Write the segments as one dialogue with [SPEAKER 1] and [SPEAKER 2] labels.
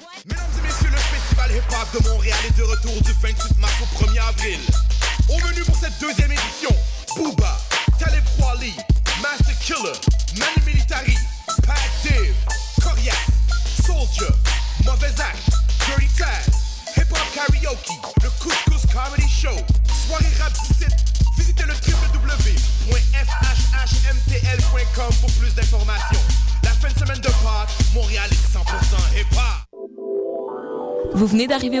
[SPEAKER 1] Mesdames et messieurs, le festival hip-hop de Montréal est de retour du 28 mars au 1er avril. Au menu pour cette deuxième édition, Booba, Talib Kweli, Master Killer, Manu Militari, Pat Div, Corias, Soldier, Mauvais Act, Dirty Taz, Hip Hop Karaoke, le Couscous Comedy Show, Soirée Rap 17, visitez le www.fhhmtl.com pour plus d'informations. La fin de semaine de Pâques, Montréal est 100% hip-hop.
[SPEAKER 2] Vous venez d'arriver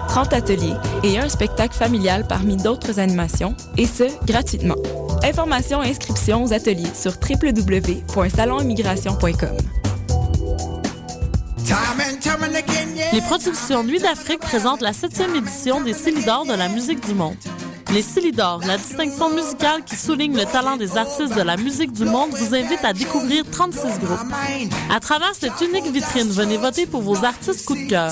[SPEAKER 2] 30 ateliers et un spectacle familial parmi d'autres animations, et ce, gratuitement. Informations et inscriptions aux ateliers sur www.salonimmigration.com.
[SPEAKER 3] Les productions Nuit d'Afrique présentent la septième édition des Célidors de la musique du monde. Les Célidors, la distinction musicale qui souligne le talent des artistes de la musique du monde, vous invite à découvrir 36 groupes. À travers cette unique vitrine, venez voter pour vos artistes coup de cœur.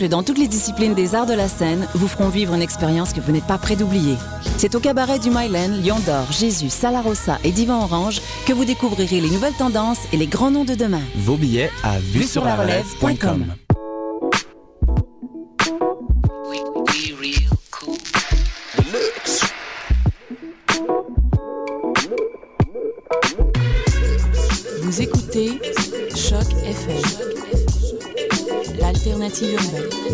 [SPEAKER 4] dans toutes les disciplines des arts de la scène vous feront vivre une expérience que vous n'êtes pas prêt d'oublier. C'est au cabaret du Myland, Lion d'Or, Jésus, Salarossa et Divan Orange que vous découvrirez les nouvelles tendances et les grands noms de demain.
[SPEAKER 5] Vos billets à vue sur la relève.com.
[SPEAKER 6] Vous écoutez Choc FM, l'alternative urbaine.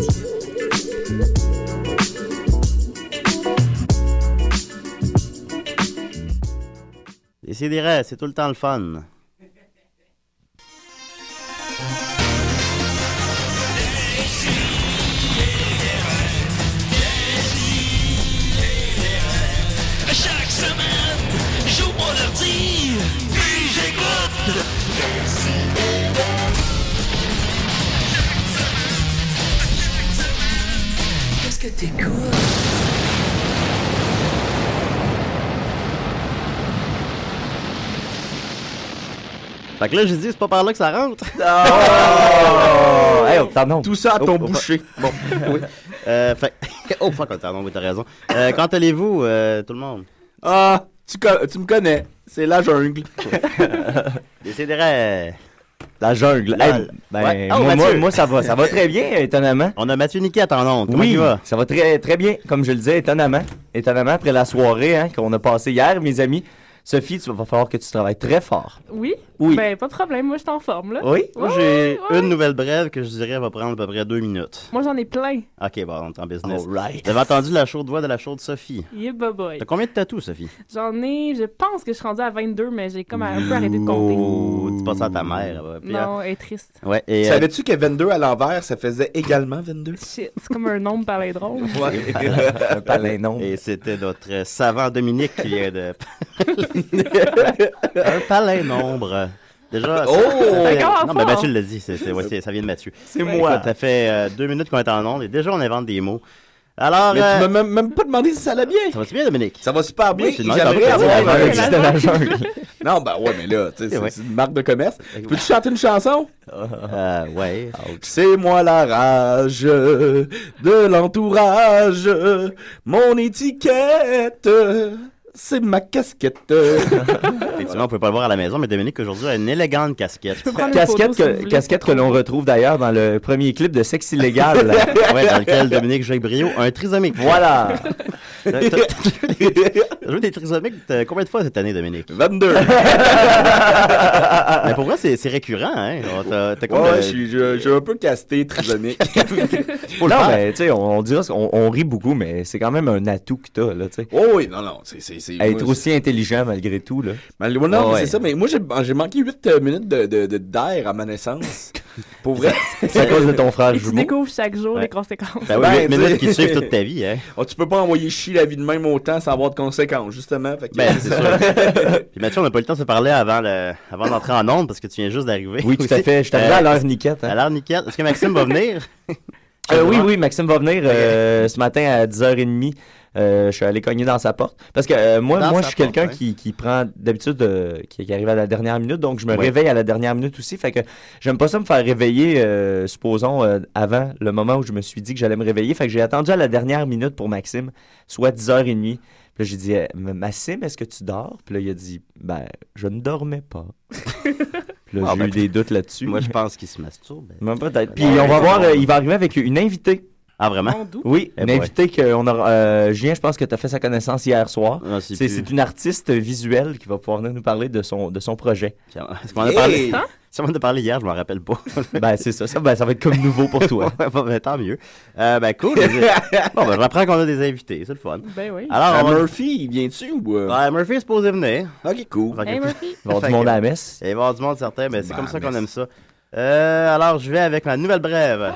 [SPEAKER 7] Décidérez, c'est tout le temps le fun.
[SPEAKER 8] Chaque semaine, j'ouvre mon ordi, puis j'écoute. Qu'est-ce que t'écoutes?
[SPEAKER 7] Fait que là, j'ai dit, c'est pas par là que ça rentre.
[SPEAKER 9] Hey, oh,
[SPEAKER 7] pardon.
[SPEAKER 9] Tout ça à ton boucher.
[SPEAKER 7] Bon, oui. Euh, fait... Oh, fuck, oh, pardon, oui, t'as raison. Euh, quand allez-vous, euh, tout le monde?
[SPEAKER 9] Ah, tu, co- tu me connais. C'est la jungle.
[SPEAKER 7] Décidérez.
[SPEAKER 10] La jungle.
[SPEAKER 7] La-
[SPEAKER 10] Hey, ben,
[SPEAKER 7] Ouais. Oh, Mathieu.
[SPEAKER 10] moi, moi- moi, ça va. Ça va très bien, étonnamment.
[SPEAKER 7] On a Mathieu Niquette en ondes. Comment
[SPEAKER 10] Oui,
[SPEAKER 7] il va?
[SPEAKER 10] ça va très, très bien, comme je le disais, étonnamment. Étonnamment, après la soirée hein, qu'on a passée hier, mes amis. Sophie, il va falloir que tu travailles très fort.
[SPEAKER 11] Oui?
[SPEAKER 10] Oui.
[SPEAKER 11] Ben, pas de problème, moi je t'en forme, là.
[SPEAKER 10] Oui?
[SPEAKER 7] Moi,
[SPEAKER 11] Ouais,
[SPEAKER 7] j'ai
[SPEAKER 11] ouais.
[SPEAKER 7] une nouvelle brève que je dirais va prendre à peu près deux minutes.
[SPEAKER 11] Moi j'en ai plein.
[SPEAKER 7] Ok, bon, on est en business.
[SPEAKER 10] Alright.
[SPEAKER 7] T'avais entendu la chaude voix de la chaude Sophie.
[SPEAKER 11] Yeah, bye bye.
[SPEAKER 7] T'as combien de tatous, Sophie?
[SPEAKER 11] J'en ai, je pense que je suis rendue à 22, mais j'ai comme un peu arrêté de compter.
[SPEAKER 7] Oh, dis pas ça à ta mère. elle va pire.
[SPEAKER 11] Non, elle est triste.
[SPEAKER 7] Ouais, et. euh,
[SPEAKER 9] Savais-tu que 22 à l'envers, ça faisait également 22?
[SPEAKER 11] Shit, c'est comme un nombre palindrome.
[SPEAKER 9] Ouais.
[SPEAKER 10] Un palindrome.
[SPEAKER 7] Et c'était notre euh, savant Dominique qui vient de parler. Un palénombre. Déjà,
[SPEAKER 9] Oh!
[SPEAKER 7] ça-
[SPEAKER 11] Encore
[SPEAKER 7] non, mais
[SPEAKER 11] fort.
[SPEAKER 7] Mathieu l'a dit, c'est, c'est- ouais, c'est- ça vient de Mathieu.
[SPEAKER 9] C'est
[SPEAKER 11] Ouais.
[SPEAKER 9] moi.
[SPEAKER 7] Ça fait euh, deux minutes qu'on est en onde et déjà on invente des mots. Alors,
[SPEAKER 9] Mais
[SPEAKER 7] euh,
[SPEAKER 9] tu m'as même, même pas demandé si ça allait bien.
[SPEAKER 7] ça va-tu bien, Dominique?
[SPEAKER 9] Ça va super bien.
[SPEAKER 7] Oui, c'est
[SPEAKER 9] et
[SPEAKER 7] nice,
[SPEAKER 9] J'aimerais
[SPEAKER 7] t'as
[SPEAKER 9] avoir...
[SPEAKER 7] raison.
[SPEAKER 10] Ouais,
[SPEAKER 9] un-
[SPEAKER 10] c'était la jungle.
[SPEAKER 9] Non, ben ouais, mais là, tu sais,
[SPEAKER 7] Ouais.
[SPEAKER 9] c'est c'est une marque de commerce. Peux-tu chanter une chanson?
[SPEAKER 7] Euh, ouais.
[SPEAKER 9] C'est moi la rage de l'entourage. Mon étiquette, c'est ma casquette.
[SPEAKER 7] Effectivement, on peut pas le voir à la maison, mais Dominique aujourd'hui a une élégante casquette.
[SPEAKER 11] prendre une
[SPEAKER 10] casquette
[SPEAKER 11] photo, si vous
[SPEAKER 10] que,
[SPEAKER 11] voulez.
[SPEAKER 10] casquette que l'on retrouve d'ailleurs dans le premier clip de Sexe illégal.
[SPEAKER 7] Ouais, dans lequel Dominique joue avec brio un trisomique.
[SPEAKER 10] voilà.
[SPEAKER 7] T'as t'as- t'as joué des trisomiques euh, combien de fois cette année, Dominique?
[SPEAKER 9] 22.
[SPEAKER 7] Mais pour vrai, c'est c'est récurrent, hein? T'as t'as comme
[SPEAKER 9] Ouais,
[SPEAKER 7] le-
[SPEAKER 9] je suis Euh, je- je suis un peu casté, trisonique.
[SPEAKER 7] le
[SPEAKER 10] non,
[SPEAKER 7] faire.
[SPEAKER 10] mais tu sais, on, on dira, ce- on, on rit beaucoup, mais c'est quand même un atout que t'as, là, tu sais.
[SPEAKER 9] Oh oui, non, non, c'est... c'est- c'est-
[SPEAKER 10] Être
[SPEAKER 9] moi,
[SPEAKER 10] aussi intelligent malgré tout, là.
[SPEAKER 9] Malgré, non, mais
[SPEAKER 10] Ouais.
[SPEAKER 9] c'est ça, mais moi, j'ai j'ai manqué 8 minutes d'air de, de- d'air à ma naissance. Pour vrai.
[SPEAKER 10] C'est à cause de ton
[SPEAKER 7] Ah,
[SPEAKER 10] frère
[SPEAKER 11] Et tu découvres chaque jour les conséquences.
[SPEAKER 9] Ben, tu sais.
[SPEAKER 7] qui suivent toute ta vie, hein.
[SPEAKER 9] Ah, tu peux pas envoyer chier la vie de même autant sans avoir de conséquences, justement. Fait que-
[SPEAKER 7] Ben, c'est sûr. Puis Mathieu, on n'a pas eu le temps de se parler avant, le- avant d'entrer en onde parce que tu viens juste d'arriver.
[SPEAKER 10] Oui, tout
[SPEAKER 7] aussi. Euh,
[SPEAKER 10] à fait. Je suis arrivé à l'heure niquette, hein.
[SPEAKER 7] À l'heure niquette. Est-ce que Maxime va venir?
[SPEAKER 10] Euh, oui, oui, Maxime va venir euh, ce matin à 10h30. Euh, je suis allé cogner dans sa porte. Parce que euh, moi,
[SPEAKER 7] Dans
[SPEAKER 10] moi je
[SPEAKER 7] sa
[SPEAKER 10] suis quelqu'un
[SPEAKER 7] porte, ouais.
[SPEAKER 10] qui, qui prend d'habitude, euh, qui, qui arrive à la dernière minute. Donc, je me
[SPEAKER 7] Ouais.
[SPEAKER 10] réveille à la dernière minute aussi. Fait que j'aime pas ça me faire réveiller, euh, supposons, euh, avant le moment où je me suis dit que j'allais me réveiller. Fait que j'ai attendu à la dernière minute pour Maxime, soit 10h30. Puis là, j'ai dit, Eh, M- Maxime, est-ce que tu dors? Puis là, il a dit, ben, je ne dormais pas. Puis là,
[SPEAKER 7] Ah,
[SPEAKER 10] j'ai
[SPEAKER 7] ben,
[SPEAKER 10] eu des doutes là-dessus.
[SPEAKER 7] Moi, je pense qu'il se masturbe.
[SPEAKER 10] Ben, peut-être. Puis on va voir, euh, il va arriver avec une invitée.
[SPEAKER 7] Ah, vraiment?
[SPEAKER 10] Oui,
[SPEAKER 7] Eh
[SPEAKER 10] une
[SPEAKER 7] boy.
[SPEAKER 10] invitée qu'on aura. Euh, Julien, je pense que tu as fait sa connaissance hier soir.
[SPEAKER 7] Ah, c'est
[SPEAKER 10] C'est
[SPEAKER 7] plus-
[SPEAKER 10] c'est une artiste visuelle qui va pouvoir venir nous parler de son, de son projet.
[SPEAKER 7] Est-ce qu'on en a parlé? Si on en a parlé hier, je m'en rappelle pas.
[SPEAKER 10] ben, c'est ça. Ça, ben, ça va être comme nouveau pour toi.
[SPEAKER 7] Ouais, bon, ben, tant mieux. Euh, ben, cool. bon, ben, j'apprends qu'on a des invités. C'est le fun.
[SPEAKER 11] Ben oui.
[SPEAKER 7] Alors,
[SPEAKER 9] Euh,
[SPEAKER 7] on-
[SPEAKER 9] Murphy, viens-tu ou. euh?
[SPEAKER 7] Ouais, Murphy est supposé venir.
[SPEAKER 9] Ok, cool.
[SPEAKER 7] Fait que-
[SPEAKER 11] Hey, Murphy.
[SPEAKER 10] Il va y avoir
[SPEAKER 7] Fait
[SPEAKER 10] du monde
[SPEAKER 7] que-
[SPEAKER 10] à la messe.
[SPEAKER 7] Il va y avoir du monde certain, mais c'est
[SPEAKER 9] Ben,
[SPEAKER 7] comme ça qu'on
[SPEAKER 9] messe.
[SPEAKER 7] aime ça. Euh, alors, je vais avec ma nouvelle brève.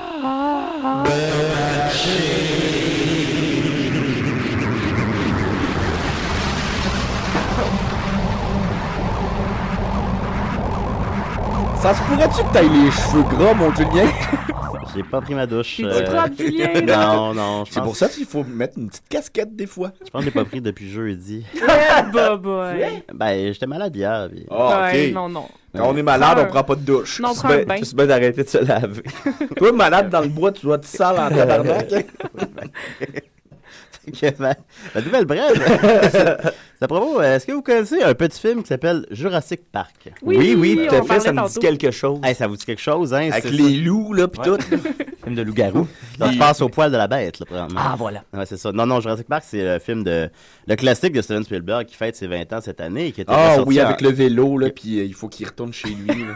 [SPEAKER 9] Ça se pourrait-tu que t'ailles les cheveux gras, Oh, mon Julien?
[SPEAKER 7] J'ai pas pris ma douche. euh,
[SPEAKER 11] T'es-tu propre, Julien?
[SPEAKER 7] Non, non, je
[SPEAKER 9] C'est
[SPEAKER 7] pense,
[SPEAKER 9] pour ça qu'il faut mettre une petite casquette des fois.
[SPEAKER 7] je pense que j'ai pas pris depuis jeudi.
[SPEAKER 11] Eh, bah, boy.
[SPEAKER 7] Ben, j'étais malade hier. puis-
[SPEAKER 9] Ah,
[SPEAKER 11] Ouais,
[SPEAKER 9] ok.
[SPEAKER 11] Non, non.
[SPEAKER 9] Quand on est malade,
[SPEAKER 11] Prends
[SPEAKER 9] on
[SPEAKER 11] un-
[SPEAKER 9] prend pas de douche.
[SPEAKER 11] Non,
[SPEAKER 10] Tu
[SPEAKER 11] prends un bain.
[SPEAKER 10] bien, d'arrêter de se laver.
[SPEAKER 9] Toi, malade dans le bois, tu dois être sale en tabarnak. hein?
[SPEAKER 7] Fait que ma, ma nouvelle brève, c'est- c'est à propos, euh, est-ce que vous connaissez un petit film qui s'appelle Jurassic Park?
[SPEAKER 11] Oui,
[SPEAKER 10] oui, oui, tout
[SPEAKER 11] on
[SPEAKER 10] à fait. Ça
[SPEAKER 11] parlait
[SPEAKER 10] me dit
[SPEAKER 11] tantôt.
[SPEAKER 10] quelque chose.
[SPEAKER 7] Hey, ça vous dit quelque chose, hein?
[SPEAKER 9] Avec
[SPEAKER 7] C'est
[SPEAKER 9] les loups, là, pis
[SPEAKER 10] Ouais.
[SPEAKER 9] tout.
[SPEAKER 10] Un film de loup-garou.
[SPEAKER 7] ça. Non, je pense au poil de la bête, là, probablement.
[SPEAKER 10] Ah, voilà.
[SPEAKER 7] Ouais, c'est ça. Non, non, Jurassic Park, c'est le film de. Le classique de Steven Spielberg qui fête ses 20 ans cette année. et Qui était
[SPEAKER 9] Ah
[SPEAKER 7] ressorti
[SPEAKER 9] oui,
[SPEAKER 7] en-
[SPEAKER 9] avec le vélo, là, pis euh, il faut qu'il retourne chez lui. là.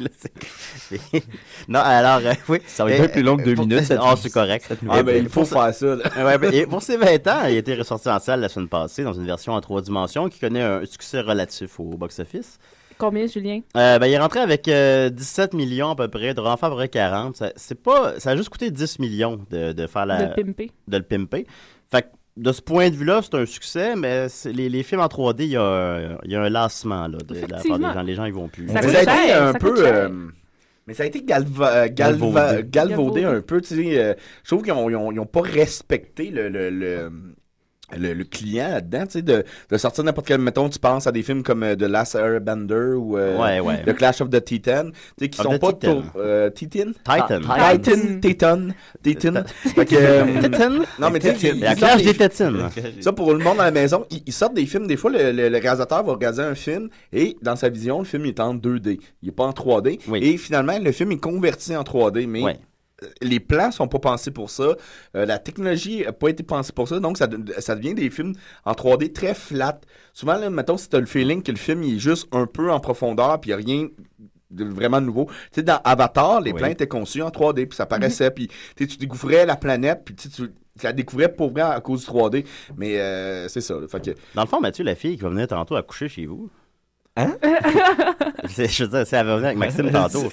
[SPEAKER 7] Là, c'est- non, alors, euh, oui.
[SPEAKER 10] Ça va être bien plus long que deux
[SPEAKER 7] pour-
[SPEAKER 10] minutes, cette-
[SPEAKER 7] Ah, c'est correct.
[SPEAKER 9] ah, ben,
[SPEAKER 7] Et
[SPEAKER 9] il faut
[SPEAKER 7] pour ça-
[SPEAKER 9] faire ça, là.
[SPEAKER 7] Ouais, ben, et pour ses 20 ans, il a été ressorti en salle la semaine passée dans une version en trois dimensions qui connaît un succès relatif au box-office.
[SPEAKER 11] Combien, Julien?
[SPEAKER 7] Euh, ben, il est rentré avec euh, 17 millions à peu près, de renfort à peu près 40. Ça, c'est pas, ça a juste coûté 10 millions de, de faire la,
[SPEAKER 11] De le pimper.
[SPEAKER 7] de le pimper. Fait que, de ce point de vue-là, c'est un succès, mais c'est- les, les films en 3D, il y a, un- il y a un lassement là, de, de la part des
[SPEAKER 11] Effectivement.
[SPEAKER 7] gens. Les gens, ils vont plus.
[SPEAKER 11] Ça
[SPEAKER 9] Mais
[SPEAKER 11] coûte
[SPEAKER 9] ça a été
[SPEAKER 11] cher,
[SPEAKER 9] un
[SPEAKER 11] ça
[SPEAKER 9] peu.
[SPEAKER 11] coûte cher.
[SPEAKER 9] euh, mais ça a été galva- euh,
[SPEAKER 7] Galvaudé.
[SPEAKER 9] galva- galvaudé. un
[SPEAKER 11] Galvaudé.
[SPEAKER 9] peu. Tu sais, euh, je trouve qu'ils n'ont pas respecté le. le, le- le- le client là-dedans, tu sais, de, de sortir n'importe quel, mettons, tu penses à des films comme euh, The Last Airbender ou euh,
[SPEAKER 7] Ouais, ouais.
[SPEAKER 9] The Clash of the Titan, tu sais, qui
[SPEAKER 7] Of
[SPEAKER 9] sont
[SPEAKER 7] the
[SPEAKER 9] pas
[SPEAKER 7] Titan.
[SPEAKER 9] tour- euh, Titan?
[SPEAKER 7] Titan.
[SPEAKER 10] Ah,
[SPEAKER 9] Titan, Titan, Titan. Fait que, euh,
[SPEAKER 7] Titan.
[SPEAKER 9] non, mais tu sais, ils-
[SPEAKER 7] La
[SPEAKER 9] ils sortent
[SPEAKER 7] clash
[SPEAKER 9] des
[SPEAKER 7] des tétines.
[SPEAKER 9] ça, pour le monde à la maison, ils, ils sortent des films. Des fois, le, le- le réalisateur va regarder un film et, dans sa vision, le film il est en 2D. Il n'est pas en 3D.
[SPEAKER 7] Oui.
[SPEAKER 9] Et finalement, le film est converti en 3D, mais
[SPEAKER 7] Ouais.
[SPEAKER 9] euh, les plans sont pas pensés pour ça. Euh, la technologie n'a pas été pensée pour ça. Donc, ça, de- ça devient des films en 3D très flat. Souvent, là, mettons, si tu le feeling que le film il est juste un peu en profondeur puis il n'y a rien de vraiment nouveau. Tu sais, dans Avatar, les
[SPEAKER 7] Oui. Mhm.
[SPEAKER 9] plans étaient conçus en 3D, puis ça paraissait, puis tu sais, tu découvrais la planète, puis tu sais, tu tu la découvrais pour vrai à cause du 3D, mais euh, c'est ça. là. Fait que,
[SPEAKER 7] Dans le fond, Mathieu, la fille qui va venir tantôt à coucher chez vous.
[SPEAKER 10] Hein?
[SPEAKER 7] C'est- je veux dire, si elle va venir avec Maxime tantôt.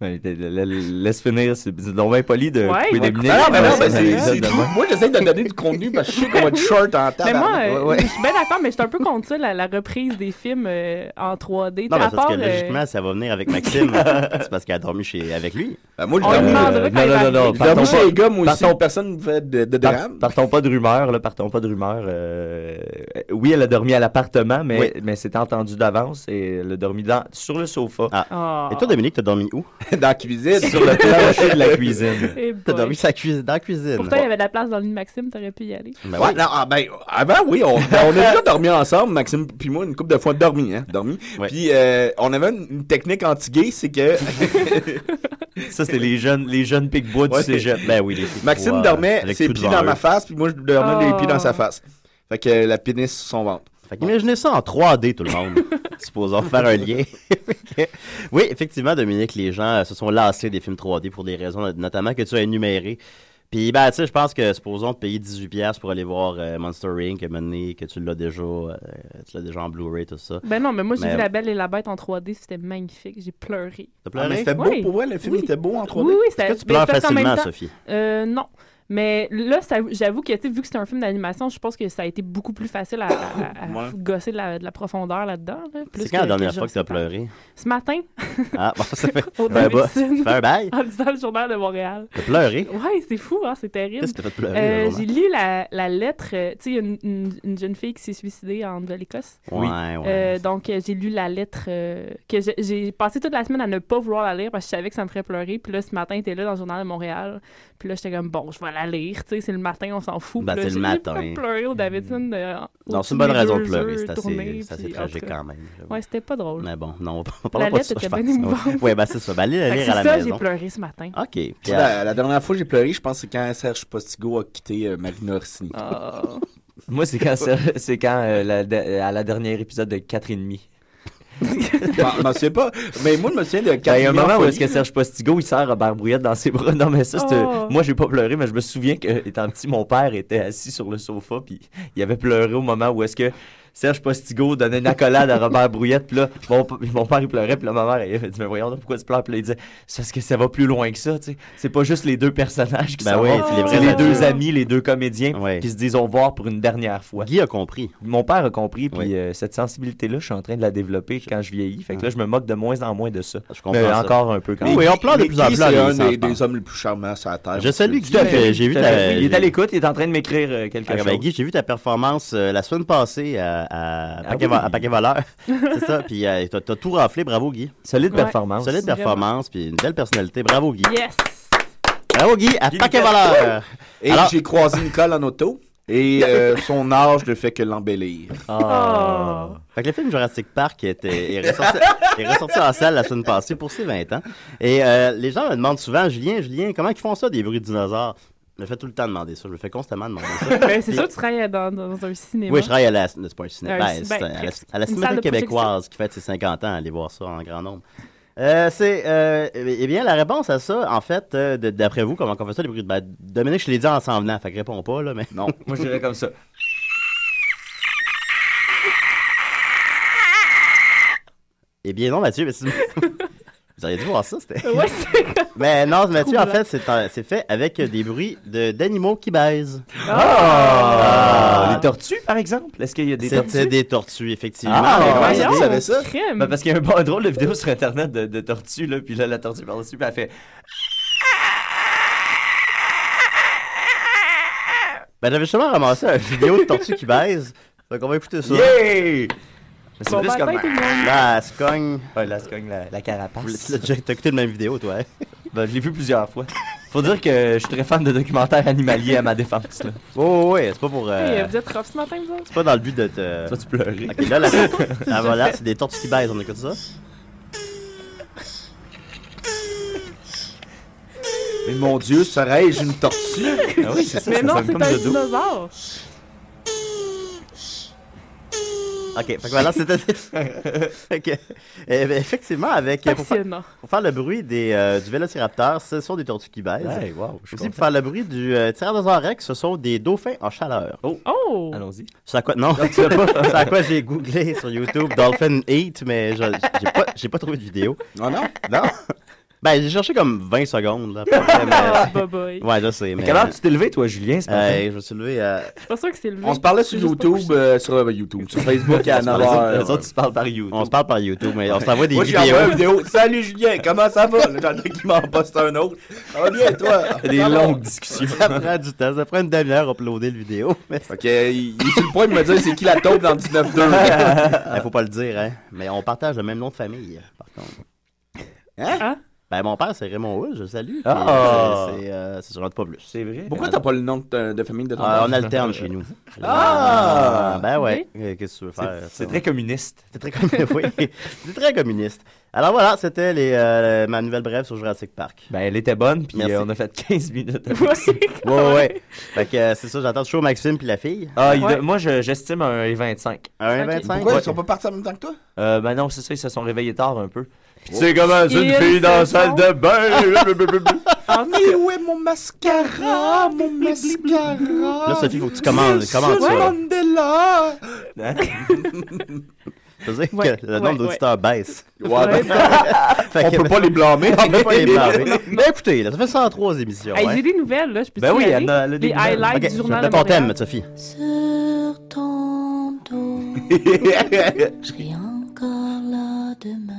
[SPEAKER 10] Ouais, t'es- la- la- Laisse finir. C'est c'est donc bien poli de
[SPEAKER 11] Ouais,
[SPEAKER 10] couper
[SPEAKER 11] ouais.
[SPEAKER 10] des minutes.
[SPEAKER 9] Ah non, mais non,
[SPEAKER 10] Ouais,
[SPEAKER 9] mais
[SPEAKER 10] ça,
[SPEAKER 9] c'est
[SPEAKER 10] ça,
[SPEAKER 9] c'est
[SPEAKER 10] de
[SPEAKER 9] tout.
[SPEAKER 10] même.
[SPEAKER 9] Moi, j'essaie de donner du contenu parce que je sais qu'on va être short en
[SPEAKER 11] Mais
[SPEAKER 9] tabac.
[SPEAKER 11] moi, euh,
[SPEAKER 7] Ah, ouais.
[SPEAKER 11] je suis bien d'accord, mais je suis un peu contre ça, la, la reprise des films euh, en 3D.
[SPEAKER 7] Non,
[SPEAKER 11] Tu sais,
[SPEAKER 7] mais
[SPEAKER 11] à
[SPEAKER 7] parce
[SPEAKER 11] part,
[SPEAKER 7] que
[SPEAKER 11] euh,
[SPEAKER 7] logiquement, si elle va venir avec Maxime, c'est parce qu'elle a dormi chez, avec lui.
[SPEAKER 9] Ben, moi,
[SPEAKER 11] on lui
[SPEAKER 10] Euh,
[SPEAKER 11] demandera
[SPEAKER 10] non,
[SPEAKER 11] quand il
[SPEAKER 10] non,
[SPEAKER 11] va
[SPEAKER 10] non, non,
[SPEAKER 11] arriver.
[SPEAKER 10] pardon.
[SPEAKER 9] J'avoue, chez les gars, moi aussi,
[SPEAKER 10] Partons-
[SPEAKER 9] personne ne fait de, de
[SPEAKER 10] Par-
[SPEAKER 9] drame.
[SPEAKER 10] partons pas de rumeurs, là, partons pas de rumeurs. euh, euh, oui, elle a dormi à l'appartement, mais,
[SPEAKER 7] Oui.
[SPEAKER 10] mais c'était entendu d'avance et elle a dormi dans- sur le sofa,
[SPEAKER 7] Ah.
[SPEAKER 11] Ah.
[SPEAKER 7] Et toi, Dominique, t'as dormi où?
[SPEAKER 9] Dans la cuisine.
[SPEAKER 10] sur le plancher de la cuisine.
[SPEAKER 11] Eh
[SPEAKER 7] T'as
[SPEAKER 11] boy.
[SPEAKER 7] dormi sa cuisine, dans la cuisine.
[SPEAKER 11] Pourtant, il y avait de la place dans le lit de Maxime, t'aurais pu y aller.
[SPEAKER 7] Ben
[SPEAKER 9] Ouais,
[SPEAKER 7] oui.
[SPEAKER 9] non, ah, ben, avant, oui, on, ben, on a déjà dormi ensemble, Maxime puis moi, une couple de fois dormi, hein, dormi.
[SPEAKER 7] Ouais.
[SPEAKER 9] Puis euh, on avait une, une technique anti-gay, c'est que
[SPEAKER 10] Ça, c'était les jeunes, les jeunes pic-bois du
[SPEAKER 9] Ouais.
[SPEAKER 10] cégep.
[SPEAKER 7] Ben oui, les filles
[SPEAKER 9] Maxime
[SPEAKER 7] trois,
[SPEAKER 9] dormait
[SPEAKER 7] avec
[SPEAKER 9] ses
[SPEAKER 7] tout
[SPEAKER 9] pieds
[SPEAKER 7] devant
[SPEAKER 9] dans
[SPEAKER 7] eux.
[SPEAKER 9] ma face, puis moi, je dormais les pieds dans sa
[SPEAKER 11] Oh.
[SPEAKER 9] face. Fait que euh, la pénis sur son ventre.
[SPEAKER 7] Fait qu'imaginez ça en 3D, tout le monde. supposons faire un lien. oui, effectivement, Dominique, les gens euh, se sont lassés des films 3D pour des raisons euh, notamment que tu as énumérées. Puis, ben, tu sais, je pense que, supposons, payer 18$ pour aller voir euh, Monster Inc., que maintenant, que tu l'as déjà, euh, tu l'as déjà en Blu-ray, tout ça.
[SPEAKER 11] Ben non, mais moi, j'ai vu La Belle et la Bête en 3D, c'était magnifique. J'ai pleuré.
[SPEAKER 7] T'as pleuré?
[SPEAKER 9] Ah, mais c'était beau pour vrai, le film
[SPEAKER 11] Oui.
[SPEAKER 9] était beau en 3D.
[SPEAKER 11] Oui, oui,
[SPEAKER 9] Est-ce
[SPEAKER 11] c'était
[SPEAKER 9] que tu
[SPEAKER 11] mais
[SPEAKER 9] pleures
[SPEAKER 11] parce qu'en même
[SPEAKER 7] Ah,
[SPEAKER 9] facilement,
[SPEAKER 11] temps-
[SPEAKER 9] Sophie?
[SPEAKER 11] Euh, non. Mais là, ça- j'avoue que, tu sais, vu que c'est un film d'animation, je pense que ça a été beaucoup plus facile à, à- à
[SPEAKER 7] Ouais.
[SPEAKER 11] gosser de la, de la profondeur là-dedans. là, plus
[SPEAKER 7] C'est quand la
[SPEAKER 11] que-
[SPEAKER 7] dernière
[SPEAKER 11] que je
[SPEAKER 7] fois que tu as
[SPEAKER 11] sais pas.
[SPEAKER 7] pleuré?
[SPEAKER 11] Ce matin,
[SPEAKER 7] Ah, bon, ça fait,
[SPEAKER 11] au
[SPEAKER 7] fait un
[SPEAKER 11] Davidson,
[SPEAKER 7] bas- ça fait un bail.
[SPEAKER 11] en lisant le journal de Montréal.
[SPEAKER 7] T'as pleuré?
[SPEAKER 11] Ouais, c'est fou, hein, c'est terrible.
[SPEAKER 7] Qu'est-ce qui t'a fait pleurer,
[SPEAKER 11] Euh,
[SPEAKER 7] le journal?
[SPEAKER 11] J'ai lu la, la lettre. euh, tu sais, il y a une, une- une jeune fille qui s'est suicidée en Nouvelle-Écosse.
[SPEAKER 7] Oui. Ouais, ouais.
[SPEAKER 11] Euh, donc, euh, j'ai lu la lettre euh, que j'ai- j'ai passé toute la semaine à ne pas vouloir la lire parce que je savais que ça me ferait pleurer. Puis là, ce matin, était là dans le journal de Montréal. Puis là, j'étais comme, bon, je vais la lire. Tu sais, c'est le matin, on s'en fout.
[SPEAKER 7] Ben,
[SPEAKER 11] Puis là,
[SPEAKER 7] c'est le
[SPEAKER 11] j'ai- j'ai
[SPEAKER 7] matin. Hmm.
[SPEAKER 11] pas pleuré au Davidson. euh,
[SPEAKER 7] Non, c'est
[SPEAKER 11] au-dessus
[SPEAKER 7] une bonne
[SPEAKER 11] des
[SPEAKER 7] raison de
[SPEAKER 11] deux
[SPEAKER 7] pleurer.
[SPEAKER 11] heures
[SPEAKER 7] C'est assez,
[SPEAKER 11] tournée,
[SPEAKER 7] c'est assez
[SPEAKER 11] puis, en tout
[SPEAKER 7] tragique
[SPEAKER 11] cas.
[SPEAKER 7] quand même. j'avoue.
[SPEAKER 11] Ouais, c'était pas drôle.
[SPEAKER 7] Mais bon, non, on ne parlera pas de
[SPEAKER 11] lettre
[SPEAKER 7] ça, je
[SPEAKER 11] était
[SPEAKER 7] pense.
[SPEAKER 11] bien émouvante.
[SPEAKER 7] Oui, ben c'est ça. Ben, allez la
[SPEAKER 11] Fait que
[SPEAKER 7] lire
[SPEAKER 11] c'est
[SPEAKER 7] à la
[SPEAKER 11] ça,
[SPEAKER 7] maison.
[SPEAKER 11] j'ai pleuré ce matin.
[SPEAKER 7] OK. Puis,
[SPEAKER 9] Tu sais,
[SPEAKER 7] euh,
[SPEAKER 9] La, la dernière fois que j'ai pleuré, je pense que c'est quand Serge Postigo a quitté euh, Marina Orsini.
[SPEAKER 11] Ah.
[SPEAKER 10] Moi, c'est quand, ça- c'est quand euh, la, de- à la dernière épisode de 4 et demi.
[SPEAKER 9] Je m'en souviens pas. Mais moi, je me souviens de
[SPEAKER 10] Ben,
[SPEAKER 9] 4
[SPEAKER 10] Il y a un
[SPEAKER 9] millions
[SPEAKER 10] moment où
[SPEAKER 9] folies.
[SPEAKER 10] est-ce que Serge Postigo, il serre Robert Brouillette dans ses bras. Non, mais ça, c'est, euh,
[SPEAKER 9] Oh.
[SPEAKER 10] moi, j'ai pas pleuré, mais je me souviens que, étant petit, mon père était assis sur le sofa, puis il avait pleuré au moment où est-ce que Serge Postigo donnait une accolade à Robert Brouillette, puis là, mon, p- mon père, il pleurait, puis là, ma mère, elle avait dit, mais voyons, donc, pourquoi tu pleures? Puis là, il disait, c'est parce que ça va plus loin que ça, tu sais. C'est pas juste les deux personnages qui
[SPEAKER 7] Ben
[SPEAKER 10] s'en
[SPEAKER 7] oui,
[SPEAKER 10] vont,
[SPEAKER 7] c'est les vrais
[SPEAKER 10] les
[SPEAKER 7] adultes.
[SPEAKER 10] deux amis, les deux comédiens qui se disent au revoir pour une dernière fois.
[SPEAKER 7] Guy a compris.
[SPEAKER 10] Mon père a compris, puis euh, cette sensibilité-là, je suis en train de la développer quand je vieillis. Fait que là, je me moque de moins en moins de ça.
[SPEAKER 7] comprends
[SPEAKER 10] Mais
[SPEAKER 7] ça.
[SPEAKER 10] encore un peu quand
[SPEAKER 9] Mais
[SPEAKER 10] même.
[SPEAKER 9] Guy- mais Guy, C'est un des, des hommes les plus charmants sur la Terre.
[SPEAKER 7] Je salue
[SPEAKER 10] Tout
[SPEAKER 7] Guy.
[SPEAKER 10] à fait,
[SPEAKER 7] euh, J'ai vu
[SPEAKER 10] tout à fait.
[SPEAKER 7] ta.
[SPEAKER 10] Il est à l'écoute, il est en train de m'écrire euh, quelque
[SPEAKER 7] Ah,
[SPEAKER 10] chose.
[SPEAKER 7] ben, Guy, j'ai vu ta performance euh, la semaine passée à, à, Paquet,
[SPEAKER 10] Ah oui.
[SPEAKER 7] à Paquet Voleur. c'est ça. Puis euh, t'as t'as tout raflé. Bravo, Guy.
[SPEAKER 10] Solide
[SPEAKER 11] Ouais, performance.
[SPEAKER 7] Solide
[SPEAKER 11] vraiment.
[SPEAKER 7] performance. Puis une belle personnalité. Bravo, Guy.
[SPEAKER 11] Yes!
[SPEAKER 7] Bravo, Guy. À Paquet Voleur.
[SPEAKER 9] Et
[SPEAKER 7] Alors-
[SPEAKER 9] j'ai croisé Nicole en auto. Et euh, son âge ne fait que l'embellir.
[SPEAKER 11] Ah.
[SPEAKER 7] Fait que le film Jurassic Park était, est, ressorti, est ressorti en salle la semaine passée pour ses 20 ans. Et euh, les gens me demandent souvent, Julien, Julien, comment ils font ça des bruits de dinosaures? Je me fais tout le temps demander ça. Je me fais constamment demander ça.
[SPEAKER 11] Ben, c'est
[SPEAKER 7] Puis-
[SPEAKER 11] sûr que tu travailles dans, dans un cinéma.
[SPEAKER 7] Oui, je travaille à la, c'est pas un cinéma,
[SPEAKER 11] Un
[SPEAKER 7] ben,
[SPEAKER 11] ci-
[SPEAKER 7] c'est
[SPEAKER 11] ben,
[SPEAKER 7] un- à la,
[SPEAKER 11] presque.
[SPEAKER 7] à la
[SPEAKER 11] Une salle
[SPEAKER 7] Cinémathèque
[SPEAKER 11] de projection.
[SPEAKER 7] québécoise qui fête ses 50 ans. Allez voir ça en grand nombre. Euh, c'est, euh, eh bien, la réponse à ça, en fait, euh, de- d'après vous, comment on fait ça, les bruits de... Ben, Dominique, je l'ai dit en s'en venant, fait que réponds pas, là, mais...
[SPEAKER 9] Non.
[SPEAKER 10] Moi, je dirais comme ça.
[SPEAKER 7] Eh bien non, Mathieu, mais c'est- vous auriez dû voir ça, c'était...
[SPEAKER 11] Ouais, c'est-
[SPEAKER 7] Mais non, Mathieu, en
[SPEAKER 11] Troublant.
[SPEAKER 7] fait, c'est un- c'est fait avec des bruits de- d'animaux qui baisent.
[SPEAKER 10] Ah! Les tortues, par exemple? Est-ce qu'il y a des tortues?
[SPEAKER 7] C'était des tortues, effectivement.
[SPEAKER 10] Ah, mais comment ça,
[SPEAKER 11] voyons,
[SPEAKER 10] tu savais ça?
[SPEAKER 11] crème.
[SPEAKER 10] Ben, parce qu'il y a un bon drôle de vidéo sur Internet de, de tortue, là, puis là, la tortue par-dessus, puis elle fait...
[SPEAKER 7] Ben, j'avais justement ramassé une vidéo de tortues qui baisent. Donc, on va écouter ça. Ben,
[SPEAKER 10] Yeah! C'est
[SPEAKER 11] Bon
[SPEAKER 10] plus
[SPEAKER 11] matin,
[SPEAKER 10] comme...
[SPEAKER 11] tout le monde.
[SPEAKER 7] Là, elle se cogne.
[SPEAKER 10] Ouais, là, se cogne la, la carapace.
[SPEAKER 7] T'as déjà- t'as écouté la même vidéo, toi, hein?
[SPEAKER 10] Ben, je l'ai vu plusieurs fois. Faut dire que je suis très fan de documentaires animaliers à ma défense, là.
[SPEAKER 7] Oh, ouais, c'est pas pour... euh,
[SPEAKER 11] Hey, vous êtes rough ce matin, vous autres?
[SPEAKER 7] C'est pas dans le but de te...
[SPEAKER 10] Toi, tu pleurais.
[SPEAKER 7] Ok, là, la, la ben voilà, c'est des tortues qui baisent, on écoute ça.
[SPEAKER 9] Mais mon Dieu, serais-je une tortue?
[SPEAKER 10] Ah oui, c'est ça,
[SPEAKER 11] Mais
[SPEAKER 10] ça
[SPEAKER 11] non,
[SPEAKER 10] sonne
[SPEAKER 11] c'est
[SPEAKER 10] comme
[SPEAKER 11] un
[SPEAKER 10] dodo.
[SPEAKER 11] dinosaure.
[SPEAKER 7] Ok, fait que voilà, c'était... ok. Eh ben, effectivement, avec... pour faire-
[SPEAKER 11] Passionnant.
[SPEAKER 7] Pour faire le bruit des, euh, du vélociraptor, ce sont des tortues qui baisent.
[SPEAKER 10] Ouais, wow, je
[SPEAKER 7] Aussi,
[SPEAKER 10] suis
[SPEAKER 7] pour
[SPEAKER 10] content.
[SPEAKER 7] faire le bruit du euh, tyrannosaure rex, ce sont des dauphins en chaleur.
[SPEAKER 11] Oh!
[SPEAKER 10] Allons-y.
[SPEAKER 7] C'est à quoi, non, c'est à quoi j'ai googlé sur YouTube Dolphin Eat, mais je- j'ai pas, j'ai pas trouvé de vidéo.
[SPEAKER 9] Non, non, non.
[SPEAKER 7] Ben, j'ai cherché comme 20 secondes, là, à peu près,
[SPEAKER 11] Ah,
[SPEAKER 7] mais-
[SPEAKER 11] bye bye.
[SPEAKER 7] Ouais, je sais, mais...
[SPEAKER 10] Mais comment tu t'es levé, toi, Julien, ce matin?
[SPEAKER 7] Euh, je me suis levé à...
[SPEAKER 11] Je suis pas sûr que c'est le
[SPEAKER 9] On se parlait sur YouTube, euh, sur euh, YouTube, sur Facebook à
[SPEAKER 10] Les autres,
[SPEAKER 9] 9h.
[SPEAKER 10] les autres, ils se parlent par YouTube.
[SPEAKER 7] On se parle par YouTube, mais on s'envoie des
[SPEAKER 9] Moi, j'ai envoyé
[SPEAKER 7] vidéos.
[SPEAKER 9] une vidéo. Salut Julien, comment ça va? Là, J'entends qu'il m'en poste un autre. Ça va bien, toi?
[SPEAKER 10] des longues discussions.
[SPEAKER 7] Ça prend du temps, ça prend une demi-heure à uploader la vidéo. Mais...
[SPEAKER 9] Fait que, il il est sur le point de me dire c'est qui la taupe dans 19-2.
[SPEAKER 7] Ben, faut pas le dire, hein. Mais on partage le même nom de famille, par contre.
[SPEAKER 11] Hein?
[SPEAKER 7] Ben, mon père, c'est Raymond Hull, je le salue.
[SPEAKER 10] Ah!
[SPEAKER 7] C'est, c'est, euh, c'est sur pas plus.
[SPEAKER 10] C'est vrai.
[SPEAKER 9] Pourquoi t'as pas le nom de, ta- de famille de ton
[SPEAKER 7] Ah,
[SPEAKER 9] père?
[SPEAKER 7] on alterne chez nous.
[SPEAKER 9] Ah!
[SPEAKER 7] Ben ouais. Euh, Qu'est-ce que tu veux faire?
[SPEAKER 10] C'est très communiste.
[SPEAKER 7] C'est très, communiste. oui. C'est très communiste. Alors voilà, c'était les, euh, ma nouvelle brève sur Jurassic Park.
[SPEAKER 10] Ben, elle était bonne, puis
[SPEAKER 7] Merci.
[SPEAKER 10] euh, on a fait 15 minutes.
[SPEAKER 7] Ouais, ouais, ouais. Fait que euh, c'est ça, j'attends toujours Maxime puis la fille.
[SPEAKER 10] Ah, il- moi, je- j'estime un et 25.
[SPEAKER 7] Un 25?
[SPEAKER 9] Pourquoi ils sont pas partis en même temps que toi?
[SPEAKER 10] Euh, ben non, c'est ça, ils se sont réveillés tard un peu. Puis
[SPEAKER 9] Oh.
[SPEAKER 10] tu sais comment c'est une
[SPEAKER 9] Ils
[SPEAKER 10] fille dans la
[SPEAKER 9] se
[SPEAKER 10] salle
[SPEAKER 9] sont-
[SPEAKER 10] de bain.
[SPEAKER 9] Mais où est mon mascara? Mon mascara!
[SPEAKER 7] Là, Sophie, faut que tu commandes- commandes ça,
[SPEAKER 9] Nelson
[SPEAKER 7] là.
[SPEAKER 9] Mandela!
[SPEAKER 7] Hein? C'est-à-dire
[SPEAKER 9] Ouais,
[SPEAKER 7] que le nombre
[SPEAKER 9] ouais,
[SPEAKER 7] d'auditeurs baisse.
[SPEAKER 9] Ouais, ben- On peut pas les blâmer.
[SPEAKER 7] On peut pas les
[SPEAKER 9] Mais-
[SPEAKER 7] blâmer. Mais écoutez, là, ça fait 103 émissions.
[SPEAKER 11] Hey,
[SPEAKER 7] hein.
[SPEAKER 11] J'ai des nouvelles, là. Je peux
[SPEAKER 7] Ben oui, elle a- elle a des
[SPEAKER 11] Les
[SPEAKER 7] nouvelles.
[SPEAKER 11] highlights
[SPEAKER 7] Ok,
[SPEAKER 11] du journal.
[SPEAKER 7] de
[SPEAKER 11] de
[SPEAKER 7] ton
[SPEAKER 11] Montréal.
[SPEAKER 7] thème, Sophie.
[SPEAKER 8] Sur ton dos, je serai encore là demain,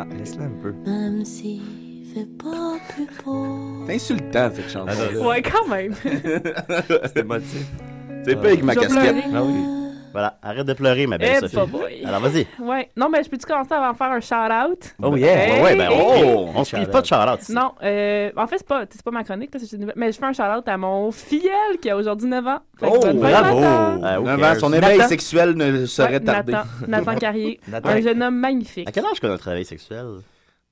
[SPEAKER 10] Ah, laisse-la un peu.
[SPEAKER 8] même s'il fait pas plus beau.
[SPEAKER 9] C'est insultant, cette
[SPEAKER 7] Ah,
[SPEAKER 9] chanson.
[SPEAKER 8] Ouais,
[SPEAKER 11] quand même.
[SPEAKER 10] C'était émotif.
[SPEAKER 9] C'est pas avec ma
[SPEAKER 11] Je vais
[SPEAKER 9] casquette.
[SPEAKER 11] pleurer. Ah oui.
[SPEAKER 7] Voilà, arrête de pleurer, ma belle
[SPEAKER 11] Eh,
[SPEAKER 7] Sophie.
[SPEAKER 11] bah boy.
[SPEAKER 7] Alors vas-y.
[SPEAKER 11] Ouais. Non, mais je peux-tu commencer avant de faire un shout-out?
[SPEAKER 7] Oh yeah, ouais, ouais, ben oh, on se prive pas de shout-out ici.
[SPEAKER 11] Non, euh, en fait, c'est pas, c'est pas ma chronique, là, c'est une nouvelle- mais je fais un shout-out à mon filleul qui a aujourd'hui 9 ans. Fait que
[SPEAKER 9] Oh,
[SPEAKER 11] bonne fête,
[SPEAKER 9] bravo!
[SPEAKER 11] Nathan.
[SPEAKER 7] Ah,
[SPEAKER 9] Euh, who cares? Son éveil
[SPEAKER 11] Nathan.
[SPEAKER 9] sexuel ne serait
[SPEAKER 11] Ouais,
[SPEAKER 9] tardé.
[SPEAKER 11] Nathan, Nathan Carrier,
[SPEAKER 9] Nathan.
[SPEAKER 11] un jeune homme magnifique.
[SPEAKER 7] À quel âge qu'on a un travail sexuel?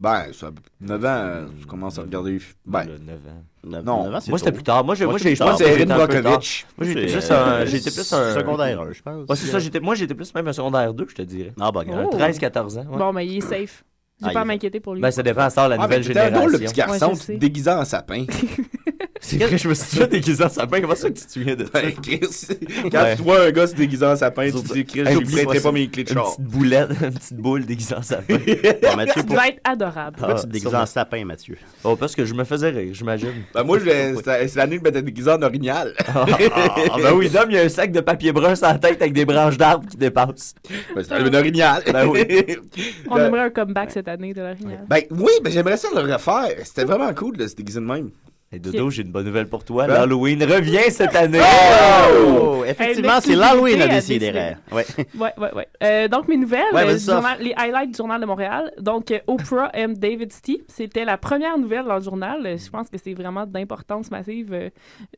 [SPEAKER 9] Ben, ça, 9 ans, euh, je commence à regarder. les fi- Ben,
[SPEAKER 10] 9 ans.
[SPEAKER 9] non,
[SPEAKER 7] neuf ans, c'est
[SPEAKER 10] Moi, c'était
[SPEAKER 7] tôt.
[SPEAKER 10] plus tard. Moi, j'ai-
[SPEAKER 7] Moi,
[SPEAKER 10] moi,
[SPEAKER 7] c'est
[SPEAKER 10] j'ai-
[SPEAKER 7] plus
[SPEAKER 10] je pense
[SPEAKER 7] tard.
[SPEAKER 10] que j'ai
[SPEAKER 7] Erin
[SPEAKER 10] été un peu tard.
[SPEAKER 7] Brockovich.
[SPEAKER 10] Moi, j'étais
[SPEAKER 7] C'est,
[SPEAKER 10] plus
[SPEAKER 7] euh,
[SPEAKER 10] un. J'étais plus un.
[SPEAKER 7] secondaire un, je pense.
[SPEAKER 10] Ouais, c'est ça. j'étais- Moi, j'étais plus même un secondaire 2, je te dirais.
[SPEAKER 7] Ah, bah,
[SPEAKER 10] Un
[SPEAKER 11] Oh.
[SPEAKER 10] 13-14 ans. ouais.
[SPEAKER 11] Bon, mais il est safe. J'ai
[SPEAKER 10] Ah,
[SPEAKER 11] pas à
[SPEAKER 10] il-
[SPEAKER 11] m'inquiéter pour lui.
[SPEAKER 10] Ben, ça dépend, ça, la
[SPEAKER 9] Ah, mais
[SPEAKER 10] nouvelle
[SPEAKER 9] t'étais un
[SPEAKER 10] génération.
[SPEAKER 9] drôle, le petit garçon,
[SPEAKER 11] Ouais, je
[SPEAKER 9] tu te
[SPEAKER 11] sais.
[SPEAKER 9] déguisais en sapin.
[SPEAKER 10] C'est vrai, je me suis déjà déguisé en sapin. Comment ça que tu te souviens de ça?
[SPEAKER 9] Ben, Chris, quand tu vois un gars se déguisant en sapin, tu te dis, Chris, je
[SPEAKER 10] Hey,
[SPEAKER 9] ne
[SPEAKER 10] oublie
[SPEAKER 9] prêterai
[SPEAKER 10] ça.
[SPEAKER 9] pas mes clés de
[SPEAKER 10] Une
[SPEAKER 9] char.
[SPEAKER 10] petite boulette, une petite boule déguisée en sapin.
[SPEAKER 7] Mathieu,
[SPEAKER 11] Tu dois être adorable.
[SPEAKER 10] Ah,
[SPEAKER 7] Pourquoi
[SPEAKER 9] Ah,
[SPEAKER 7] tu te déguises en sapin, Mathieu?
[SPEAKER 10] Oh, parce que je me faisais rire, j'imagine.
[SPEAKER 9] Ben, moi, je vais- c'est c'est l'année que je m'étais déguisé en orignal.
[SPEAKER 10] Ah, ah, ben oui, Dom, il y a un sac de papier brun sur la tête avec des branches d'arbres qui dépassent.
[SPEAKER 9] Ben, c'est un orignal.
[SPEAKER 10] Ben oui.
[SPEAKER 11] On
[SPEAKER 9] Ben-
[SPEAKER 11] aimerait un comeback cette année de l'orignal.
[SPEAKER 9] Ben oui, ben j'aimerais ça le refaire. C'était vraiment cool de se déguiser de même.
[SPEAKER 10] Et Dodo, j'ai une bonne nouvelle pour toi.
[SPEAKER 9] Ben?
[SPEAKER 10] L'Halloween revient cette année.
[SPEAKER 7] Oh!
[SPEAKER 11] Hey,
[SPEAKER 7] Effectivement, c'est
[SPEAKER 11] l'exclusivité
[SPEAKER 7] l'Halloween à
[SPEAKER 11] à
[SPEAKER 7] décider.
[SPEAKER 11] Décideret.
[SPEAKER 7] Ouais.
[SPEAKER 11] Ouais, ouais, ouais. Euh, donc, mes nouvelles,
[SPEAKER 7] Ouais,
[SPEAKER 11] euh,
[SPEAKER 7] vas-y,
[SPEAKER 11] du
[SPEAKER 7] Soph.
[SPEAKER 11] journal- les highlights du Journal de Montréal. Donc, euh, Oprah aime David Stee. C'était la première nouvelle dans le journal. Euh, Je pense que c'est vraiment d'importance massive, euh,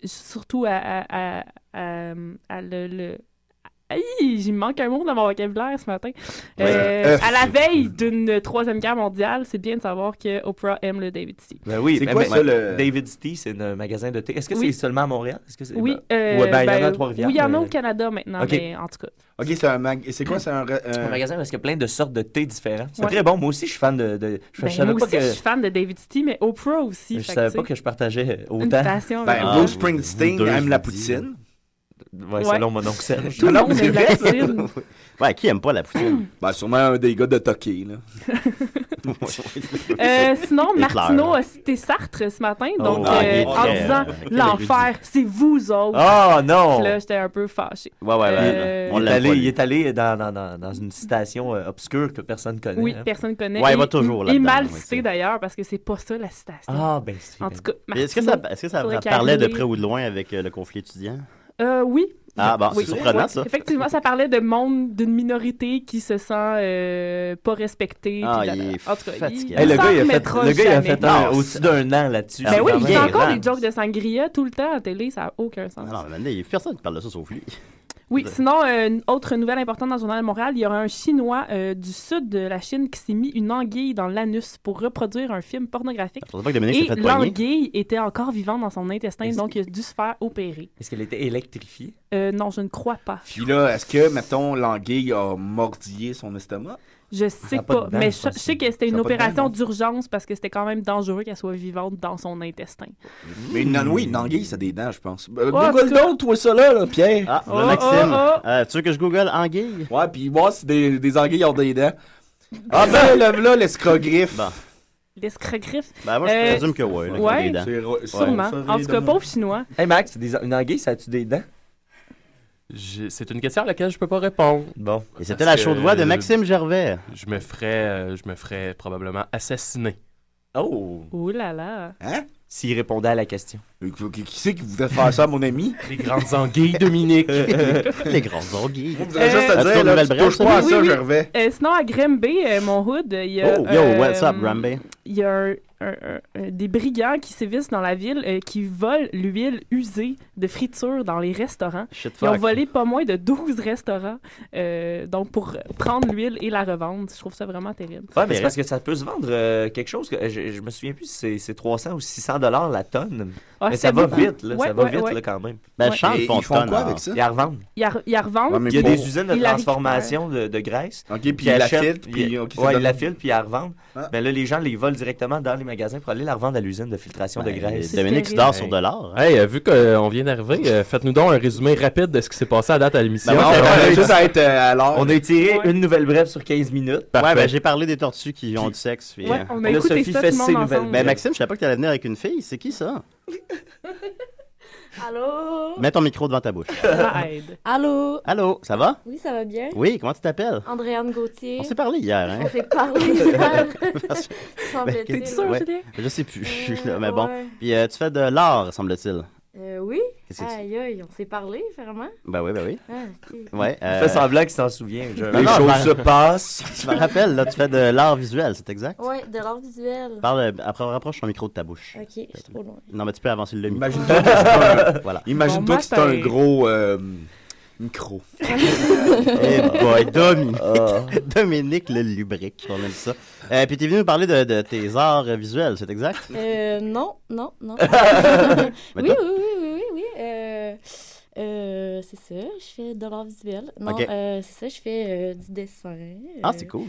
[SPEAKER 11] surtout à, à- à- à- à le. le- Aïe, j'y manque un mot dans mon vocabulaire ce matin. Euh,
[SPEAKER 10] Ouais. Euh,
[SPEAKER 11] à la veille d'une troisième guerre mondiale, c'est bien de savoir que Oprah aime le David Stee.
[SPEAKER 10] Ben oui,
[SPEAKER 9] C'est
[SPEAKER 10] ben,
[SPEAKER 9] quoi
[SPEAKER 10] ben,
[SPEAKER 9] ça, le-
[SPEAKER 10] David Tea, c'est un magasin de thé. Est-ce que
[SPEAKER 11] Oui.
[SPEAKER 10] c'est seulement à Montréal? Est-ce que c'est...
[SPEAKER 11] Oui,
[SPEAKER 10] ben,
[SPEAKER 11] euh,
[SPEAKER 10] ouais, ben, il y en a à
[SPEAKER 11] ben,
[SPEAKER 10] Trois-Rivières. Euh,
[SPEAKER 11] oui, il y en a
[SPEAKER 10] mais-
[SPEAKER 11] au Canada maintenant,
[SPEAKER 10] Ok.
[SPEAKER 11] mais en tout cas.
[SPEAKER 9] Ok, c'est un mag... C'est quoi, c'est un... re- euh,
[SPEAKER 10] Un magasin où est-ce qu'il y a plein de sortes de thé différents. C'est
[SPEAKER 11] Ouais.
[SPEAKER 10] très bon. Moi aussi, je suis fan de. de- je,
[SPEAKER 11] Ben,
[SPEAKER 10] savais
[SPEAKER 11] moi
[SPEAKER 10] pas
[SPEAKER 11] aussi,
[SPEAKER 10] que.
[SPEAKER 11] je suis fan de David Stee, mais Oprah aussi.
[SPEAKER 10] Je
[SPEAKER 11] fait que,
[SPEAKER 10] savais
[SPEAKER 11] tu
[SPEAKER 10] pas
[SPEAKER 11] sais.
[SPEAKER 10] que je partageais
[SPEAKER 11] Une
[SPEAKER 10] autant.
[SPEAKER 11] passion.
[SPEAKER 9] Ben,
[SPEAKER 11] vraiment.
[SPEAKER 9] Bruce Springsteen
[SPEAKER 7] vous deux, je
[SPEAKER 9] aime
[SPEAKER 7] vous
[SPEAKER 9] la
[SPEAKER 7] dis.
[SPEAKER 9] poutine.
[SPEAKER 10] Ouais,
[SPEAKER 11] Ouais.
[SPEAKER 10] selon mon oncle Serge.
[SPEAKER 11] Tout le
[SPEAKER 9] Ah non,
[SPEAKER 11] monde
[SPEAKER 9] mais c'est
[SPEAKER 11] aime la
[SPEAKER 9] vrai, ça.
[SPEAKER 11] poutine.
[SPEAKER 7] Ouais, qui aime pas la poutine?
[SPEAKER 9] Ben, sûrement un des gars de Toké, là.
[SPEAKER 11] Euh, sinon,
[SPEAKER 7] Hitler.
[SPEAKER 11] Martineau a cité Sartre ce matin,
[SPEAKER 7] Oh,
[SPEAKER 11] donc
[SPEAKER 10] non,
[SPEAKER 11] euh,
[SPEAKER 7] Hitler.
[SPEAKER 11] en disant
[SPEAKER 7] Quel
[SPEAKER 11] l'enfer, c'est vous autres.
[SPEAKER 10] Oh non!
[SPEAKER 11] Là, j'étais un peu fâchée.
[SPEAKER 7] Ah, Ouais, ouais, ouais.
[SPEAKER 11] Euh,
[SPEAKER 7] On
[SPEAKER 10] Il est
[SPEAKER 7] l'a
[SPEAKER 10] allé,
[SPEAKER 7] pas,
[SPEAKER 10] il
[SPEAKER 7] lui.
[SPEAKER 10] est allé dans, dans, dans, dans une citation euh, obscure que personne connaît.
[SPEAKER 11] Oui,
[SPEAKER 10] hein.
[SPEAKER 11] personne connaît.
[SPEAKER 7] Ouais, il
[SPEAKER 11] Et-
[SPEAKER 7] va toujours
[SPEAKER 11] Et
[SPEAKER 7] là-dedans,
[SPEAKER 11] mal
[SPEAKER 7] ouais,
[SPEAKER 11] cité
[SPEAKER 7] c'est-
[SPEAKER 11] d'ailleurs, parce que c'est pas ça la citation.
[SPEAKER 10] Ah, ben c'est.
[SPEAKER 11] En tout cas,
[SPEAKER 7] Mais Est-ce que
[SPEAKER 11] Martineau,
[SPEAKER 7] ça, est-ce que ça
[SPEAKER 11] faudrait qu'il
[SPEAKER 7] parlait de
[SPEAKER 11] arrive.
[SPEAKER 7] près ou de loin avec euh, le conflit étudiant?
[SPEAKER 11] Euh, oui.
[SPEAKER 7] Ah, bon,
[SPEAKER 11] Oui.
[SPEAKER 7] c'est surprenant,
[SPEAKER 11] Ouais.
[SPEAKER 7] ça.
[SPEAKER 11] Effectivement, ça parlait de monde, d'une minorité qui se sent euh, pas respectée.
[SPEAKER 7] Ah,
[SPEAKER 11] puis da- da-
[SPEAKER 7] il
[SPEAKER 11] da.
[SPEAKER 7] est
[SPEAKER 11] En tout cas,
[SPEAKER 7] fatigué.
[SPEAKER 11] il-
[SPEAKER 7] Hey,
[SPEAKER 10] Eh, le
[SPEAKER 11] s'en
[SPEAKER 10] gars, il a fait,
[SPEAKER 11] remettra
[SPEAKER 10] le gars, il a fait
[SPEAKER 11] jamais.
[SPEAKER 10] un- au-dessus d'un an là-dessus.
[SPEAKER 11] Ben oui,
[SPEAKER 7] Ah,
[SPEAKER 11] il
[SPEAKER 7] ouais.
[SPEAKER 11] fait encore
[SPEAKER 7] Ouais.
[SPEAKER 11] des jokes de sangria tout le temps à télé, ça n'a aucun sens.
[SPEAKER 7] Non, mais Ah, ben, il y a personne qui parle de ça sauf lui.
[SPEAKER 11] Oui, sinon, euh, une autre nouvelle importante dans le journal de Montréal, il y aura un Chinois euh, du sud de la Chine qui s'est mis une anguille dans l'anus pour reproduire un film pornographique.
[SPEAKER 7] Je pensais pas que Dominique
[SPEAKER 11] Et
[SPEAKER 7] s'est fait poigner.
[SPEAKER 11] l'anguille était encore vivante dans son intestin,
[SPEAKER 10] Est-ce-
[SPEAKER 11] donc il a dû se faire opérer.
[SPEAKER 10] Est-ce qu'elle était électrifiée?
[SPEAKER 11] Euh, non, je ne crois pas.
[SPEAKER 9] Puis là, est-ce que, mettons, l'anguille a mordillé son estomac?
[SPEAKER 11] Je sais
[SPEAKER 10] a
[SPEAKER 11] pas,
[SPEAKER 10] pas de dents,
[SPEAKER 11] mais
[SPEAKER 10] je
[SPEAKER 11] je,
[SPEAKER 10] pense.
[SPEAKER 11] je sais que c'était
[SPEAKER 9] Ça a
[SPEAKER 11] une
[SPEAKER 9] pas de dents,
[SPEAKER 11] opération
[SPEAKER 9] non?
[SPEAKER 11] d'urgence parce que c'était quand même dangereux qu'elle soit vivante dans son intestin.
[SPEAKER 9] Mais une, oui, une anguille, ça a des dents, je pense. Euh,
[SPEAKER 11] en
[SPEAKER 9] Google
[SPEAKER 11] tout cas-
[SPEAKER 9] donc, toi, ça là, là, Pierre.
[SPEAKER 7] Ah,
[SPEAKER 11] Oh,
[SPEAKER 7] Maxime,
[SPEAKER 11] oh,
[SPEAKER 7] euh, tu veux que je google anguille?
[SPEAKER 9] Ouais, puis voir si des, des anguilles ont des dents. Ah ben, là, là, l'escrogriffe.
[SPEAKER 7] Bon.
[SPEAKER 11] L'escrocriffe,
[SPEAKER 7] Ben, moi, je
[SPEAKER 11] Euh,
[SPEAKER 7] présume que oui. là, qu'il y a
[SPEAKER 11] ouais.
[SPEAKER 7] des dents.
[SPEAKER 9] C'est ro- ça,
[SPEAKER 11] sûrement.
[SPEAKER 9] ça,
[SPEAKER 11] en tout cas,
[SPEAKER 9] de-
[SPEAKER 11] pauvre chinois.
[SPEAKER 10] Hey Max, des- une anguille, ça a-tu des dents?
[SPEAKER 12] J'ai- C'est une question à laquelle je peux pas répondre.
[SPEAKER 10] Bon.
[SPEAKER 7] Et c'était la
[SPEAKER 12] que-
[SPEAKER 7] chaude voix de Maxime Gervais.
[SPEAKER 12] Je me ferais, euh, je me ferais probablement assassiner.
[SPEAKER 10] Oh!
[SPEAKER 11] Ouh là là.
[SPEAKER 9] Hein?
[SPEAKER 10] S'il répondait à la question.
[SPEAKER 9] Euh, Qui, qui- qui c'est qui voudrait faire ça à mon ami? Euh,
[SPEAKER 12] Les grandes anguilles, Dominique.
[SPEAKER 7] Les grandes anguilles.
[SPEAKER 9] Je voudrais
[SPEAKER 11] Euh,
[SPEAKER 9] juste te
[SPEAKER 7] As-tu
[SPEAKER 9] dire,
[SPEAKER 7] ton
[SPEAKER 9] là,
[SPEAKER 7] nouvel
[SPEAKER 9] tu
[SPEAKER 7] bref,
[SPEAKER 9] touches pas à
[SPEAKER 11] Oui,
[SPEAKER 9] ça,
[SPEAKER 11] oui, oui.
[SPEAKER 9] Gervais.
[SPEAKER 11] Euh, sinon, à Grimby, euh, mon hood, il y a...
[SPEAKER 7] Oh, yo,
[SPEAKER 11] euh,
[SPEAKER 7] what's up, Rambay?
[SPEAKER 11] il y a un- un- un- un- des brigands qui sévissent dans la ville euh, qui volent l'huile usée de friture dans les restaurants.
[SPEAKER 7] Shit,
[SPEAKER 11] Ils ont
[SPEAKER 7] fuck.
[SPEAKER 11] volé pas moins de 12 restaurants euh, donc pour prendre l'huile et la revendre. Je trouve ça vraiment terrible.
[SPEAKER 10] Ouais, mais c'est parce que ça peut se vendre euh, quelque chose. que- je, je me souviens plus si c'est- c'est 300 ou 600 dollars la tonne.
[SPEAKER 11] Ah,
[SPEAKER 10] mais
[SPEAKER 11] c'est
[SPEAKER 10] ça va
[SPEAKER 11] beaucoup.
[SPEAKER 10] vite, là.
[SPEAKER 11] Ouais,
[SPEAKER 10] ça va
[SPEAKER 11] ouais,
[SPEAKER 10] vite,
[SPEAKER 11] ouais.
[SPEAKER 10] là, quand même.
[SPEAKER 11] Ben, Ouais. Charles
[SPEAKER 10] Et-
[SPEAKER 7] font
[SPEAKER 10] ils font
[SPEAKER 7] tonne,
[SPEAKER 10] quoi
[SPEAKER 7] alors.
[SPEAKER 10] avec ça? Ils la revendent.
[SPEAKER 11] Ils la- ils la revendent.
[SPEAKER 10] Il y a
[SPEAKER 11] pour-
[SPEAKER 10] des usines de
[SPEAKER 11] ils la
[SPEAKER 10] transformation de, de graisse.
[SPEAKER 9] OK,
[SPEAKER 10] qui
[SPEAKER 9] puis ils la
[SPEAKER 10] achètent-
[SPEAKER 9] filtrent, puis,
[SPEAKER 10] ils-
[SPEAKER 9] OK, ça
[SPEAKER 10] ouais, ils
[SPEAKER 9] donne-
[SPEAKER 10] la filent, puis ils la revendent.
[SPEAKER 9] Ah.
[SPEAKER 10] Mais là, les gens les volent directement dans les magasins pour aller la revendre à l'usine de filtration de graisse.
[SPEAKER 7] Dominique, tu dors sur de l'or. hein?
[SPEAKER 12] Hey, euh, vu qu'on vient d'arriver, euh, faites-nous donc un résumé rapide de ce qui s'est passé à date à l'émission.
[SPEAKER 7] Ben, moi,
[SPEAKER 12] Ah,
[SPEAKER 7] j'avais
[SPEAKER 12] ouais.
[SPEAKER 7] juste à être, euh, à l'heure.
[SPEAKER 10] On a tiré une nouvelle brève sur 15 minutes.
[SPEAKER 7] Ouais, ben,
[SPEAKER 10] Parfait.
[SPEAKER 7] j'ai parlé des tortues qui ont du sexe. puis,
[SPEAKER 10] Ouais,
[SPEAKER 7] euh,
[SPEAKER 10] on a On a écouté Sophie ça, tout le Fessé, monde nouvelle- ensemble.
[SPEAKER 7] Ben, Maxime, je savais pas que t'allais venir avec une fille. C'est qui ça?
[SPEAKER 6] Allô?
[SPEAKER 7] Mets ton micro devant ta bouche.
[SPEAKER 6] Ça aide. Allô?
[SPEAKER 7] Allô, ça va?
[SPEAKER 6] Oui, ça va bien?
[SPEAKER 7] Oui, comment tu t'appelles?
[SPEAKER 6] Andréane Gauthier.
[SPEAKER 7] On s'est parlé hier, hein?
[SPEAKER 6] On s'est parlé hier.
[SPEAKER 7] Parce que-
[SPEAKER 6] Semble-t-il.
[SPEAKER 7] Ben,
[SPEAKER 6] Ouais.
[SPEAKER 7] ouais, Je sais plus, là, mais
[SPEAKER 6] ouais.
[SPEAKER 7] bon. Puis euh, tu fais de l'art, semble-t-il.
[SPEAKER 6] Euh, oui?
[SPEAKER 7] Qu'est-ce que tu-
[SPEAKER 6] Aïe, aïe, on s'est parlé, vraiment?
[SPEAKER 7] Ben oui, ben oui.
[SPEAKER 6] Ah, c'est-
[SPEAKER 7] Ouais, euh,
[SPEAKER 10] Il fait semblant qu'il s'en souvient. Je- Les
[SPEAKER 7] je me
[SPEAKER 10] choses se
[SPEAKER 7] ra-
[SPEAKER 10] passent.
[SPEAKER 7] Je me rappelle, là, tu fais de l'art visuel, c'est exact?
[SPEAKER 6] Ouais, de l'art visuel.
[SPEAKER 7] Parle, euh, après, rapproche ton micro de ta bouche.
[SPEAKER 6] Ok, je suis trop loin.
[SPEAKER 7] Non, mais tu peux avancer le micro.
[SPEAKER 9] Imagine-toi que c'est un-
[SPEAKER 7] voilà.
[SPEAKER 9] Imagine-toi que c'est un gros euh, micro. Ah.
[SPEAKER 7] Eh boy, Dominique. Dominique le lubrique, on aime ça. Euh, puis t'es venu nous parler de, de tes arts euh, visuels, c'est exact?
[SPEAKER 6] Euh, non, non, non.
[SPEAKER 7] Mais
[SPEAKER 6] oui, oui,
[SPEAKER 7] toi-
[SPEAKER 6] oui, oui, oui, oui. euh, euh, c'est ça, je fais de l'art visuel. Non,
[SPEAKER 7] Ok.
[SPEAKER 6] euh, c'est ça, je fais euh, du dessin.
[SPEAKER 7] Ah,
[SPEAKER 6] euh,
[SPEAKER 7] c'est cool.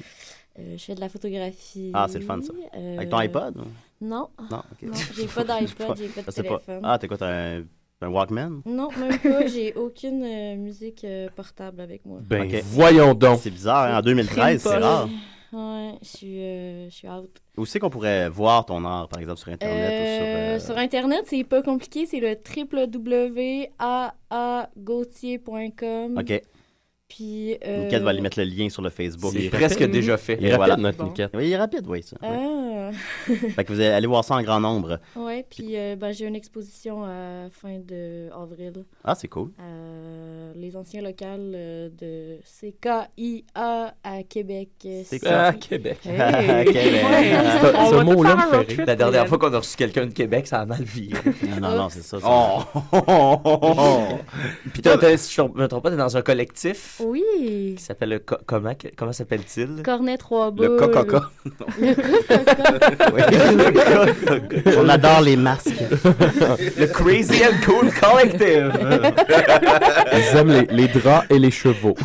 [SPEAKER 6] euh, je fais de la photographie.
[SPEAKER 7] Ah, c'est le fun, ça. Avec ton
[SPEAKER 6] euh,
[SPEAKER 7] iPod, ou?
[SPEAKER 6] Non.
[SPEAKER 7] Non, ok.
[SPEAKER 6] j'ai pas d'iPod, j'ai pas de
[SPEAKER 7] Je sais
[SPEAKER 6] téléphone.
[SPEAKER 7] Ah, t'es quoi, t'as un, un Walkman?
[SPEAKER 6] Non, même pas, j'ai aucune euh, musique euh, portable avec moi.
[SPEAKER 12] Ben,
[SPEAKER 7] Ok.
[SPEAKER 12] voyons donc.
[SPEAKER 7] C'est bizarre, hein, en 2013, c'est
[SPEAKER 6] Très
[SPEAKER 7] rare.
[SPEAKER 6] Ouais, je suis, euh, je suis out.
[SPEAKER 7] Où c'est qu'on pourrait voir ton art, par exemple, sur Internet ou sur...
[SPEAKER 6] Euh,
[SPEAKER 7] euh,
[SPEAKER 6] Sur Internet, c'est pas compliqué. C'est le www.aagautier.com.
[SPEAKER 7] OK.
[SPEAKER 6] Puis. euh,
[SPEAKER 7] Niquette va aller mettre le lien sur le Facebook.
[SPEAKER 10] C'est
[SPEAKER 7] Et
[SPEAKER 10] presque
[SPEAKER 7] rapide.
[SPEAKER 10] déjà fait.
[SPEAKER 7] Et
[SPEAKER 10] Il est rapide,
[SPEAKER 7] voilà.
[SPEAKER 10] notre Bon.
[SPEAKER 7] Oui, il est rapide, oui, ça.
[SPEAKER 6] Ah.
[SPEAKER 7] Fait que vous allez voir ça en grand nombre.
[SPEAKER 6] ouais, puis euh, ben, j'ai une exposition à fin de avril.
[SPEAKER 7] Ah, c'est cool.
[SPEAKER 6] Euh, les anciens locales euh, de CKIA à Québec. euh,
[SPEAKER 10] C'est
[SPEAKER 6] City.
[SPEAKER 10] ça. À Ah, Québec.
[SPEAKER 6] Hey.
[SPEAKER 10] À Québec.
[SPEAKER 6] Ouais. hein.
[SPEAKER 10] C'est-
[SPEAKER 6] On
[SPEAKER 10] ce
[SPEAKER 6] va tout
[SPEAKER 10] mot-là
[SPEAKER 6] faire
[SPEAKER 10] me
[SPEAKER 6] un
[SPEAKER 10] fait
[SPEAKER 6] road
[SPEAKER 10] rire.
[SPEAKER 6] trip, euh,
[SPEAKER 10] La dernière
[SPEAKER 6] Mylène.
[SPEAKER 10] fois qu'on a reçu quelqu'un de Québec, ça a mal viré.
[SPEAKER 7] non, non, c'est ça, c'est
[SPEAKER 10] Oh. Puis toi,
[SPEAKER 7] Comme-
[SPEAKER 10] t'es- si je me trompe pas, t'es dans un collectif
[SPEAKER 6] Oui.
[SPEAKER 10] qui s'appelle le Co- comment que- comment s'appelle-t-il
[SPEAKER 6] Cornet Trois Boules.
[SPEAKER 10] Le Coca-Cola.
[SPEAKER 6] Le Coca-Cola.
[SPEAKER 10] Oui, le Coca-Cola.
[SPEAKER 7] On adore les masques.
[SPEAKER 10] le Crazy and Cool
[SPEAKER 9] euh,
[SPEAKER 10] Collective.
[SPEAKER 12] Ils aiment les, les draps et les chevaux.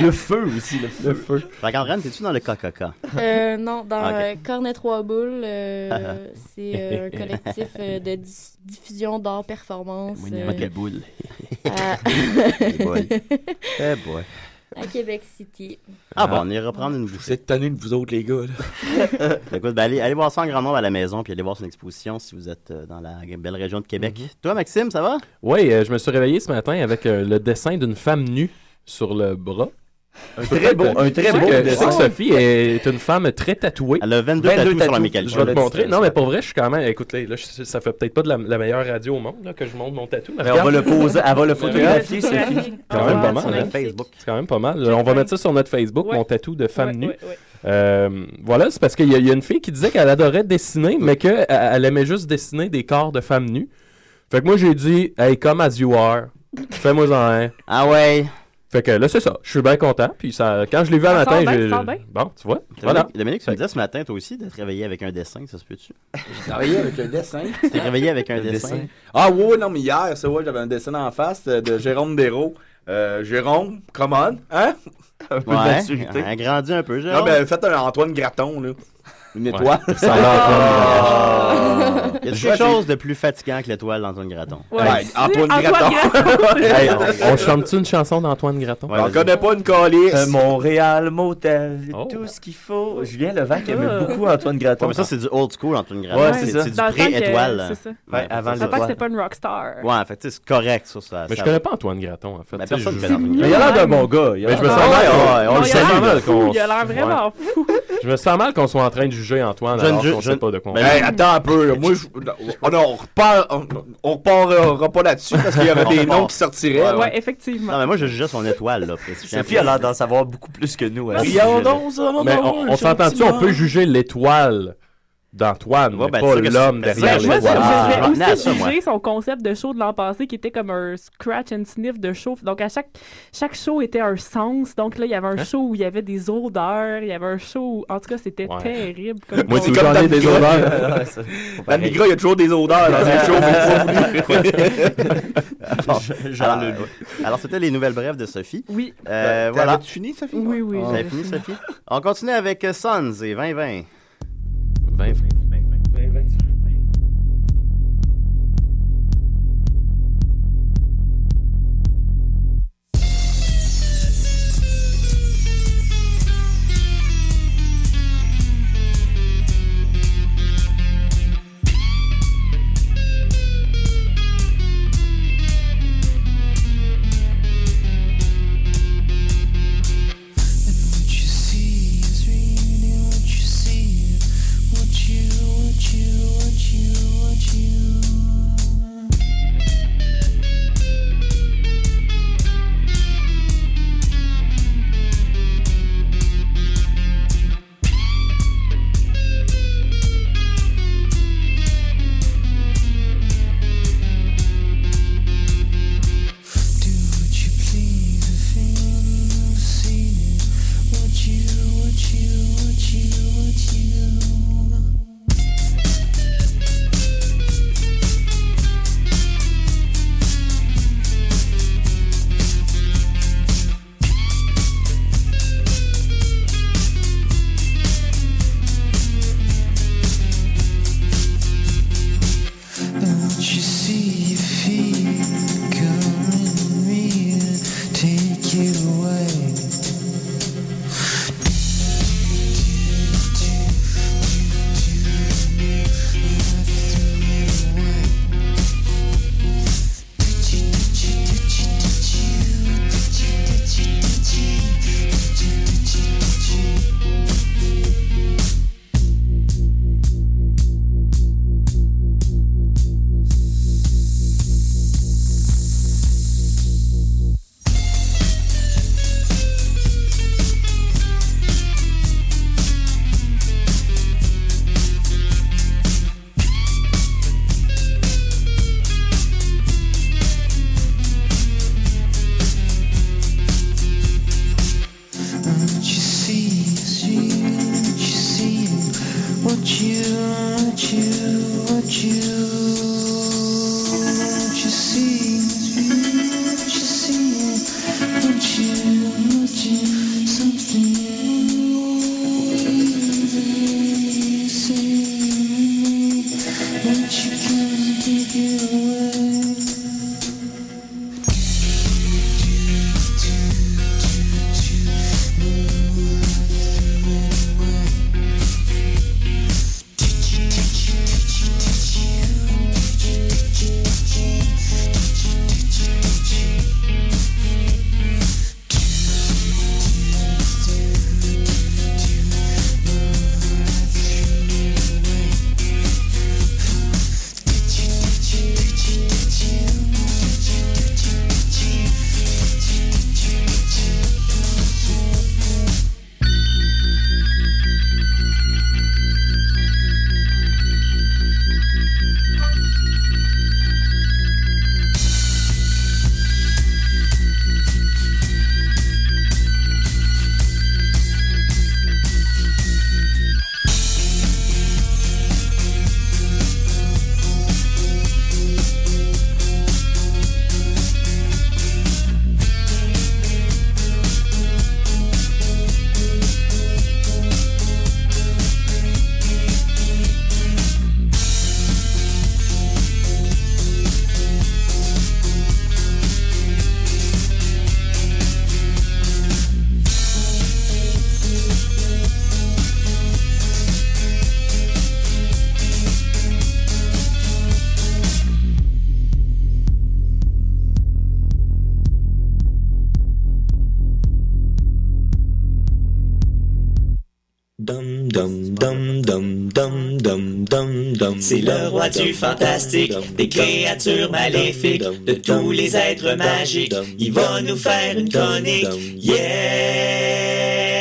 [SPEAKER 10] le feu aussi, le feu.
[SPEAKER 12] Le feu.
[SPEAKER 7] Fait qu'en vrai, t'es-tu dans le Coca-Cola?
[SPEAKER 6] Euh, non, dans
[SPEAKER 7] Ok.
[SPEAKER 6] euh, Cornet Trois Boules, euh, c'est euh, un collectif euh, de dis- diffusion d'art performance. euh,
[SPEAKER 7] Oui, il y a des boules.
[SPEAKER 6] à-
[SPEAKER 7] Eh boy. Eh boy.
[SPEAKER 6] à Québec City.
[SPEAKER 7] Ah, bon, on ira prendre une bouchée. Vous
[SPEAKER 9] êtes tannés de vous autres, les gars.
[SPEAKER 7] Là. Écoute, ben, allez, allez voir ça en grand nombre à la maison, puis allez voir son exposition si vous êtes euh, dans la belle région de Québec. Toi, Maxime, ça va?
[SPEAKER 12] Oui, euh, je me suis réveillé ce matin avec euh, le dessin d'une femme nue sur le bras. Un
[SPEAKER 10] très beau- un très beau
[SPEAKER 12] Je sais
[SPEAKER 10] dessin.
[SPEAKER 12] que Sophie est une femme très tatouée.
[SPEAKER 7] Elle a 22, tatous sur la Michael.
[SPEAKER 12] Je vais
[SPEAKER 7] On
[SPEAKER 12] te
[SPEAKER 7] l'a
[SPEAKER 12] montrer.
[SPEAKER 7] dit,
[SPEAKER 12] Non, mais pour vrai, je suis quand même. Écoute, là, je- ça fait peut-être pas de la, la meilleure radio au monde là, que je montre mon tatou.
[SPEAKER 10] Mais on va le poser- elle va le photographier, Sophie.
[SPEAKER 12] C'est quand même pas mal.
[SPEAKER 10] Sur
[SPEAKER 12] hein.
[SPEAKER 10] notre Facebook.
[SPEAKER 12] C'est quand même pas mal. On va mettre ça sur notre Facebook, mon tatou de femme
[SPEAKER 10] Ouais,
[SPEAKER 12] nue.
[SPEAKER 10] ouais, ouais.
[SPEAKER 12] Euh, voilà, c'est parce qu'il y, a- il y a une fille qui disait qu'elle adorait dessiner, mais qu'elle elle aimait juste dessiner des corps de femmes nues. Fait que moi, j'ai dit, hey, come as you are. Fais-moi en un.
[SPEAKER 7] Ah ouais.
[SPEAKER 12] Fait que là, c'est ça. Je suis bien content. Puis ça, quand je l'ai vu à
[SPEAKER 7] Ça
[SPEAKER 12] matin,
[SPEAKER 7] sent bien,
[SPEAKER 12] j'ai.
[SPEAKER 7] ça sent bien.
[SPEAKER 12] Bon, tu vois.
[SPEAKER 7] Dominique,
[SPEAKER 12] Voilà.
[SPEAKER 7] Dominique, tu me disais ce matin, toi aussi, de te réveiller avec un dessin, ça se peut-tu? J'ai
[SPEAKER 9] travaillé avec un dessin.
[SPEAKER 7] Tu t'es réveillé avec un, dessin.
[SPEAKER 9] Ah ouais, non, mais hier, c'est vrai, j'avais un dessin en face euh, de Jérôme Béraud. Euh, Jérôme, come on, hein? Un
[SPEAKER 7] peu de Ouais, maturité. agrandis un peu, Jérôme.
[SPEAKER 9] Non, ben faites un Antoine Graton, là. Une étoile.
[SPEAKER 7] Ouais. Ça a l'air
[SPEAKER 9] Ah!
[SPEAKER 7] comme- Y a
[SPEAKER 9] Je
[SPEAKER 7] quelque
[SPEAKER 9] vois,
[SPEAKER 7] chose de plus fatigant que l'étoile d'Antoine Graton?
[SPEAKER 9] Ouais, Ouais, c'est Antoine Antoine Gratton. Gratton.
[SPEAKER 12] Hey, on, on chante-tu une chanson d'Antoine Gratton?
[SPEAKER 7] Ouais, vas-y.
[SPEAKER 9] pas une calice.
[SPEAKER 10] Euh, Montréal, motel, tout ce qu'il faut. Julien Levac aimait beaucoup Antoine Gratton.
[SPEAKER 7] Ouais, mais ça, c'est du old school, Antoine Gratton.
[SPEAKER 10] Ouais,
[SPEAKER 7] c'est,
[SPEAKER 10] c'est
[SPEAKER 7] c'est,
[SPEAKER 10] ça.
[SPEAKER 7] du
[SPEAKER 10] Dans le temps que-
[SPEAKER 7] pré-étoile.
[SPEAKER 10] c'est ça.
[SPEAKER 7] Ouais, avant
[SPEAKER 11] Dans le temps que
[SPEAKER 7] l'étoile.
[SPEAKER 11] c'était pas une rockstar.
[SPEAKER 7] Ouais, en fait, tu sais, c'est correct, ça. ça
[SPEAKER 12] Mais je
[SPEAKER 7] ça-
[SPEAKER 12] connais pas Antoine Gratton, en fait.
[SPEAKER 7] Ben,
[SPEAKER 12] Tu sais,
[SPEAKER 7] personne
[SPEAKER 12] je-
[SPEAKER 7] connaît Antoine
[SPEAKER 12] Mais il a l'air d'un
[SPEAKER 7] Gratton.
[SPEAKER 12] bon gars. il a
[SPEAKER 7] Mais
[SPEAKER 12] l'air-
[SPEAKER 7] je me sens
[SPEAKER 12] Ah,
[SPEAKER 7] mal,
[SPEAKER 12] ouais,
[SPEAKER 7] on-
[SPEAKER 12] ouais,
[SPEAKER 7] on le
[SPEAKER 12] il a l'air
[SPEAKER 7] salue, là,
[SPEAKER 12] fou,
[SPEAKER 7] qu'on-
[SPEAKER 12] Il a l'air
[SPEAKER 7] Ouais.
[SPEAKER 12] vraiment fou. Je me sens mal qu'on soit en train de juger Antoine
[SPEAKER 9] Je ne
[SPEAKER 12] alors
[SPEAKER 9] ju-
[SPEAKER 12] qu'on
[SPEAKER 9] je
[SPEAKER 12] sait
[SPEAKER 9] ne-
[SPEAKER 12] pas de quoi on
[SPEAKER 9] Ben,
[SPEAKER 12] parle.
[SPEAKER 9] hey, attends un peu. là. Moi, je... oh non, on repart, on, on repartira pas là-dessus parce qu'il y aurait
[SPEAKER 7] On
[SPEAKER 9] des
[SPEAKER 7] repart.
[SPEAKER 9] noms qui sortiraient.
[SPEAKER 11] Ouais, effectivement.
[SPEAKER 7] Non, mais moi, je jugeais son étoile, là. parce que
[SPEAKER 1] Sophie a l'air d'en savoir beaucoup plus que nous.
[SPEAKER 7] Parce-
[SPEAKER 1] Rion,
[SPEAKER 7] Rions
[SPEAKER 1] donc, ça, non,
[SPEAKER 12] Mais
[SPEAKER 1] non,
[SPEAKER 12] on,
[SPEAKER 1] je
[SPEAKER 12] on
[SPEAKER 1] suis un
[SPEAKER 12] s'entend-tu,
[SPEAKER 1] petit
[SPEAKER 12] on
[SPEAKER 1] mort.
[SPEAKER 12] peut juger l'étoile d'Antoine, mais
[SPEAKER 7] ben,
[SPEAKER 12] pas
[SPEAKER 7] c'est que
[SPEAKER 12] l'homme
[SPEAKER 7] c'est-
[SPEAKER 12] derrière
[SPEAKER 7] ben, moi,
[SPEAKER 12] l'étoile.
[SPEAKER 7] je- je- je-
[SPEAKER 11] Je vais
[SPEAKER 7] Ah,
[SPEAKER 11] aussi
[SPEAKER 7] ça, moi.
[SPEAKER 11] juger son concept de show de l'an passé qui était comme un scratch and sniff de show. Donc, à chaque, chaque show était un sens. Donc, là, il y avait un
[SPEAKER 12] Hein?
[SPEAKER 11] show où il y avait des odeurs. Il y avait un show où, en tout cas, c'était
[SPEAKER 12] Ouais.
[SPEAKER 11] terrible. Comme
[SPEAKER 12] Moi,
[SPEAKER 11] concept.
[SPEAKER 12] c'est comme j'en ai des odeurs.
[SPEAKER 1] Ouais, ça, faut
[SPEAKER 9] Dans le
[SPEAKER 1] pareil.
[SPEAKER 9] Migra, il y a toujours des odeurs dans un show. mais pas Ah.
[SPEAKER 7] Bon,
[SPEAKER 9] voulu.
[SPEAKER 7] alors, ouais. Alors, c'était les nouvelles brèves de Sophie.
[SPEAKER 11] Oui.
[SPEAKER 7] Euh,
[SPEAKER 9] T'as-
[SPEAKER 7] voilà.
[SPEAKER 9] Ben, t'avais-tu fini, Sophie? Oui, oui,
[SPEAKER 7] T'avais
[SPEAKER 9] j'avais
[SPEAKER 7] fini,
[SPEAKER 9] fini.
[SPEAKER 7] Sophie? On continue avec euh, Sons et 2020.
[SPEAKER 12] 2020.
[SPEAKER 8] What you see is really what you see. What you, what you, what you, what you. Do what you please, the thing see. What you, what you, what you, what you. What you see, you feel, come in me and take you away. What you see, see, what you see, what you, what you, what you, what you see, what you see, what you, what you, something. you see, What you can take it away. Thank
[SPEAKER 13] dum dum dum dum dum dum dum.
[SPEAKER 14] C'est le roi du fantastique, des créatures maléfiques, de tous les êtres magiques. Il va nous faire une chronique. Yeah!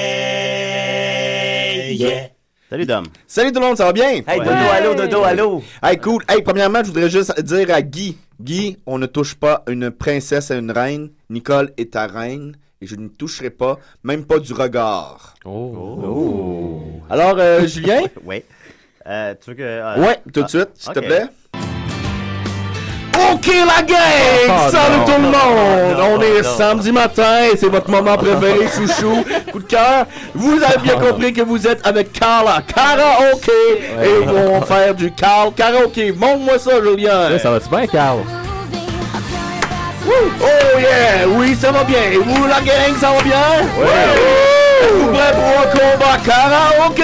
[SPEAKER 14] Yeah!
[SPEAKER 7] Salut Dom.
[SPEAKER 9] Salut tout le monde, ça va bien? Hey
[SPEAKER 7] Dodo, allô, Dodo, allô.
[SPEAKER 9] Hey cool. Hey, premièrement, je voudrais juste dire à Guy, Guy, on ne touche pas une princesse à une reine. Nicole est ta reine et je ne toucherai pas, même pas du regard.
[SPEAKER 7] Oh.
[SPEAKER 9] Alors, euh, Julien?
[SPEAKER 7] Oui. Euh, ah, tu veux que.
[SPEAKER 9] Ouais, tout de suite, s'il te plaît.
[SPEAKER 1] Ok la gang!
[SPEAKER 9] Oh,
[SPEAKER 1] Salut
[SPEAKER 9] non,
[SPEAKER 1] tout le
[SPEAKER 9] non,
[SPEAKER 1] monde!
[SPEAKER 9] non,
[SPEAKER 1] On
[SPEAKER 9] non,
[SPEAKER 1] est
[SPEAKER 9] non.
[SPEAKER 1] samedi matin et c'est votre moment préféré, chouchou, coup de cœur. Vous avez bien compris que vous êtes avec Carla, karaoké! Et ils vont faire du Carl karaoké. Montre-moi ça, Julien!
[SPEAKER 12] Ça va-tu bien, Carl?
[SPEAKER 1] Woo! Oh yeah! Oui, ça va bien! Et vous, la gang, ça va bien? Oui! Êtes-vous prêts pour un combat karaoké?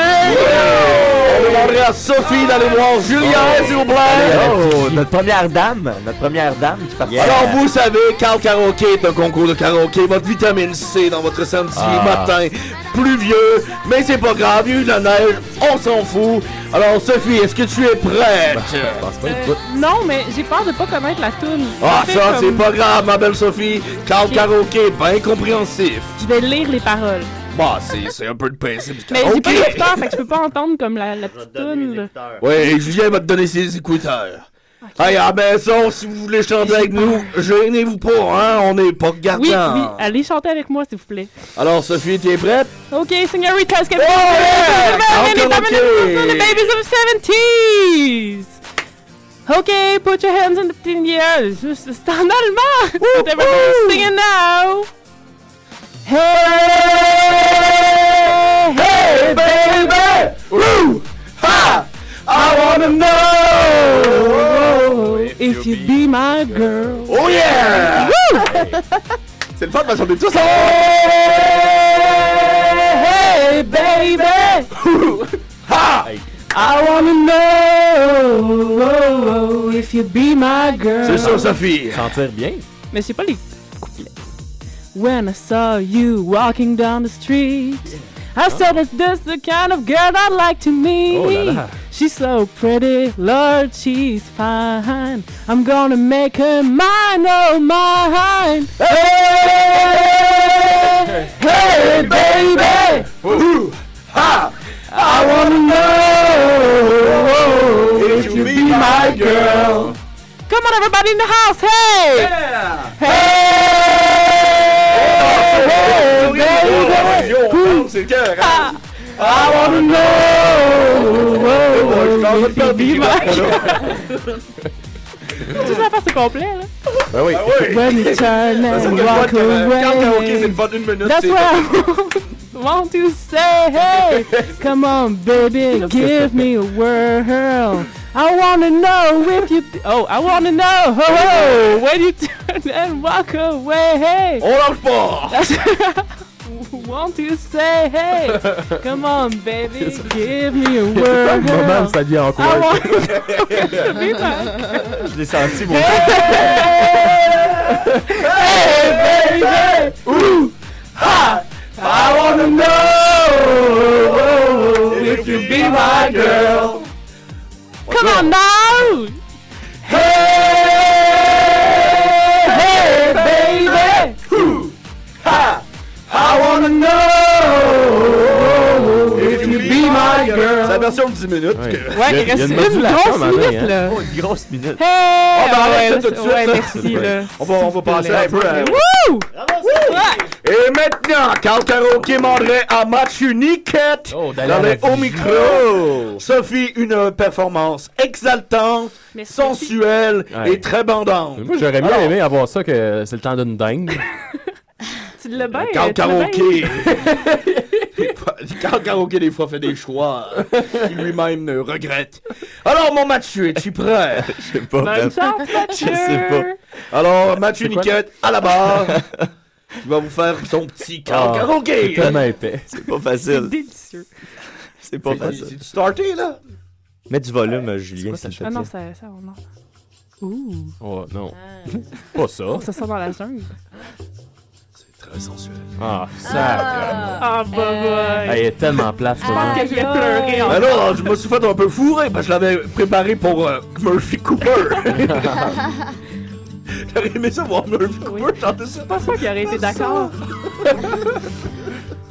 [SPEAKER 1] On demanderait à Oh, Sophie d'aller voir Julien, s'il vous plaît!
[SPEAKER 10] Oh, notre première dame, notre première dame qui participe.
[SPEAKER 1] Alors vous savez, Carl Karaoké est un concours de karaoké, votre vitamine C dans votre samedi
[SPEAKER 10] Ah.
[SPEAKER 1] matin pluvieux, mais c'est pas grave, il y a eu de la neige, on s'en fout. Alors Sophie, est-ce que tu es prête?
[SPEAKER 9] Bah,
[SPEAKER 11] Euh, non, mais j'ai peur de pas connaître la toune.
[SPEAKER 1] Ah
[SPEAKER 11] Fait
[SPEAKER 1] ça, c'est
[SPEAKER 11] comme-
[SPEAKER 1] pas grave, ma belle Sophie. Carl
[SPEAKER 11] Ok.
[SPEAKER 1] Karaoké, ben compréhensif.
[SPEAKER 11] Je vais lire les paroles.
[SPEAKER 1] Bah, c'est- c'est un peu le principe du
[SPEAKER 11] Mais j'ai pas
[SPEAKER 1] karaoké.
[SPEAKER 11] d'écouteurs, fait que je peux pas entendre comme la, la petite toune. là.
[SPEAKER 1] Ouais, Julien va te donner ses écouteurs. Hey, à la maison, si vous voulez chanter avec nous, gênez-vous pas, hein, on n'est pas regardant.
[SPEAKER 11] Oui, oui, allez chanter avec moi, s'il vous plaît.
[SPEAKER 1] Alors Sophie, t'es prête?
[SPEAKER 11] Ok, señorita, let's get
[SPEAKER 1] yeah!
[SPEAKER 11] Babies
[SPEAKER 1] Okay,
[SPEAKER 11] of
[SPEAKER 1] okay.
[SPEAKER 11] the babies of seventies. Okay, put your hands in the, in the air. Just- C'est en allemand. But Everybody's singing now. Hey,
[SPEAKER 1] hey, baby. Woo! Ha! I wanna know
[SPEAKER 11] if you be my girl.
[SPEAKER 1] Oh yeah!
[SPEAKER 9] C'est le fun parce qu'on est tous en.
[SPEAKER 1] Hey, baby! ha!
[SPEAKER 11] I wanna know if you be my girl.
[SPEAKER 1] C'est ça, Sophie.
[SPEAKER 12] Sentir bien.
[SPEAKER 11] Mais c'est pas les couplets. When I saw you walking down the street, I said that this the kind of girl I'd like to meet.
[SPEAKER 12] Oh là là.
[SPEAKER 11] She's so pretty, Lord, she's fine. I'm gonna make her mine, oh mine. Hey,
[SPEAKER 1] hey, baby! Woo! Ha! I wanna know if you be my girl.
[SPEAKER 11] Come on, everybody in the house, hey!
[SPEAKER 1] Hey, baby! Woo! I wanna know if you be my girl.
[SPEAKER 11] Tout ça, c'est complet, là.
[SPEAKER 1] Ben oui.
[SPEAKER 11] When you turn
[SPEAKER 1] Ben, c'est
[SPEAKER 11] and
[SPEAKER 1] que le
[SPEAKER 11] walk
[SPEAKER 1] fun, euh,
[SPEAKER 11] away.
[SPEAKER 1] quand le karaoké, c'est le fun d'une minute,
[SPEAKER 11] That's
[SPEAKER 1] c'est-
[SPEAKER 11] what I want to say. Hey, come on, baby, give me a whirl. I wanna know if you. Oh, I wanna know. Ho, ho, when you turn and walk away. Hey.
[SPEAKER 1] On lâche pas.
[SPEAKER 11] That's what I want to say. Hey, come on, baby, give me a
[SPEAKER 12] Le moment où
[SPEAKER 11] whirl.
[SPEAKER 12] ça devient
[SPEAKER 1] Ah,
[SPEAKER 11] I
[SPEAKER 12] encore.
[SPEAKER 11] want to be my
[SPEAKER 12] Je l'ai senti, moi.
[SPEAKER 1] Hey, baby! Ooh! Ha! I wanna know if you be my girl.
[SPEAKER 11] Come on now!
[SPEAKER 1] Hey, baby! Ooh! Ha! I wanna know if you be my girl. C'est la version de 10 minutes. que-
[SPEAKER 11] Ouais, il reste une grosse minute, là.
[SPEAKER 10] Oh, une grosse minute.
[SPEAKER 11] Hey!
[SPEAKER 1] On va
[SPEAKER 11] ouais,
[SPEAKER 1] arrêter ça tout de
[SPEAKER 11] ouais,
[SPEAKER 1] suite.
[SPEAKER 11] ouais,
[SPEAKER 1] là.
[SPEAKER 11] merci, là.
[SPEAKER 1] On va, on va passer
[SPEAKER 11] plaît.
[SPEAKER 1] un peu à...
[SPEAKER 11] Wouh!
[SPEAKER 1] Et maintenant, Carl Karaoke manderait à match unique dans
[SPEAKER 12] à Oh, la
[SPEAKER 1] les hauts micros. Sophie, une performance exaltante, sensuelle
[SPEAKER 12] Ouais.
[SPEAKER 1] et très bandante.
[SPEAKER 12] Moi, j'aurais bien aimé avoir ça que c'est le temps d'une dingue.
[SPEAKER 11] Tu l'as bien.
[SPEAKER 1] Carl
[SPEAKER 11] tu l'as bien.
[SPEAKER 1] Karaoke. Carl Karaoke, des fois, fait des choix qu'il lui-même ne regrette. Alors, mon Mathieu, es-tu prêt? Je sais pas.
[SPEAKER 11] Bonne chance, Mathieu.
[SPEAKER 1] Je sais pas. Alors, Mathieu
[SPEAKER 12] C'est quoi?
[SPEAKER 1] Niquette, à la barre. Il va vous faire son petit Carl
[SPEAKER 12] Ah,
[SPEAKER 1] Karaoke.
[SPEAKER 12] c'est tellement épais.
[SPEAKER 10] C'est pas facile.
[SPEAKER 11] Délicieux.
[SPEAKER 10] C'est pas facile.
[SPEAKER 1] C'est du starter, là.
[SPEAKER 10] Mets du volume, euh, Julien, s'il te
[SPEAKER 11] Ah
[SPEAKER 10] plaît.
[SPEAKER 11] non, ça, ça, on en. Ouh.
[SPEAKER 10] Ah.
[SPEAKER 12] Oh non. Pas ça.
[SPEAKER 11] Ça sent dans la jungle.
[SPEAKER 1] très sensuel.
[SPEAKER 12] Ah, sacre. Elle est tellement plate, Ben cette
[SPEAKER 11] Ah,
[SPEAKER 12] journée.
[SPEAKER 11] que j'ai pleuré en
[SPEAKER 1] Alors, je me suis fait un peu fourrer parce que je l'avais préparé pour euh, Murphy Cooper. J'aurais aimé ça voir Murphy Cooper chanter ça.
[SPEAKER 11] Pas sûr qu'il aurait été d'accord.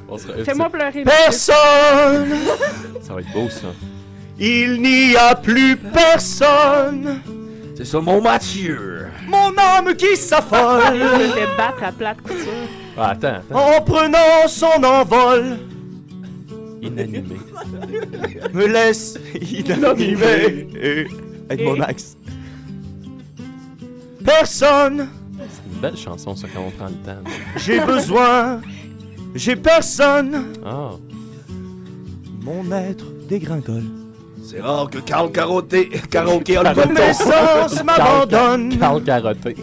[SPEAKER 12] On sera-
[SPEAKER 11] Fais-moi pleurer.
[SPEAKER 1] Personne
[SPEAKER 12] Ça va être beau, ça.
[SPEAKER 1] Il n'y a plus personne C'est ça mon Mathieu
[SPEAKER 11] Mon âme qui
[SPEAKER 1] s'affole.
[SPEAKER 11] Je me fais battre à plate couture.
[SPEAKER 12] Ah, attends.
[SPEAKER 1] En prenant son envol
[SPEAKER 12] Inanimé.
[SPEAKER 10] Me laisse inanimé. Euh, Avec mon axe.
[SPEAKER 1] Personne
[SPEAKER 12] C'est une belle chanson, ça, quand on prend le temps.
[SPEAKER 1] J'ai besoin J'ai personne
[SPEAKER 12] Ah.
[SPEAKER 1] Mon maître dégringole C'est rare que Carl Caroté Karaoké
[SPEAKER 12] Carl Caroté.
[SPEAKER 1] Mes sens m'abandonne
[SPEAKER 12] Carl Caroté.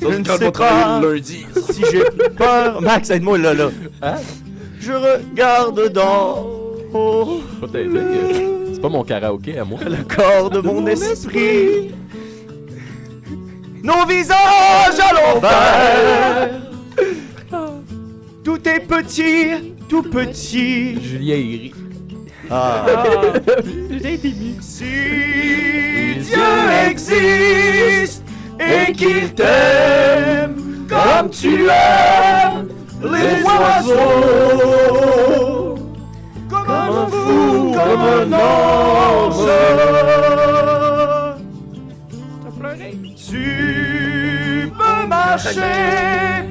[SPEAKER 1] Je ne sais pas lundi.
[SPEAKER 10] Si j'ai peur. Max, aide-moi là, là.
[SPEAKER 1] Hein? Je regarde dans oh,
[SPEAKER 12] Faut t'aider, euh, C'est pas mon karaoké à moi.
[SPEAKER 1] le corps de mon esprit Nos visages à l'envers Tout est petit, tout petit
[SPEAKER 12] Julien Iri.
[SPEAKER 1] Ah.
[SPEAKER 11] J'ai été mis.
[SPEAKER 1] Si Dieu existe et qu'il t'aime comme tu aimes les oiseaux, comme un fou, comme un ange, tu peux marcher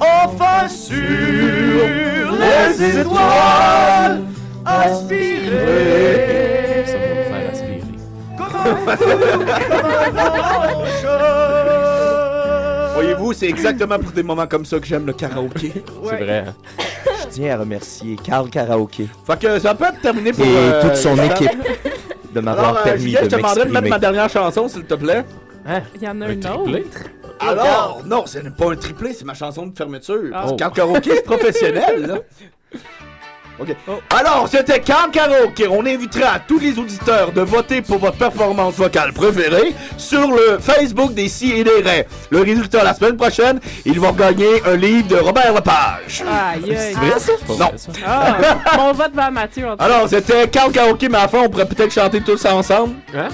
[SPEAKER 1] enfin sur les étoiles, aspirer.
[SPEAKER 12] Ça va me faire aspirer.
[SPEAKER 9] Voyez-vous, c'est exactement pour des moments comme ça que j'aime le karaoké.
[SPEAKER 12] C'est vrai. hein?
[SPEAKER 10] Je tiens à remercier Carl Karaoke
[SPEAKER 9] Fait que ça peut être terminé
[SPEAKER 10] et
[SPEAKER 9] pour. euh,
[SPEAKER 10] toute son
[SPEAKER 9] Jonathan.
[SPEAKER 10] équipe de
[SPEAKER 9] Alors,
[SPEAKER 11] Ah,
[SPEAKER 10] m'avoir
[SPEAKER 9] euh,
[SPEAKER 10] permis
[SPEAKER 9] Julien, je te
[SPEAKER 10] de
[SPEAKER 9] demanderais de mettre ma
[SPEAKER 10] m'exprimer. Hein?
[SPEAKER 9] dernière chanson, s'il te plaît.
[SPEAKER 11] Il y en a une autre.
[SPEAKER 9] Alors, Ah non, ce n'est pas un triplé, c'est ma chanson de fermeture. Parce
[SPEAKER 11] Oh.
[SPEAKER 9] que Carl Karaoke, c'est professionnel, là. OK.
[SPEAKER 11] Oh.
[SPEAKER 9] Alors, c'était Carl Karaoke. On invitera à tous les auditeurs de voter pour votre performance vocale préférée sur le Facebook des Si et des Raies. Le résultat, la semaine prochaine, ils vont gagner un livre de Robert Lepage.
[SPEAKER 11] Aïe, aïe.
[SPEAKER 9] C'est vrai, ça? Non.
[SPEAKER 11] Ah, mon vote va à Mathieu. en tout cas.
[SPEAKER 9] Alors, c'était Carl Karaoke, mais à la fin, on pourrait peut-être chanter tous ça ensemble.
[SPEAKER 12] Hein?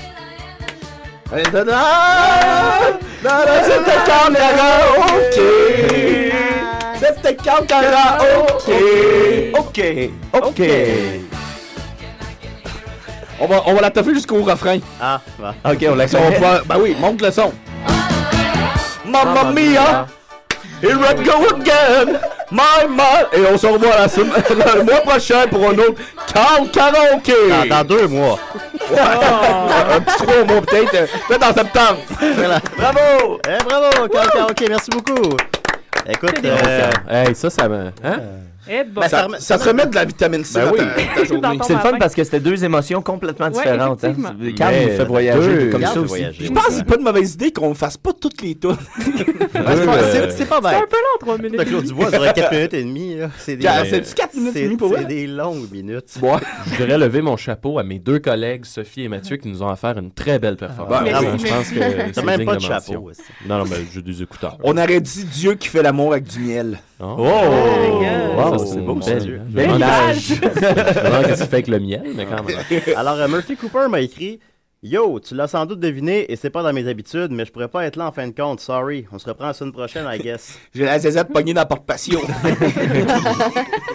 [SPEAKER 9] Allez, da- da- da- da- C'était Carl Karaoke. C'était Carl
[SPEAKER 1] oh.
[SPEAKER 9] Karaoke.
[SPEAKER 10] Ok, ok.
[SPEAKER 9] On va, on va la toffer jusqu'au refrain.
[SPEAKER 7] Ah, bah.
[SPEAKER 10] Ok, on l'a
[SPEAKER 9] On va pouvoir- Ben oui, monte le son. Mamma mia! Here we go again! My, my! Et on se revoit la semaine, le mois prochain pour un autre Carl Karaoke!
[SPEAKER 7] Dans, dans deux mois.
[SPEAKER 9] un petit trois mois peut-être, euh, peut-être en septembre.
[SPEAKER 7] bravo! Eh, bravo, Carl Karaoke, merci beaucoup. Écoute, euh,
[SPEAKER 12] Hey, ça, ça me. Hein?
[SPEAKER 11] Eh, bon.
[SPEAKER 7] Ben, ça
[SPEAKER 9] Ça, ça te remet de la vitamine C.
[SPEAKER 10] Ben
[SPEAKER 9] dans
[SPEAKER 10] oui.
[SPEAKER 9] ta- ta journée.
[SPEAKER 11] Dans ton
[SPEAKER 10] C'est le fun
[SPEAKER 11] matin.
[SPEAKER 10] parce que c'était deux émotions complètement
[SPEAKER 11] Ouais,
[SPEAKER 10] différentes. hein.
[SPEAKER 11] effectivement.
[SPEAKER 10] Carl
[SPEAKER 12] Mais
[SPEAKER 10] nous fait voyager
[SPEAKER 12] deux-
[SPEAKER 10] comme
[SPEAKER 7] Carl
[SPEAKER 10] ça
[SPEAKER 7] fait
[SPEAKER 10] aussi.
[SPEAKER 7] voyager.
[SPEAKER 9] Je pense que c'est pas une mauvaise idée qu'on fasse pas toutes les tours.
[SPEAKER 7] c'est pas- c'est- c'est pas
[SPEAKER 11] C'est
[SPEAKER 7] mal.
[SPEAKER 11] un peu long, 3 minutes.
[SPEAKER 7] De Claude Dubois, ça durait 4 minutes et demie. là. C'est des,
[SPEAKER 9] Ah, c'est-tu quatre minutes et demie pour
[SPEAKER 7] c'est-
[SPEAKER 9] vrai?
[SPEAKER 7] C'est des longues minutes.
[SPEAKER 12] Je voudrais lever mon chapeau à mes deux collègues, Sophie et Mathieu, qui nous ont offert une très belle performance.
[SPEAKER 9] Ah, ben,
[SPEAKER 12] Vraiment,
[SPEAKER 11] merci.
[SPEAKER 12] je pense que
[SPEAKER 7] T'as
[SPEAKER 12] c'est
[SPEAKER 7] même
[SPEAKER 12] digne
[SPEAKER 7] pas de
[SPEAKER 12] de mention.
[SPEAKER 7] chapeau. aussi.
[SPEAKER 12] Non, non, mais j'ai des écouteurs.
[SPEAKER 9] On aurait dit Dieu qui fait l'amour avec du miel.
[SPEAKER 12] Oh!
[SPEAKER 11] my God.
[SPEAKER 12] Ça,
[SPEAKER 10] Wow,
[SPEAKER 12] c'est
[SPEAKER 10] c'est
[SPEAKER 12] beau,
[SPEAKER 10] beau,
[SPEAKER 12] ça.
[SPEAKER 10] ça.
[SPEAKER 12] Je me
[SPEAKER 10] Belle
[SPEAKER 12] demande-
[SPEAKER 10] image.
[SPEAKER 12] je me demande qu'est-ce qu'il fait avec le miel, mais quand même.
[SPEAKER 7] Alors, euh, Murphy Cooper m'a écrit Yo, tu l'as sans doute deviné et c'est pas dans mes habitudes, mais je pourrais pas être là en fin de compte. Sorry. On se reprend la semaine prochaine, I guess.
[SPEAKER 9] J'ai la ZZ pognée dans la porte patio.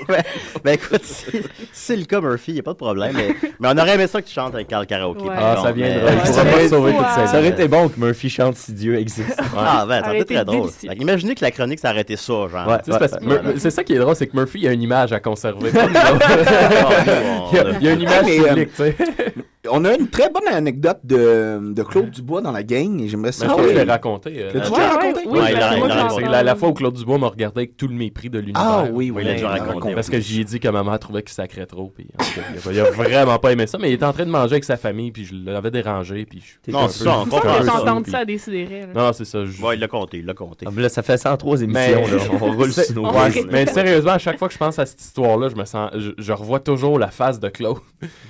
[SPEAKER 7] ben, ben, écoute, si, si c'est le cas, Murphy, y a pas de problème. Mais, mais on aurait aimé ça que tu chantes avec Carl Karaoke.
[SPEAKER 11] Ouais.
[SPEAKER 7] par
[SPEAKER 12] Ah, ça
[SPEAKER 7] contre,
[SPEAKER 12] viendra.
[SPEAKER 7] mais-
[SPEAKER 12] Je
[SPEAKER 11] Ouais.
[SPEAKER 12] pourrais pas sauver toute
[SPEAKER 11] Ouais.
[SPEAKER 12] sa
[SPEAKER 10] Ça aurait été bon que Murphy chante si Dieu existe.
[SPEAKER 7] hein. Ah, ben, ça aurait
[SPEAKER 11] Arrêtez
[SPEAKER 7] été très drôle.
[SPEAKER 11] délicieux.
[SPEAKER 7] Fait que imaginez que la chronique, ça aurait été ça, genre.
[SPEAKER 10] Ouais.
[SPEAKER 12] Tu sais, c'est parce que Mur-
[SPEAKER 7] Voilà.
[SPEAKER 12] C'est ça qui est drôle, c'est que Murphy, il y a une image à conserver. Pas nous autres.
[SPEAKER 7] Oh,
[SPEAKER 12] il, y a, il
[SPEAKER 7] bon,
[SPEAKER 12] y a une image
[SPEAKER 9] Mais, euh,
[SPEAKER 12] publique, tu sais.
[SPEAKER 9] On a une très bonne anecdote de, de Claude Dubois dans la gang et j'aimerais
[SPEAKER 12] Mais
[SPEAKER 9] ça.
[SPEAKER 12] je pense que
[SPEAKER 9] que-
[SPEAKER 12] je l'ai raconté. euh,
[SPEAKER 9] L'as-tu
[SPEAKER 12] la-
[SPEAKER 9] déjà
[SPEAKER 11] Ouais,
[SPEAKER 9] raconté?
[SPEAKER 11] ouais, oui,
[SPEAKER 7] Ouais,
[SPEAKER 11] parce que moi,
[SPEAKER 7] il a- il a-
[SPEAKER 11] je
[SPEAKER 7] raconté.
[SPEAKER 12] C'est
[SPEAKER 11] l'entends.
[SPEAKER 12] la, la fois où Claude Dubois m'a regardé avec tout le mépris de l'univers.
[SPEAKER 9] Ah oui, oui,
[SPEAKER 7] il l'a déjà
[SPEAKER 9] oui,
[SPEAKER 7] raconté.
[SPEAKER 12] Parce que j'y ai dit que ma mère trouvait qu'il sacrait trop. Puis, en tout cas, il a- il a vraiment pas aimé ça, mais il était en train de manger avec sa famille, puis je l'avais dérangé. Puis je...
[SPEAKER 7] Non, c'est ça, on
[SPEAKER 11] Il me semble que
[SPEAKER 7] comprend ça.
[SPEAKER 11] j'entends
[SPEAKER 12] puis-
[SPEAKER 11] ça à décider.
[SPEAKER 12] Non, c'est ça. je-
[SPEAKER 7] Ouais, il l'a compté, il l'a compté.
[SPEAKER 10] Ah, mais Là, ça fait 103 émissions. là. On roule sur nos
[SPEAKER 12] Ouais,
[SPEAKER 10] vagues.
[SPEAKER 12] mais sérieusement, à chaque fois que je pense à cette histoire-là, je me sens, je, je revois toujours la face de Claude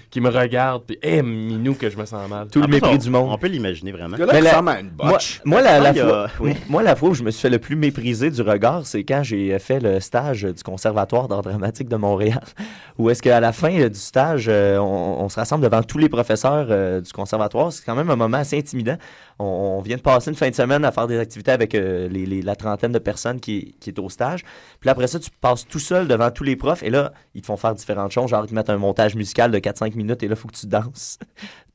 [SPEAKER 12] qui me regarde, puis hé minou que je me sens mal.
[SPEAKER 10] Tout le mépris du monde.
[SPEAKER 7] On peut l'imaginer vraiment.
[SPEAKER 10] Mais la- moi, moi, la, la
[SPEAKER 7] Ah, il y a-
[SPEAKER 10] fois,
[SPEAKER 7] oui.
[SPEAKER 10] moi, la fois où je me suis fait le plus mépriser du regard, c'est quand j'ai euh, fait le stage euh, du Conservatoire d'art dramatique de Montréal. Où est-ce qu'à la fin euh, du stage, euh, on, on se rassemble devant tous les professeurs euh, du Conservatoire. C'est quand même un moment assez intimidant. On, on vient de passer une fin de semaine à faire des activités avec euh, les- les- la trentaine de personnes qui, qui est au stage. Puis là, après ça, tu passes tout seul devant tous les profs. Et là, ils te font faire différentes choses. Genre, ils te mettent un montage musical de 4-5 minutes. Et là, il faut que tu danses.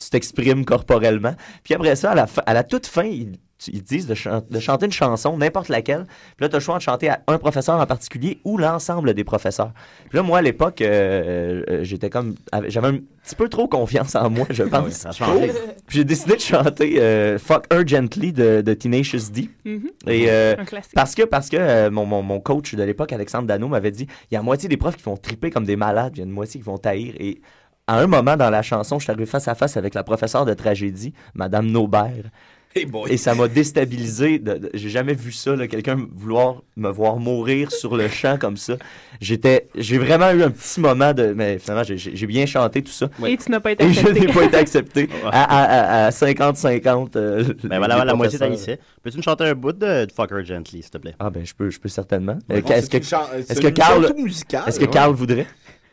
[SPEAKER 10] tu t'exprimes corporellement. Puis après ça, à la, fin- à la toute fin, ils, tu- ils te disent de, chan- de chanter une chanson, n'importe laquelle. Puis là, tu as le choix de chanter à un professeur en particulier ou l'ensemble des professeurs. Puis là, moi, à l'époque, euh, euh, j'étais comme. av- J'avais un petit peu trop confiance en moi, je
[SPEAKER 7] Oui,
[SPEAKER 10] pense.
[SPEAKER 7] ça a changé.
[SPEAKER 10] Puis j'ai décidé de chanter euh, Fuck Her Gently de, de Tenacious D.
[SPEAKER 7] Mhm.
[SPEAKER 10] Et, euh,
[SPEAKER 7] Un classique.
[SPEAKER 10] parce que, parce que euh, mon, mon, mon coach de l'époque, Alexandre Dano, m'avait dit il y a moitié des profs qui vont triper comme des malades, puis il y a une moitié qui vont taillir. Et à un moment dans la chanson, je suis arrivé face à face avec la professeure de tragédie, Madame Naubert.
[SPEAKER 9] Hey boy.
[SPEAKER 10] Et ça m'a déstabilisé. de- de- J'ai jamais vu ça, là, quelqu'un vouloir me voir mourir sur le champ comme ça. J'étais, j'ai vraiment eu un petit moment de, mais finalement, j'ai- j'ai j'ai bien chanté tout ça.
[SPEAKER 11] Et tu n'as pas été
[SPEAKER 10] Et je
[SPEAKER 11] accepté.
[SPEAKER 10] n'ai pas été accepté. À- à à- à 50-50. euh, les
[SPEAKER 7] Ben voilà, la moitié
[SPEAKER 10] professeurs.
[SPEAKER 7] taillissait. Peux-tu nous chanter un bout de de Fucker Gently, s'il te plaît?
[SPEAKER 10] Ah ben, je peux, je peux certainement.
[SPEAKER 7] Ouais,
[SPEAKER 10] Euh,
[SPEAKER 7] bon,
[SPEAKER 10] est-ce
[SPEAKER 7] c'est
[SPEAKER 10] que,
[SPEAKER 7] une chan-
[SPEAKER 10] est-ce
[SPEAKER 7] c'est
[SPEAKER 10] que
[SPEAKER 7] une
[SPEAKER 10] Carl,
[SPEAKER 7] chanson musicale,
[SPEAKER 10] est-ce que
[SPEAKER 7] ouais.
[SPEAKER 10] Carl voudrait?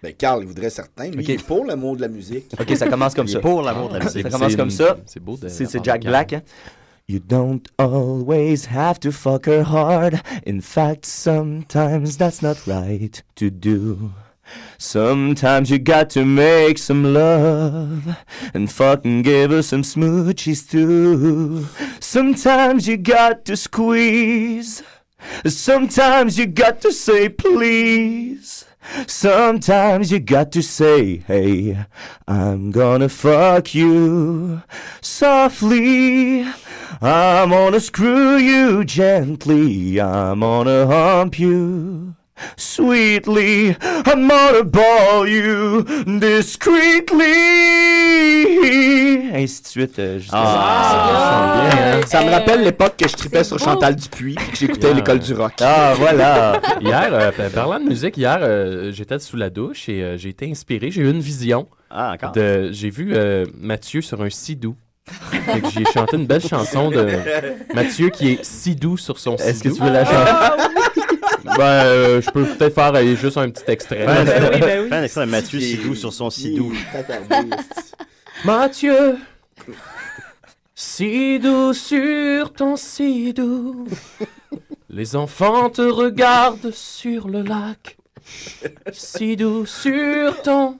[SPEAKER 9] Ben, Carl, il voudrait certain. Lui,
[SPEAKER 10] Ok.
[SPEAKER 9] il est pour l'amour de la musique.
[SPEAKER 10] Ok, ça commence comme ça. Ça commence comme ça. C'est c'est Jack Black. hein. You don't always have to fuck her hard. In fact, sometimes that's not right to do. Sometimes you got to make some love and fucking give her some smoochies too. Sometimes you got to squeeze. Sometimes you got to say please. Sometimes you got to say, hey, I'm gonna fuck you softly. I'm gonna screw you gently. I'm gonna hump you sweetly. I'm gonna ball you discreetly. Ainsi de suite. euh, jusqu'à-
[SPEAKER 9] Ah,
[SPEAKER 10] Ça sent bien, hein?
[SPEAKER 9] Ça me
[SPEAKER 11] Euh,
[SPEAKER 9] rappelle l'époque que je tripais sur Chantal Dupuis et que j'écoutais
[SPEAKER 12] Yeah. Ah,
[SPEAKER 9] l'école du rock.
[SPEAKER 12] hier, euh, pa- parlant de musique, hier, euh, j'étais sous la douche et euh, j'ai été inspiré. J'ai eu une vision.
[SPEAKER 7] Ah, encore.
[SPEAKER 12] de, j'ai vu euh, Mathieu sur un sidou. Fait que j'ai chanté une belle chanson de Mathieu qui est si doux sur son sidou. Ah,
[SPEAKER 10] Est-ce que tu veux la chanter?
[SPEAKER 12] Ben, euh, je peux peut-être faire euh, juste un petit extrait.
[SPEAKER 7] Ben, ben oui, ben oui. Fais un extrait de Mathieu Sidou sur son Sidou.
[SPEAKER 12] Mathieu, si doux sur ton si doux, les enfants te regardent sur le lac. Si doux sur ton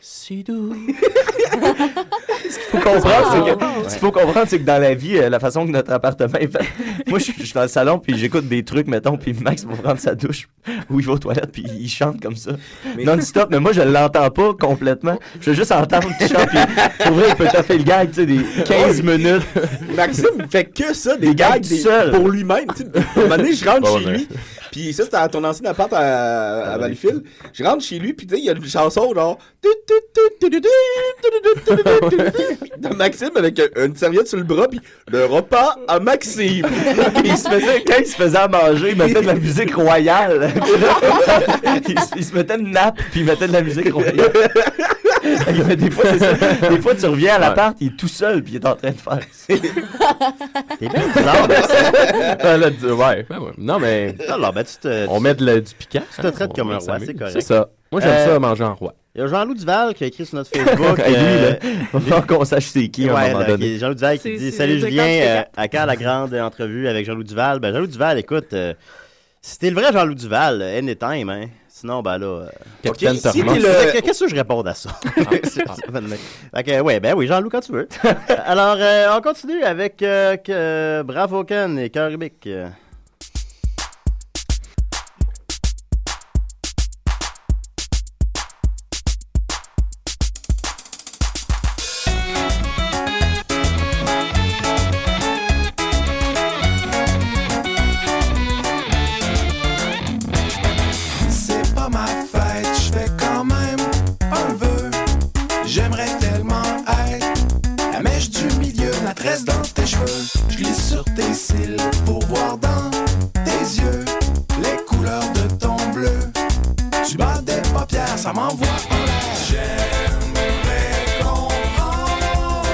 [SPEAKER 12] si doux.
[SPEAKER 10] Ce qu'il faut comprendre, Ah, c'est
[SPEAKER 7] Ah,
[SPEAKER 10] que, ce qu'il faut comprendre, c'est que dans la vie, euh, la façon que notre appartement est fait. Moi, je je suis dans le salon, puis j'écoute des trucs, mettons, puis Max va prendre sa douche, ou il va aux toilettes, puis il chante comme ça.
[SPEAKER 9] Mais-
[SPEAKER 10] Non-stop, mais moi, je l'entends pas complètement. Je veux juste entendre qu'il chante, puis pour vrai, il peut taper le gag, tu sais, des 15 minutes.
[SPEAKER 9] Maxime fait que ça, des gags
[SPEAKER 10] gags
[SPEAKER 9] des-
[SPEAKER 10] seul.
[SPEAKER 9] pour lui-même. tu sais. Un moment donné, je rentre
[SPEAKER 10] Bon, Ah,
[SPEAKER 9] chez
[SPEAKER 10] ben.
[SPEAKER 9] lui, puis ça, c'était à ton ancien appart à, à Valleyfield. Je rentre chez lui, puis tu sais, il y a une chanson genre... de Maxime avec un- une serviette sur le bras, puis le repas à Maxime.
[SPEAKER 10] il se faisait, quand il se faisait à manger, il mettait de la musique royale. il, se- il se mettait une nappe, puis il mettait de la musique royale. Il y avait des, fois, c'est ça. des fois, tu reviens à l'appart, il est tout seul, puis il est en train de faire ça.
[SPEAKER 7] T'es bien bizarre, Maxime.
[SPEAKER 12] Ah, là, tu- ouais, ben ouais. Non, mais.
[SPEAKER 7] Non, non, ben, tu te-
[SPEAKER 12] On met de la- du piquant.
[SPEAKER 7] Tu te traites
[SPEAKER 12] On-
[SPEAKER 7] comme
[SPEAKER 12] on
[SPEAKER 7] un roi,
[SPEAKER 12] s'amuse.
[SPEAKER 7] c'est correct.
[SPEAKER 12] C'est ça. Moi, j'aime
[SPEAKER 7] Euh,
[SPEAKER 12] ça, manger en roi.
[SPEAKER 7] Il y a Jean-Loup Duval qui a écrit sur notre Facebook.
[SPEAKER 10] Hey, lui,
[SPEAKER 7] euh,
[SPEAKER 10] là, faut faire qu'on sache c'est qui à un
[SPEAKER 7] Ouais,
[SPEAKER 10] moment
[SPEAKER 7] là,
[SPEAKER 10] donné.
[SPEAKER 7] qui- Jean-Loup Duval qui
[SPEAKER 10] C'est-
[SPEAKER 7] dit
[SPEAKER 10] c'est
[SPEAKER 7] Salut
[SPEAKER 10] les
[SPEAKER 7] Julien,
[SPEAKER 10] écrans
[SPEAKER 7] euh,
[SPEAKER 10] piquants.
[SPEAKER 7] à quand la grande entrevue avec Jean-Loup Duval Ben, Jean-Loup Duval, écoute, euh, si t'es le vrai Jean-Loup Duval, euh, anytime, hein. Sinon, ben là. euh,
[SPEAKER 12] Capitaine
[SPEAKER 7] ok, si
[SPEAKER 12] Tormand.
[SPEAKER 7] t'es
[SPEAKER 12] Qu'est-ce
[SPEAKER 7] le...
[SPEAKER 12] que-
[SPEAKER 7] Qu'est-ce que je réponds à ça Ah, Fait que, ouais, ben oui, Jean-Loup, quand tu veux. Alors, euh, on continue avec euh, que- euh, Bravo Ken et Cœur Bic. Euh,
[SPEAKER 5] C'est pas ma fête, je fais quand même un vœu. J'aimerais tellement être la mèche du milieu, la tresse dans tes cheveux. Je glisse sur tes cils pour voir dans tes yeux les couleurs de ton bleu. Tu bats des paupières, ça m'envoie en l'air. J'aimerais comprendre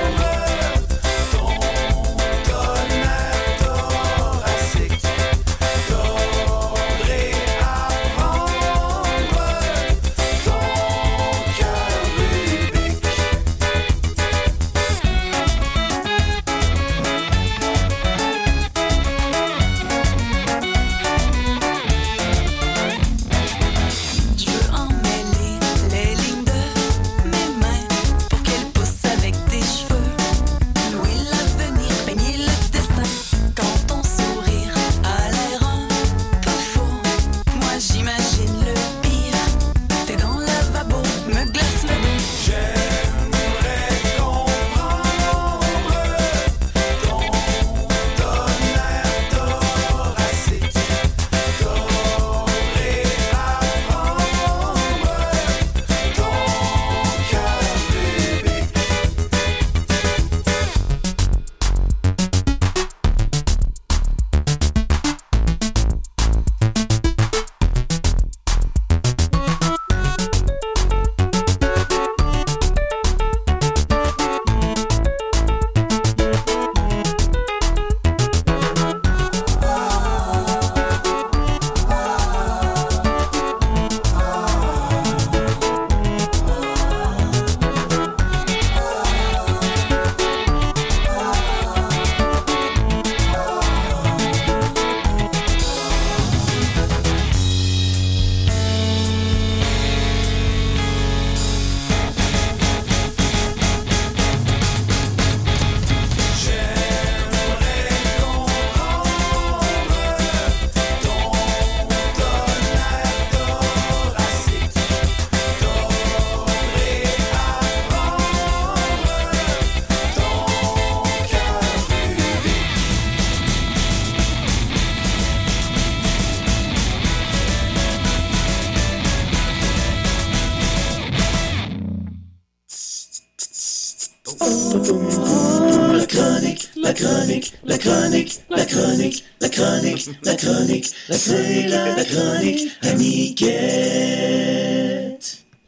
[SPEAKER 14] La chronique, la chronique, la chronique, la chronique, la chronique, la chronique, la chronique, la chronique, à Miguel.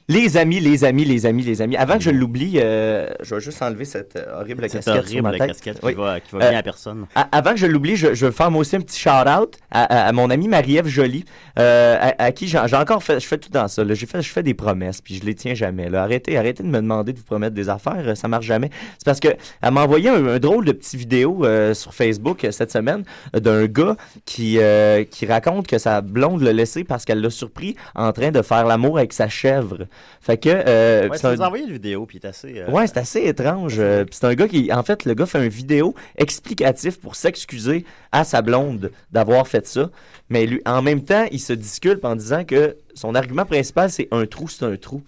[SPEAKER 10] Les amis, les amis, les amis, les amis. Avant que je l'oublie, euh, je vais juste enlever cette euh, horrible
[SPEAKER 7] Cette
[SPEAKER 10] casquette. sur ma
[SPEAKER 7] horrible
[SPEAKER 10] tête.
[SPEAKER 7] casquette qui
[SPEAKER 10] Oui.
[SPEAKER 7] va- qui va
[SPEAKER 10] Euh,
[SPEAKER 7] bien à personne.
[SPEAKER 10] a- avant que je l'oublie, je, je veux faire moi aussi un petit shout-out à, à- à mon amie Marie-Ève Jolie, euh, à, à qui j'ai j'ai encore fait, je fais tout dans ça, là. J'ai fait, je fais des promesses, puis je les tiens jamais, là. Arrêtez, arrêtez de me demander de vous promettre des affaires, euh, ça marche jamais. C'est parce que elle m'a envoyé un, un drôle de petit vidéo euh, sur Facebook euh, cette semaine euh, d'un gars qui, euh, qui raconte que sa blonde l'a laissé parce qu'elle l'a surpris en train de faire l'amour avec sa chèvre. Fait que, euh,
[SPEAKER 7] Ouais,
[SPEAKER 10] c'est
[SPEAKER 7] tu
[SPEAKER 10] un-
[SPEAKER 7] nous as envoyé une vidéo, puis t'es assez. euh,
[SPEAKER 10] Ouais, c'est assez étrange. Euh, puis c'est un gars qui, en fait, le gars fait une vidéo explicatif pour s'excuser à sa blonde d'avoir fait ça. Mais lui, en même temps, il se disculpe en disant que son argument principal, c'est un trou, c'est un trou.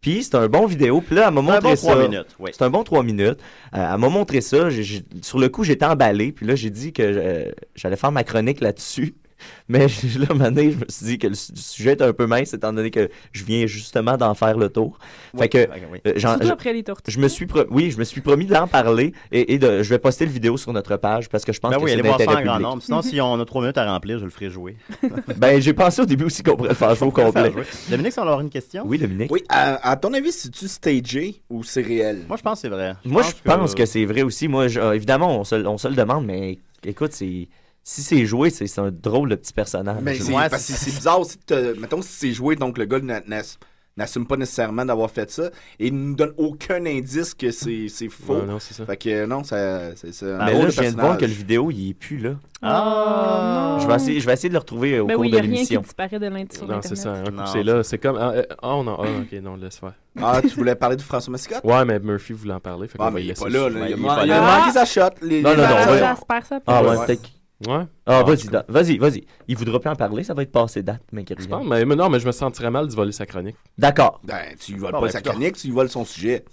[SPEAKER 10] Puis c'est un bon vidéo. Puis là, elle m'a
[SPEAKER 7] C'est un
[SPEAKER 10] montré
[SPEAKER 7] bon
[SPEAKER 10] ça.
[SPEAKER 7] trois minutes, oui.
[SPEAKER 10] C'est un bon trois minutes. Euh, elle m'a montré ça. J'ai- j'ai- sur le coup, j'étais emballé. Puis là, j'ai dit que euh, j'allais faire ma chronique là-dessus. Mais je- là, à un moment donné, je me suis dit que le su- sujet était un peu mince, étant donné que je viens justement d'en faire le tour.
[SPEAKER 11] Oui,
[SPEAKER 10] Fait que,
[SPEAKER 11] oui.
[SPEAKER 10] euh, j'en-
[SPEAKER 11] Surtout
[SPEAKER 10] je-
[SPEAKER 11] après les tortues.
[SPEAKER 10] Je me suis pro- oui, je me suis promis d'en parler et, et de, je vais poster le vidéo sur notre page parce que je pense
[SPEAKER 7] Ben
[SPEAKER 10] que
[SPEAKER 7] oui,
[SPEAKER 10] c'est
[SPEAKER 7] allez voir ça
[SPEAKER 10] d'intérêt
[SPEAKER 7] en grand
[SPEAKER 10] public.
[SPEAKER 7] nombre. Sinon, si on a trois minutes à remplir, je le ferai jouer.
[SPEAKER 10] ben, j'ai pensé au début aussi qu'on pourrait le faire jouer au complet.
[SPEAKER 7] Dominique, si on aura une question.
[SPEAKER 10] Oui, Dominique.
[SPEAKER 9] Oui, à, à ton avis, c'est-tu stagé ou c'est réel?
[SPEAKER 7] Moi, je pense que c'est vrai.
[SPEAKER 10] Moi, je pense que, c'est vrai aussi. Moi, je- euh, évidemment, on se, on se le demande, mais écoute, c'est- si c'est joué, c'est c'est un drôle de petit personnage.
[SPEAKER 9] Mais c'est
[SPEAKER 10] Ouais,
[SPEAKER 9] parce que c'est bizarre aussi. de te- mettons, si c'est joué, donc le gars n'a- n'a- n'assume pas nécessairement d'avoir fait ça et il nous donne aucun indice que c'est c'est faux.
[SPEAKER 12] Ouais, non, c'est ça. Ben
[SPEAKER 9] Fait que euh, non, ça, c'est c'est un
[SPEAKER 10] Mais
[SPEAKER 9] drôle
[SPEAKER 10] là,
[SPEAKER 9] de
[SPEAKER 10] je viens de
[SPEAKER 9] personnage.
[SPEAKER 10] voir que le vidéo, il est plus là.
[SPEAKER 11] Ah,
[SPEAKER 10] Je vais essayer, je vais essayer de le retrouver euh, au
[SPEAKER 11] Ben
[SPEAKER 10] cours
[SPEAKER 11] oui, il
[SPEAKER 10] de
[SPEAKER 11] n'y a rien qui
[SPEAKER 10] l'émission.
[SPEAKER 11] disparaît de l'Inde sur
[SPEAKER 12] Non,
[SPEAKER 11] Internet.
[SPEAKER 12] c'est ça. Un coup,
[SPEAKER 10] Non,
[SPEAKER 12] c'est là. C'est comme. Ah, euh, ah, on a. Ah, ok, non, laisse faire.
[SPEAKER 9] Ah, tu voulais parler de François Mascotte?
[SPEAKER 12] Ouais, mais Murphy voulait en parler. Fait qu'on
[SPEAKER 9] Ah,
[SPEAKER 12] va
[SPEAKER 9] mais
[SPEAKER 12] y
[SPEAKER 9] il est
[SPEAKER 12] laisser
[SPEAKER 9] pas
[SPEAKER 12] le choix.
[SPEAKER 9] là, là, il a
[SPEAKER 12] est
[SPEAKER 9] man-
[SPEAKER 12] pas
[SPEAKER 9] il a
[SPEAKER 12] là.
[SPEAKER 9] manqué sa shot, les-
[SPEAKER 10] non,
[SPEAKER 9] les
[SPEAKER 10] non, non.
[SPEAKER 9] balles,
[SPEAKER 10] voyons.
[SPEAKER 9] ça se perd, ça, puis
[SPEAKER 10] Ah,
[SPEAKER 9] ouais.
[SPEAKER 10] ouais, peut-être que-
[SPEAKER 12] Ouais.
[SPEAKER 10] Ah,
[SPEAKER 12] Ah,
[SPEAKER 10] vas-y, da- vas-y, vas-y. Il voudra plus en parler, ça va être passé date, mais qu'il
[SPEAKER 12] Non,
[SPEAKER 10] revienne.
[SPEAKER 12] mais, mais non, mais je me sentirais mal de voler sa chronique.
[SPEAKER 10] D'accord.
[SPEAKER 9] Ben, tu lui voles
[SPEAKER 12] Bon,
[SPEAKER 9] pas
[SPEAKER 12] ben,
[SPEAKER 9] sa
[SPEAKER 12] putain.
[SPEAKER 9] chronique, tu lui voles son sujet.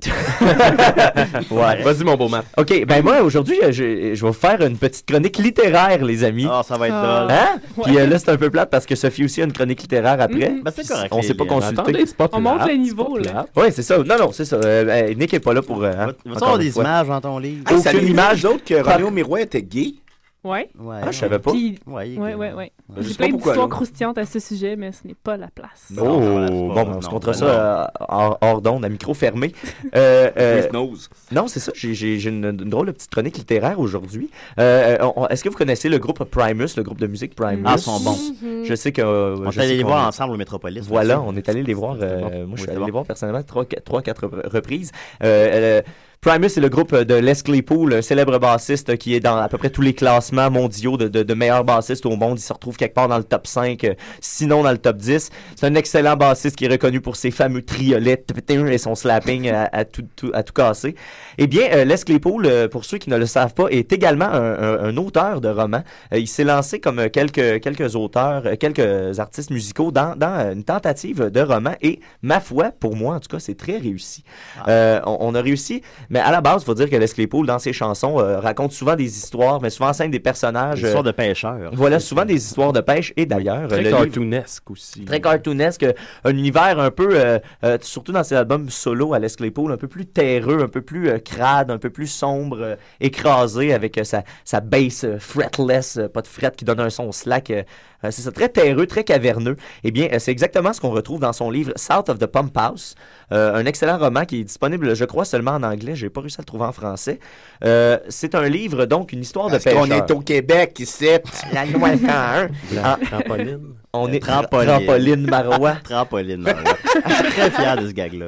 [SPEAKER 10] Ouais.
[SPEAKER 12] Vas-y, mon beau Matt.
[SPEAKER 10] OK, ben moi, aujourd'hui, euh, je, je vais vous faire une petite chronique littéraire, les amis. Ah,
[SPEAKER 7] ça va
[SPEAKER 12] être Ah. drôle.
[SPEAKER 10] Hein?
[SPEAKER 12] Ouais.
[SPEAKER 10] Puis euh, là, c'est un peu plate parce que Sophie aussi a une chronique littéraire après.
[SPEAKER 12] Mhm. Ben, c'est
[SPEAKER 10] Puis
[SPEAKER 12] correct,
[SPEAKER 10] On s'est
[SPEAKER 12] les
[SPEAKER 10] pas
[SPEAKER 12] liens.
[SPEAKER 10] consulté.
[SPEAKER 12] Attendez, c'est pas On plate, monte le c'est
[SPEAKER 11] niveau,
[SPEAKER 12] là. plate.
[SPEAKER 10] Oui, c'est ça. Non, non, c'est ça. Euh, euh, Nick est pas là pour. euh, hein,
[SPEAKER 7] Tu
[SPEAKER 10] encore
[SPEAKER 7] avoir
[SPEAKER 10] une
[SPEAKER 7] des
[SPEAKER 10] fois.
[SPEAKER 7] images dans ton livre?
[SPEAKER 9] Hey, ça
[SPEAKER 10] Aucune
[SPEAKER 9] nous dit,
[SPEAKER 10] image.
[SPEAKER 9] nous autres que René Miroir était gay.
[SPEAKER 11] Ouais.
[SPEAKER 7] Ouais.
[SPEAKER 10] Ah, je savais pas.
[SPEAKER 11] Puis-
[SPEAKER 7] Ouais, Euh,
[SPEAKER 11] ouais, ouais, ouais.
[SPEAKER 10] Je sais
[SPEAKER 11] J'ai
[SPEAKER 10] pas
[SPEAKER 11] plein
[SPEAKER 10] pourquoi,
[SPEAKER 11] d'histoires
[SPEAKER 10] là.
[SPEAKER 11] croustillantes à ce sujet, mais ce n'est pas la place.
[SPEAKER 10] Oh, bon, ben, on se comptera ça euh, hors, hors d'onde, à micro fermé. Euh, euh,
[SPEAKER 9] Who knows?
[SPEAKER 10] non, c'est ça. J'ai- J'ai j'ai une, une drôle de petite chronique littéraire aujourd'hui. Euh, euh, on- Est-ce que vous connaissez le groupe Primus, le groupe de musique Primus?
[SPEAKER 7] Ah, ils sont bons.
[SPEAKER 10] Mhm. Je sais que. euh,
[SPEAKER 7] On
[SPEAKER 10] je
[SPEAKER 7] est allé
[SPEAKER 10] sais
[SPEAKER 7] les
[SPEAKER 10] qu'on
[SPEAKER 7] voir
[SPEAKER 10] est-
[SPEAKER 7] ensemble au Métropolis.
[SPEAKER 10] Voilà,
[SPEAKER 7] aussi.
[SPEAKER 10] on est allé les voir.
[SPEAKER 7] bon.
[SPEAKER 10] euh, Moi,
[SPEAKER 7] Oui,
[SPEAKER 10] je suis
[SPEAKER 7] c'était
[SPEAKER 10] allé
[SPEAKER 7] bon.
[SPEAKER 10] les voir personnellement trois, quatre- trois, quatre rep- reprises. Euh, euh, Primus est le groupe de Les Claypool, un célèbre bassiste qui est dans à peu près tous les classements mondiaux de, de- de meilleurs bassistes au monde. Il se retrouve quelque part dans le top 5, euh, sinon dans le top 10. C'est un excellent bassiste qui est reconnu pour ses fameux triolets tptin, et son slapping à, à tout, tout- à tout casser. Eh bien, euh, Les Claypool, euh, pour ceux qui ne le savent pas, est également un, un- un auteur de romans. Euh, il s'est lancé comme euh, quelques, quelques auteurs, euh, quelques artistes musicaux dans, dans euh, une tentative de roman et, ma foi, pour moi, en tout cas, c'est très réussi.
[SPEAKER 7] Ah.
[SPEAKER 10] Euh, on, on a réussi, mais à la base, il faut dire que Les Claypool, dans ses chansons, euh, raconte souvent des histoires, mais souvent en scène des personnages.
[SPEAKER 7] Des histoires de
[SPEAKER 10] pêcheurs. Voilà, souvent des histoires de pêche et d'ailleurs. euh,
[SPEAKER 12] Très
[SPEAKER 10] le livre-
[SPEAKER 12] cartoonesque aussi.
[SPEAKER 10] Très cartoonesque, euh, un univers un peu, euh, euh, surtout dans ses albums solo à Les Claypool, un peu plus terreux, un peu plus euh, crade, un peu plus sombre, euh, écrasé avec euh, sa, sa bass euh, fretless, euh, pas de fret qui donne un son slack. euh, euh, c'est ça, très terreux, très caverneux. Eh bien, euh, c'est exactement ce qu'on retrouve dans son livre South of the Pump House, euh, un excellent roman qui est disponible, je crois, seulement en anglais. J'ai pas réussi à le trouver en français. Euh, c'est un livre, donc, une histoire
[SPEAKER 9] Parce
[SPEAKER 10] de pêcheur.
[SPEAKER 9] qu'on est au Québec ici.
[SPEAKER 10] La loi 101.
[SPEAKER 9] La
[SPEAKER 10] Ah.
[SPEAKER 12] trampoline.
[SPEAKER 10] On est
[SPEAKER 7] Trampoline.
[SPEAKER 10] Euh, trampoline Marois.
[SPEAKER 7] Trampoline Marois. Je suis très fier de ce gag-là.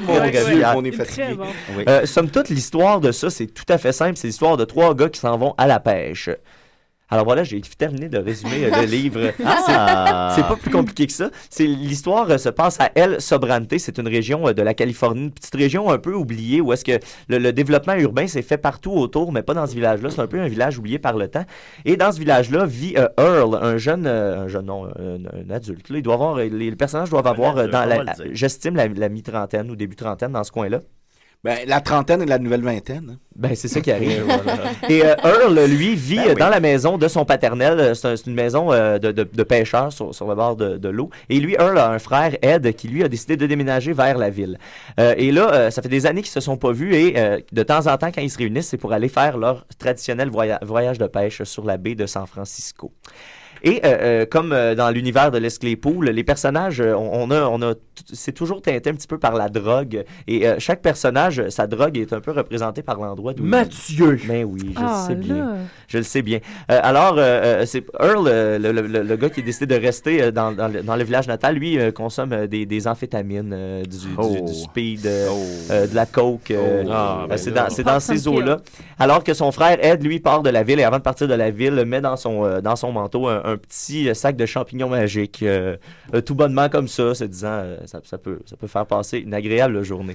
[SPEAKER 10] Mon
[SPEAKER 7] Ouais,
[SPEAKER 10] Dieu,
[SPEAKER 7] ouais,
[SPEAKER 10] on est
[SPEAKER 7] très
[SPEAKER 10] fatigué.
[SPEAKER 7] bon. Oui.
[SPEAKER 10] Euh, somme toute, l'histoire de ça, c'est tout à fait simple. C'est l'histoire de trois gars qui s'en vont à la pêche. Alors voilà, j'ai terminé de résumer euh, le livre.
[SPEAKER 7] Ah!
[SPEAKER 10] C'est c'est pas plus compliqué que ça. C'est l'histoire euh, se passe à El Sobrante. C'est une région euh, de la Californie, une petite région un peu oubliée où est-ce que le, le développement urbain s'est fait partout autour, mais pas dans ce village-là. C'est un peu un village oublié par le temps. Et dans ce village-là vit euh, Earl, un jeune, euh, un jeune, non, un, un adulte. là. Il doit avoir, les, les personnages doivent avoir euh,
[SPEAKER 7] adulte,
[SPEAKER 10] dans
[SPEAKER 7] on
[SPEAKER 10] la,
[SPEAKER 7] va le dire.
[SPEAKER 10] j'estime la, la mi-trentaine ou début trentaine dans ce coin-là.
[SPEAKER 9] Ben, la trentaine et la nouvelle vingtaine. hein.
[SPEAKER 10] Ben, c'est ça qui arrive. Et euh, Earl, lui, vit
[SPEAKER 9] Ben oui.
[SPEAKER 10] euh, dans la maison de son paternel. Euh, C'est un- c'est une maison euh, de, de, de pêcheurs sur, sur le bord de, de l'eau. Et lui, Earl a un frère, Ed, qui lui a décidé de déménager vers la ville. Euh, et là, euh, ça fait des années qu'ils se sont pas vus et euh, de temps en temps, quand ils se réunissent, c'est pour aller faire leur traditionnel voya- voyage de pêche sur la baie de San Francisco. Et euh, euh, comme euh, dans l'univers de l'Esclaypool, les personnages, euh, on, on a, on a, t- c'est toujours teinté un petit peu par la drogue. Et euh, chaque personnage, euh, sa drogue est un peu représentée par l'endroit d'où. il-
[SPEAKER 12] Mathieu.
[SPEAKER 10] Mais oui, je
[SPEAKER 12] Ah,
[SPEAKER 10] le sais bien.
[SPEAKER 12] là.
[SPEAKER 10] Je le sais bien. Euh, alors, euh, euh, c'est Earl, euh, le, le- le- le gars qui a décidé de rester euh, dans, dans le, dans le village natal, lui euh, consomme euh, des, des amphétamines, euh, du, du-
[SPEAKER 7] Oh.
[SPEAKER 10] du speed, euh, euh, de la coke. euh,
[SPEAKER 7] Oh.
[SPEAKER 10] euh,
[SPEAKER 7] ben
[SPEAKER 10] c'est
[SPEAKER 7] là.
[SPEAKER 10] dans, c'est dans
[SPEAKER 7] Pop
[SPEAKER 10] ces
[SPEAKER 7] some
[SPEAKER 10] eaux-là. Alors que son frère Ed, lui, part de la ville et avant de partir de la ville, met dans son, euh, dans son manteau un, un petit euh, sac de champignons magiques, euh, euh, tout bonnement comme ça, se disant euh, ça, ça peut, ça peut faire passer une agréable journée.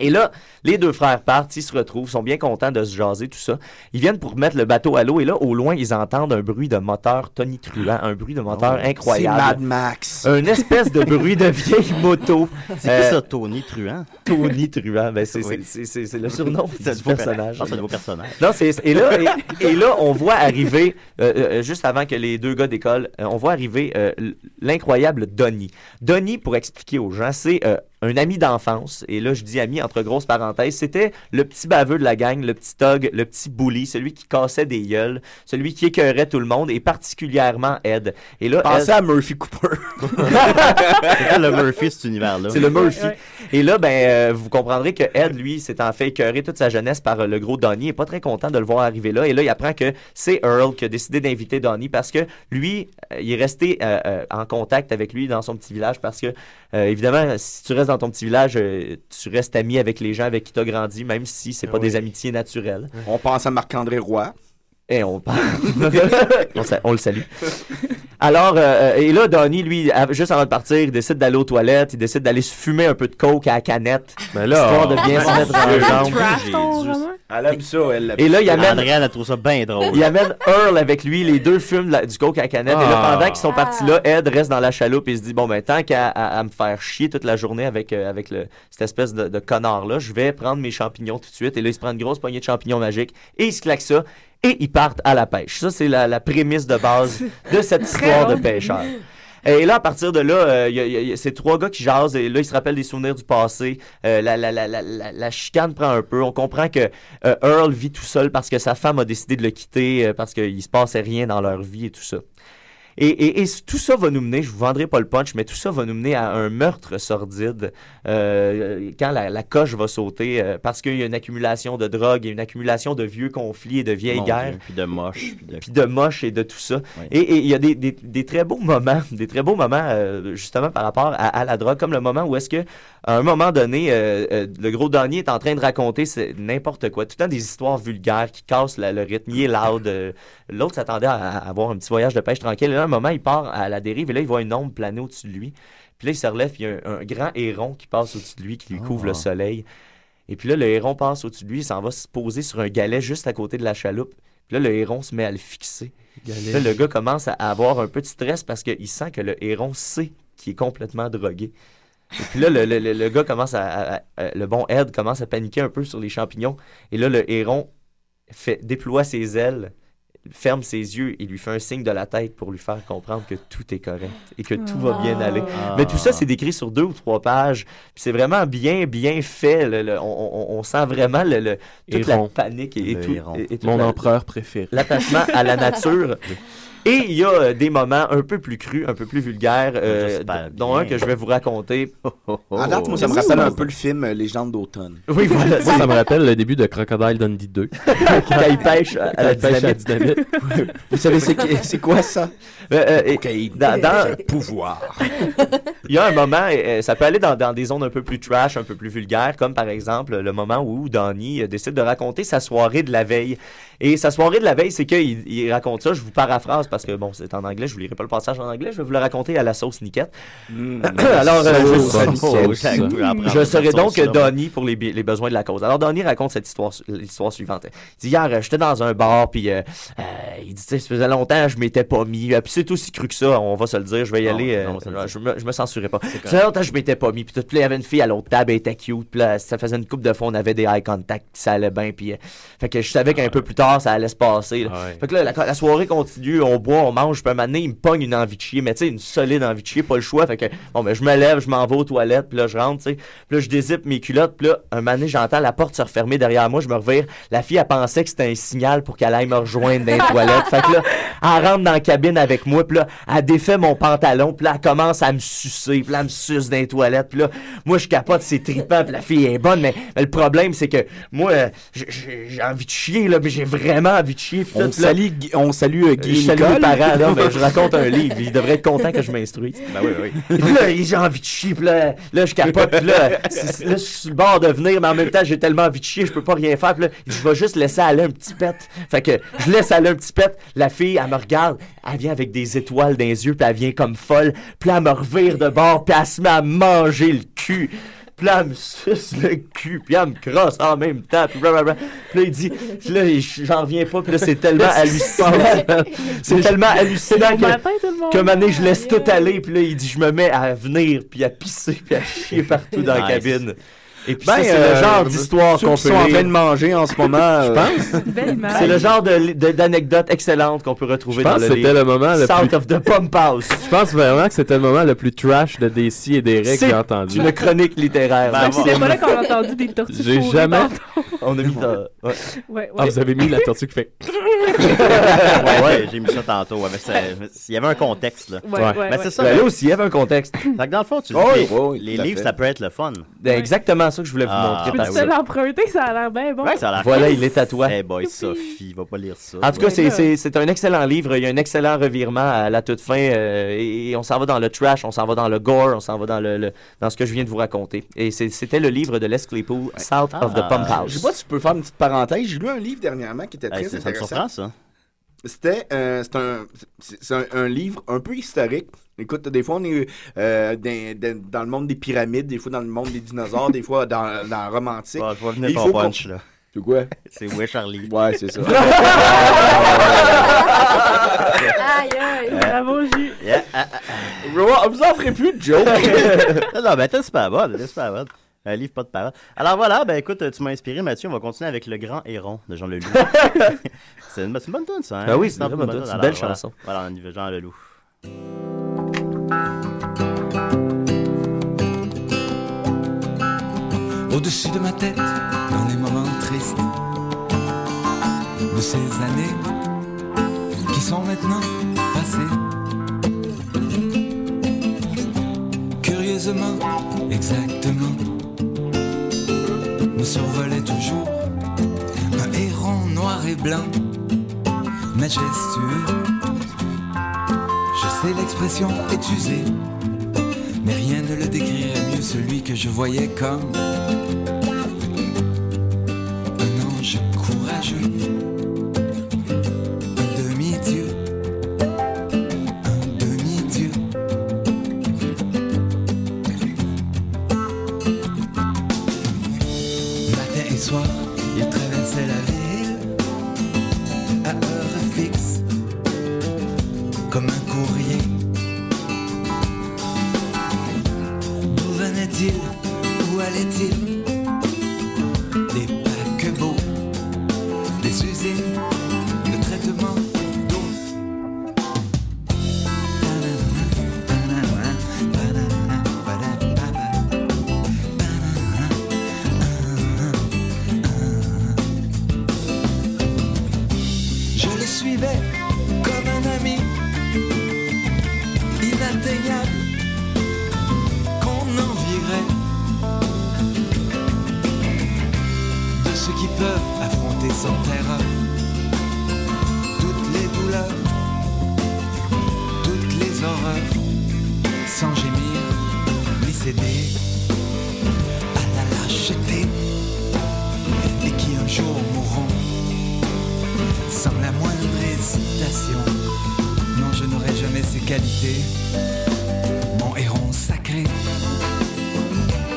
[SPEAKER 10] Et là, les deux frères partent, ils se retrouvent, sont bien contents de se jaser, tout ça. Ils viennent pour mettre le bateau à l'eau et là, au loin, ils entendent un bruit de moteur tonitruant, un bruit de moteur incroyable.
[SPEAKER 9] C'est Mad Max.
[SPEAKER 10] Un espèce de bruit de vieille moto.
[SPEAKER 7] C'est quoi ça, Tony Truant?
[SPEAKER 10] Tony Truant, ben c'est
[SPEAKER 7] Oui.
[SPEAKER 10] c'est- c'est- c'est le surnom
[SPEAKER 7] C'est un
[SPEAKER 10] du
[SPEAKER 7] nouveau
[SPEAKER 10] personnage.
[SPEAKER 7] per- c'est un nouveau personnage.
[SPEAKER 10] Non, c'est- et, là, et, et là, on voit arriver, euh, euh, juste avant que les deux gars décollent, euh, on voit arriver euh, l- l'incroyable Donnie. Donnie, pour expliquer aux gens, c'est euh, un ami d'enfance. Et là, je dis ami entre grosses parenthèses. C'était le petit baveux de la gang, le petit tog, le petit bully, celui qui cassait des gueules, celui qui écœurait tout le monde, et particulièrement Ed. Et là,
[SPEAKER 9] Pensez
[SPEAKER 12] Euh,
[SPEAKER 10] Ed-
[SPEAKER 9] à Murphy Cooper.
[SPEAKER 10] c'est le Murphy, cet univers-là. C'est le Murphy.
[SPEAKER 9] Ouais, ouais.
[SPEAKER 10] Et là, ben, euh, vous comprendrez que Ed, lui, s'est en fait écœurer toute sa jeunesse par euh, le gros Donnie. Il est pas très content de le voir arriver là. Et là, il apprend que c'est Earl qui a décidé d'inviter Donnie parce que lui, euh, il est resté euh, euh, en contact avec lui dans son petit village parce que, euh, évidemment, si tu restes dans ton petit village, euh, tu restes ami avec les gens avec qui tu as grandi, même si c'est pas
[SPEAKER 9] Ah oui.
[SPEAKER 10] des amitiés naturelles.
[SPEAKER 9] On pense à Marc-André Roy.
[SPEAKER 10] Et Eh, on parle. on, sa- on le salue. Alors, euh, euh, et là, Donnie, lui, av- juste avant de partir, il décide d'aller aux toilettes, il décide d'aller se fumer un peu de coke à la canette,
[SPEAKER 9] Ben
[SPEAKER 10] histoire de bien se mettre en jambe.
[SPEAKER 9] Elle aime ça, elle.
[SPEAKER 10] Et là, il amène-
[SPEAKER 7] Andréane, elle trouve ça bien drôle.
[SPEAKER 10] Il amène Earl avec lui, les deux fument de la- du coke à la canette. Et là,
[SPEAKER 7] Ah.
[SPEAKER 10] pendant qu'ils sont partis là, Ed reste dans la chaloupe et se dit Bon, ben, tant qu'à à- à me faire chier toute la journée avec, euh, avec le, cette espèce de, de connard-là, je vais prendre mes champignons tout de suite. Et là, il se prend une grosse poignée de champignons magiques et il se claque ça et ils partent à la pêche. Ça, c'est la, la prémisse de base de cette
[SPEAKER 1] Très
[SPEAKER 10] histoire de
[SPEAKER 1] bon.
[SPEAKER 10] pêcheur. Et là, à partir de là, euh, y a- y a- y a ces trois gars qui jasent, et là, ils se rappellent des souvenirs du passé. Euh, la, la, la, la, la, la chicane prend un peu. On comprend que euh, Earl vit tout seul parce que sa femme a décidé de le quitter, euh, parce qu'il se passait rien dans leur vie et tout ça. Et, et- et tout ça va nous mener, je vous vendrai pas le punch, mais tout ça va nous mener à un meurtre sordide euh, quand la, la coche va sauter euh, parce qu'il y a une accumulation de drogue et une accumulation de vieux conflits et de vieilles
[SPEAKER 7] Mon Dieu,
[SPEAKER 10] guerres
[SPEAKER 7] Puis de moche. Puis de...
[SPEAKER 10] puis de moche et de tout ça. Et et il y a des, des- des très beaux moments, des très beaux moments euh, justement par rapport à, à la drogue, comme le moment où est-ce que à un moment donné, euh, euh, le gros Donnie est en train de raconter c'est n'importe quoi, tout le temps des histoires vulgaires qui cassent la- le rythme, il est loud. euh, L'autre s'attendait à, à avoir un petit voyage de pêche tranquille. Et là, à un moment, il part à la dérive et là, il voit une ombre planer au-dessus de lui. Puis là, il se relève, puis il y a un, un grand héron qui passe au-dessus de lui, qui lui couvre
[SPEAKER 7] Ah.
[SPEAKER 10] le soleil. Et puis là, le héron passe au-dessus de lui, il s'en va se poser sur un galet juste à côté de la chaloupe. Puis là, le héron se met à le fixer.
[SPEAKER 12] Galet.
[SPEAKER 10] Là, le gars commence à avoir un peu de stress parce qu'il sent que le héron sait qu'il est complètement drogué. Et puis là, le, le- le- le gars commence à, à- à- à- Le bon Ed commence à paniquer un peu sur les champignons. Et là, le héron fait, déploie ses ailes, ferme ses yeux et lui fait un signe de la tête pour lui faire comprendre que tout est correct et que tout va bien
[SPEAKER 7] Ah.
[SPEAKER 10] aller. Mais tout ça,
[SPEAKER 7] Ah.
[SPEAKER 10] c'est décrit sur deux ou trois pages. Puis c'est vraiment bien, bien fait. le- le- on, on- on sent vraiment le, le- toute la
[SPEAKER 12] Héron.
[SPEAKER 10] panique et, et
[SPEAKER 12] Le
[SPEAKER 10] tout.
[SPEAKER 12] héron.
[SPEAKER 10] et- et toute
[SPEAKER 12] Mon
[SPEAKER 10] la-
[SPEAKER 12] empereur préféré.
[SPEAKER 10] L'attachement à la nature. Et il y a euh, des moments un peu plus crus, un peu plus vulgaires, euh, dont un que je vais vous raconter.
[SPEAKER 12] Oh,
[SPEAKER 10] Oh.
[SPEAKER 9] À date, moi, ça me rappelle un peu le film euh, Légende d'automne.
[SPEAKER 10] Oui, voilà.
[SPEAKER 12] Moi, ça me rappelle le début de Crocodile Dundee 2.
[SPEAKER 10] Quand il pêche à, à la
[SPEAKER 12] Quand il pêche à la
[SPEAKER 10] dynamite.
[SPEAKER 12] dynamite.
[SPEAKER 10] Vous savez, c'est qui- c'est quoi ça? dans,
[SPEAKER 9] Le
[SPEAKER 10] pouvoir. Il y a un moment, euh, ça peut aller dans, dans des zones un peu plus trash, un peu plus vulgaires, comme par exemple le moment où Danny euh, décide de raconter sa soirée de la veille. Et sa soirée de la veille, c'est qu'il il raconte ça, je vous paraphrase parce parce que bon, c'est en anglais, je vous lirai pas le passage en anglais, je vais vous le raconter à la sauce niquette.
[SPEAKER 1] Alors,
[SPEAKER 10] Alors, euh,
[SPEAKER 1] je,
[SPEAKER 10] je, je serai donc Donnie pour les, bi- les besoins de la cause. Alors, Donnie raconte cette histoire, su- l'histoire suivante. Il dit, hier, euh, j'étais dans un bar, puis euh, euh, il dit, tu sais, ça faisait longtemps, je m'étais pas mis. Euh, Puis c'est aussi cru que ça, on va se le dire, je vais y aller. euh, je, me, je me censurerai pas. Ça faisait longtemps que je m'étais pas mis. Puis tout, puis là, il y avait une fille à l'autre table, elle était cute. Puis là, ça faisait une coupe de fond, on avait des eye contact, ça allait bien. Puis, euh, fait que je savais qu'un peu plus tard, ça allait se passer. là. Fait que là, la, la soirée continue, on boit, on mange, puis un moment donné, il me pogne une envie de chier, mais tu sais, une solide envie de chier, pas le choix. Fait que, bon, ben, je me lève, je m'en vais aux toilettes, puis là, je rentre, tu sais. Puis là, je dézippe mes culottes, puis là, un moment donné, j'entends la porte se refermer derrière moi, je me revire. La fille, elle pensait que c'était un signal pour qu'elle aille me rejoindre dans les toilettes. Fait que là, elle rentre dans la cabine avec moi, puis là, elle défait mon pantalon, puis là, elle commence à me sucer, puis là, elle me suce dans les toilettes, puis là, moi, je capote, c'est trippant, puis la fille est bonne, mais, mais le problème, c'est que moi, euh, j- j'ai j'ai envie de chier, là, mais j'ai vraiment envie de chier. puis
[SPEAKER 9] On
[SPEAKER 10] tout, puis là-
[SPEAKER 9] salue Guy- on salue, euh, Guy
[SPEAKER 10] Je salue mes
[SPEAKER 9] Nicole.
[SPEAKER 10] parents, là, mais je raconte un livre. Ils devraient être contents que je m'instruise. Ben oui, oui. Puis là, j'ai envie de chier. Puis là, là, je capote. Puis là, c'est- là, je suis sur le bord de venir, mais en même temps, j'ai tellement envie de chier, je peux pas rien faire. Puis là, je vais juste laisser aller un petit pet. Fait que je laisse aller un petit pet. La fille, elle me regarde. Elle vient avec des étoiles dans les yeux, puis elle vient comme folle. Puis là, elle me revire de bord, puis elle se met à manger le cul. Puis là, elle me suce le cul, puis elle me crosse en même temps, puis blablabla. Puis là, il dit, puis là, je- j'en reviens pas, puis là, c'est tellement hallucinant. c'est tellement hallucinant
[SPEAKER 11] Bon matin, tout le
[SPEAKER 10] que,
[SPEAKER 11] monde.
[SPEAKER 10] que mané, je laisse tout aller, puis là, il dit, je me mets à venir, puis à pisser, puis à chier partout dans la
[SPEAKER 9] Nice.
[SPEAKER 10] cabine. Et puis
[SPEAKER 9] Ben,
[SPEAKER 10] ça, c'est
[SPEAKER 9] euh,
[SPEAKER 10] le genre d'histoire
[SPEAKER 9] ceux
[SPEAKER 10] qu'on
[SPEAKER 9] qui
[SPEAKER 10] peut
[SPEAKER 9] sont en train
[SPEAKER 10] lire.
[SPEAKER 9] de manger en ce moment,
[SPEAKER 10] Je
[SPEAKER 9] euh,
[SPEAKER 10] pense.
[SPEAKER 11] Belle image.
[SPEAKER 10] C'est le genre de- de- d'anecdote excellente qu'on peut retrouver
[SPEAKER 12] Je
[SPEAKER 10] dans
[SPEAKER 12] pense
[SPEAKER 10] le
[SPEAKER 12] que c'était
[SPEAKER 10] livre.
[SPEAKER 12] le moment le
[SPEAKER 10] South
[SPEAKER 12] plus-
[SPEAKER 10] of the Pump House.
[SPEAKER 12] Je pense vraiment que c'était le moment le plus trash de DC et des que
[SPEAKER 10] C'est
[SPEAKER 12] j'ai entendu.
[SPEAKER 10] une chronique littéraire.
[SPEAKER 11] Fait que C'était pas là qu'on a entendu des tortues
[SPEAKER 12] J'ai
[SPEAKER 11] fourrées
[SPEAKER 12] jamais.
[SPEAKER 11] dans-
[SPEAKER 10] On a mis ça.
[SPEAKER 11] Ouais, ouais.
[SPEAKER 12] Ah, vous avez mis la tortue qui fait.
[SPEAKER 7] ouais, ouais, j'ai mis ça tantôt. ouais, mais c'est- mais il y avait un contexte, là.
[SPEAKER 10] Ouais, ouais,
[SPEAKER 7] mais
[SPEAKER 10] ouais.
[SPEAKER 7] c'est ça.
[SPEAKER 10] Ben,
[SPEAKER 7] mais-
[SPEAKER 10] là aussi, il y avait un contexte.
[SPEAKER 7] Fait que dans le fond, tu dis,
[SPEAKER 10] Oh,
[SPEAKER 7] que les,
[SPEAKER 10] oui, oui,
[SPEAKER 7] les
[SPEAKER 10] tout à
[SPEAKER 7] livres,
[SPEAKER 10] fait.
[SPEAKER 7] ça peut être le fun.
[SPEAKER 10] C'est exactement ça que je voulais vous
[SPEAKER 7] Ah,
[SPEAKER 10] montrer.
[SPEAKER 7] ben
[SPEAKER 10] par
[SPEAKER 11] Tu peux l'emprunter, ça a l'air bien bon.
[SPEAKER 7] Ouais, ça a l'air
[SPEAKER 10] Voilà,
[SPEAKER 7] cool.
[SPEAKER 10] il est à toi.
[SPEAKER 7] Eh boy, Sophie, va pas lire ça.
[SPEAKER 10] En tout cas,
[SPEAKER 7] Ouais.
[SPEAKER 10] c'est- c'est c'est un excellent livre. Il y a un excellent revirement à la toute fin. euh, et, et on s'en va dans le trash, on s'en va dans le gore, on s'en va dans, le, le- dans ce que je viens de vous raconter. Et c'est- c'était le livre de Les Claypool, South
[SPEAKER 7] Ah.
[SPEAKER 10] of the Pump
[SPEAKER 9] Ah, Je sais
[SPEAKER 10] House.
[SPEAKER 9] pas si tu peux faire une petite parenthèse. J'ai lu un livre dernièrement qui était très
[SPEAKER 7] Hey, ça me
[SPEAKER 9] intéressant.
[SPEAKER 7] surprend, ça.
[SPEAKER 9] C'était euh, c'est un, c'est- c'est un, un livre un peu historique. Écoute, des fois, on est euh, dans, dans- dans le monde des pyramides, des fois dans le monde des dinosaures, des fois dans, dans la Rome antique.
[SPEAKER 7] Bon, je vais venir
[SPEAKER 9] Il
[SPEAKER 7] ton
[SPEAKER 9] faut
[SPEAKER 7] punch,
[SPEAKER 9] qu'on-
[SPEAKER 7] là.
[SPEAKER 9] C'est quoi?
[SPEAKER 7] C'est Ouais, Charlie.
[SPEAKER 9] Ouais, c'est ça.
[SPEAKER 1] Ah,
[SPEAKER 6] Aïe, aïe.
[SPEAKER 11] Bravo, J.
[SPEAKER 7] Yeah, ah, ah,
[SPEAKER 9] On vous en ferait plus de jokes.
[SPEAKER 7] non, non, ben, t'es super bonne, t'es super bonne. Un livre, pas de parole. Alors voilà, ben écoute, tu m'as inspiré, Mathieu. On va continuer avec Le Grand Héron de Jean Leloup. c'est une, c'est une bonne tune, ça. Hein?
[SPEAKER 10] Ben oui, c'est une
[SPEAKER 7] une
[SPEAKER 10] vraie bonne tune, c'est une
[SPEAKER 7] Alors,
[SPEAKER 10] belle
[SPEAKER 7] voilà.
[SPEAKER 10] chanson.
[SPEAKER 7] Voilà, on y va, Jean Leloup.
[SPEAKER 5] au-dessus de ma tête dans les moments tristes de ces années qui sont maintenant passées. Curieusement, exactement, me survolait toujours un héron noir et blanc, majestueux. Je sais l'expression est usée, mais rien ne le décrirait mieux celui que je voyais comme un ange courageux, un demi-dieu, un demi-dieu. Matin et soir, il traversait la ville à heure fixe, comme un courrier. D'où venait-il Où allait-il des paquebots, des usines, le traitement d'eau. Je le suivais comme un ami inatteignable qu'on envierait. de ceux qui peuvent affronter sans terreur toutes les douleurs, toutes les horreurs, sans gémir ni céder à la lâcheté, et qui un jour mourront sans la moindre hésitation. qualité, mon héron sacré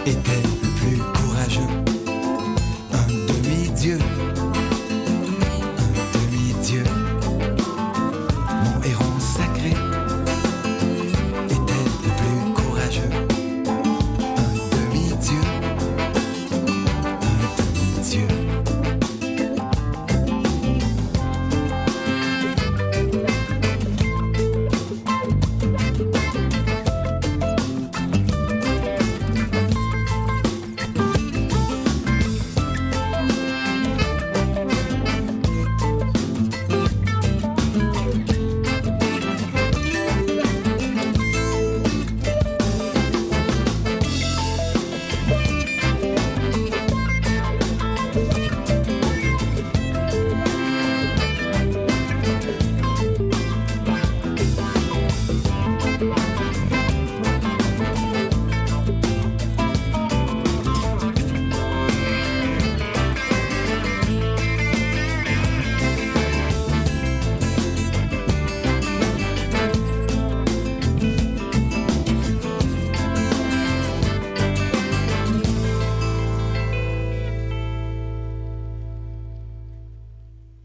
[SPEAKER 5] était le plus courageux, un demi-dieu, un demi-dieu. Mon héron sacré était le plus courageux, un demi-dieu, un demi-dieu.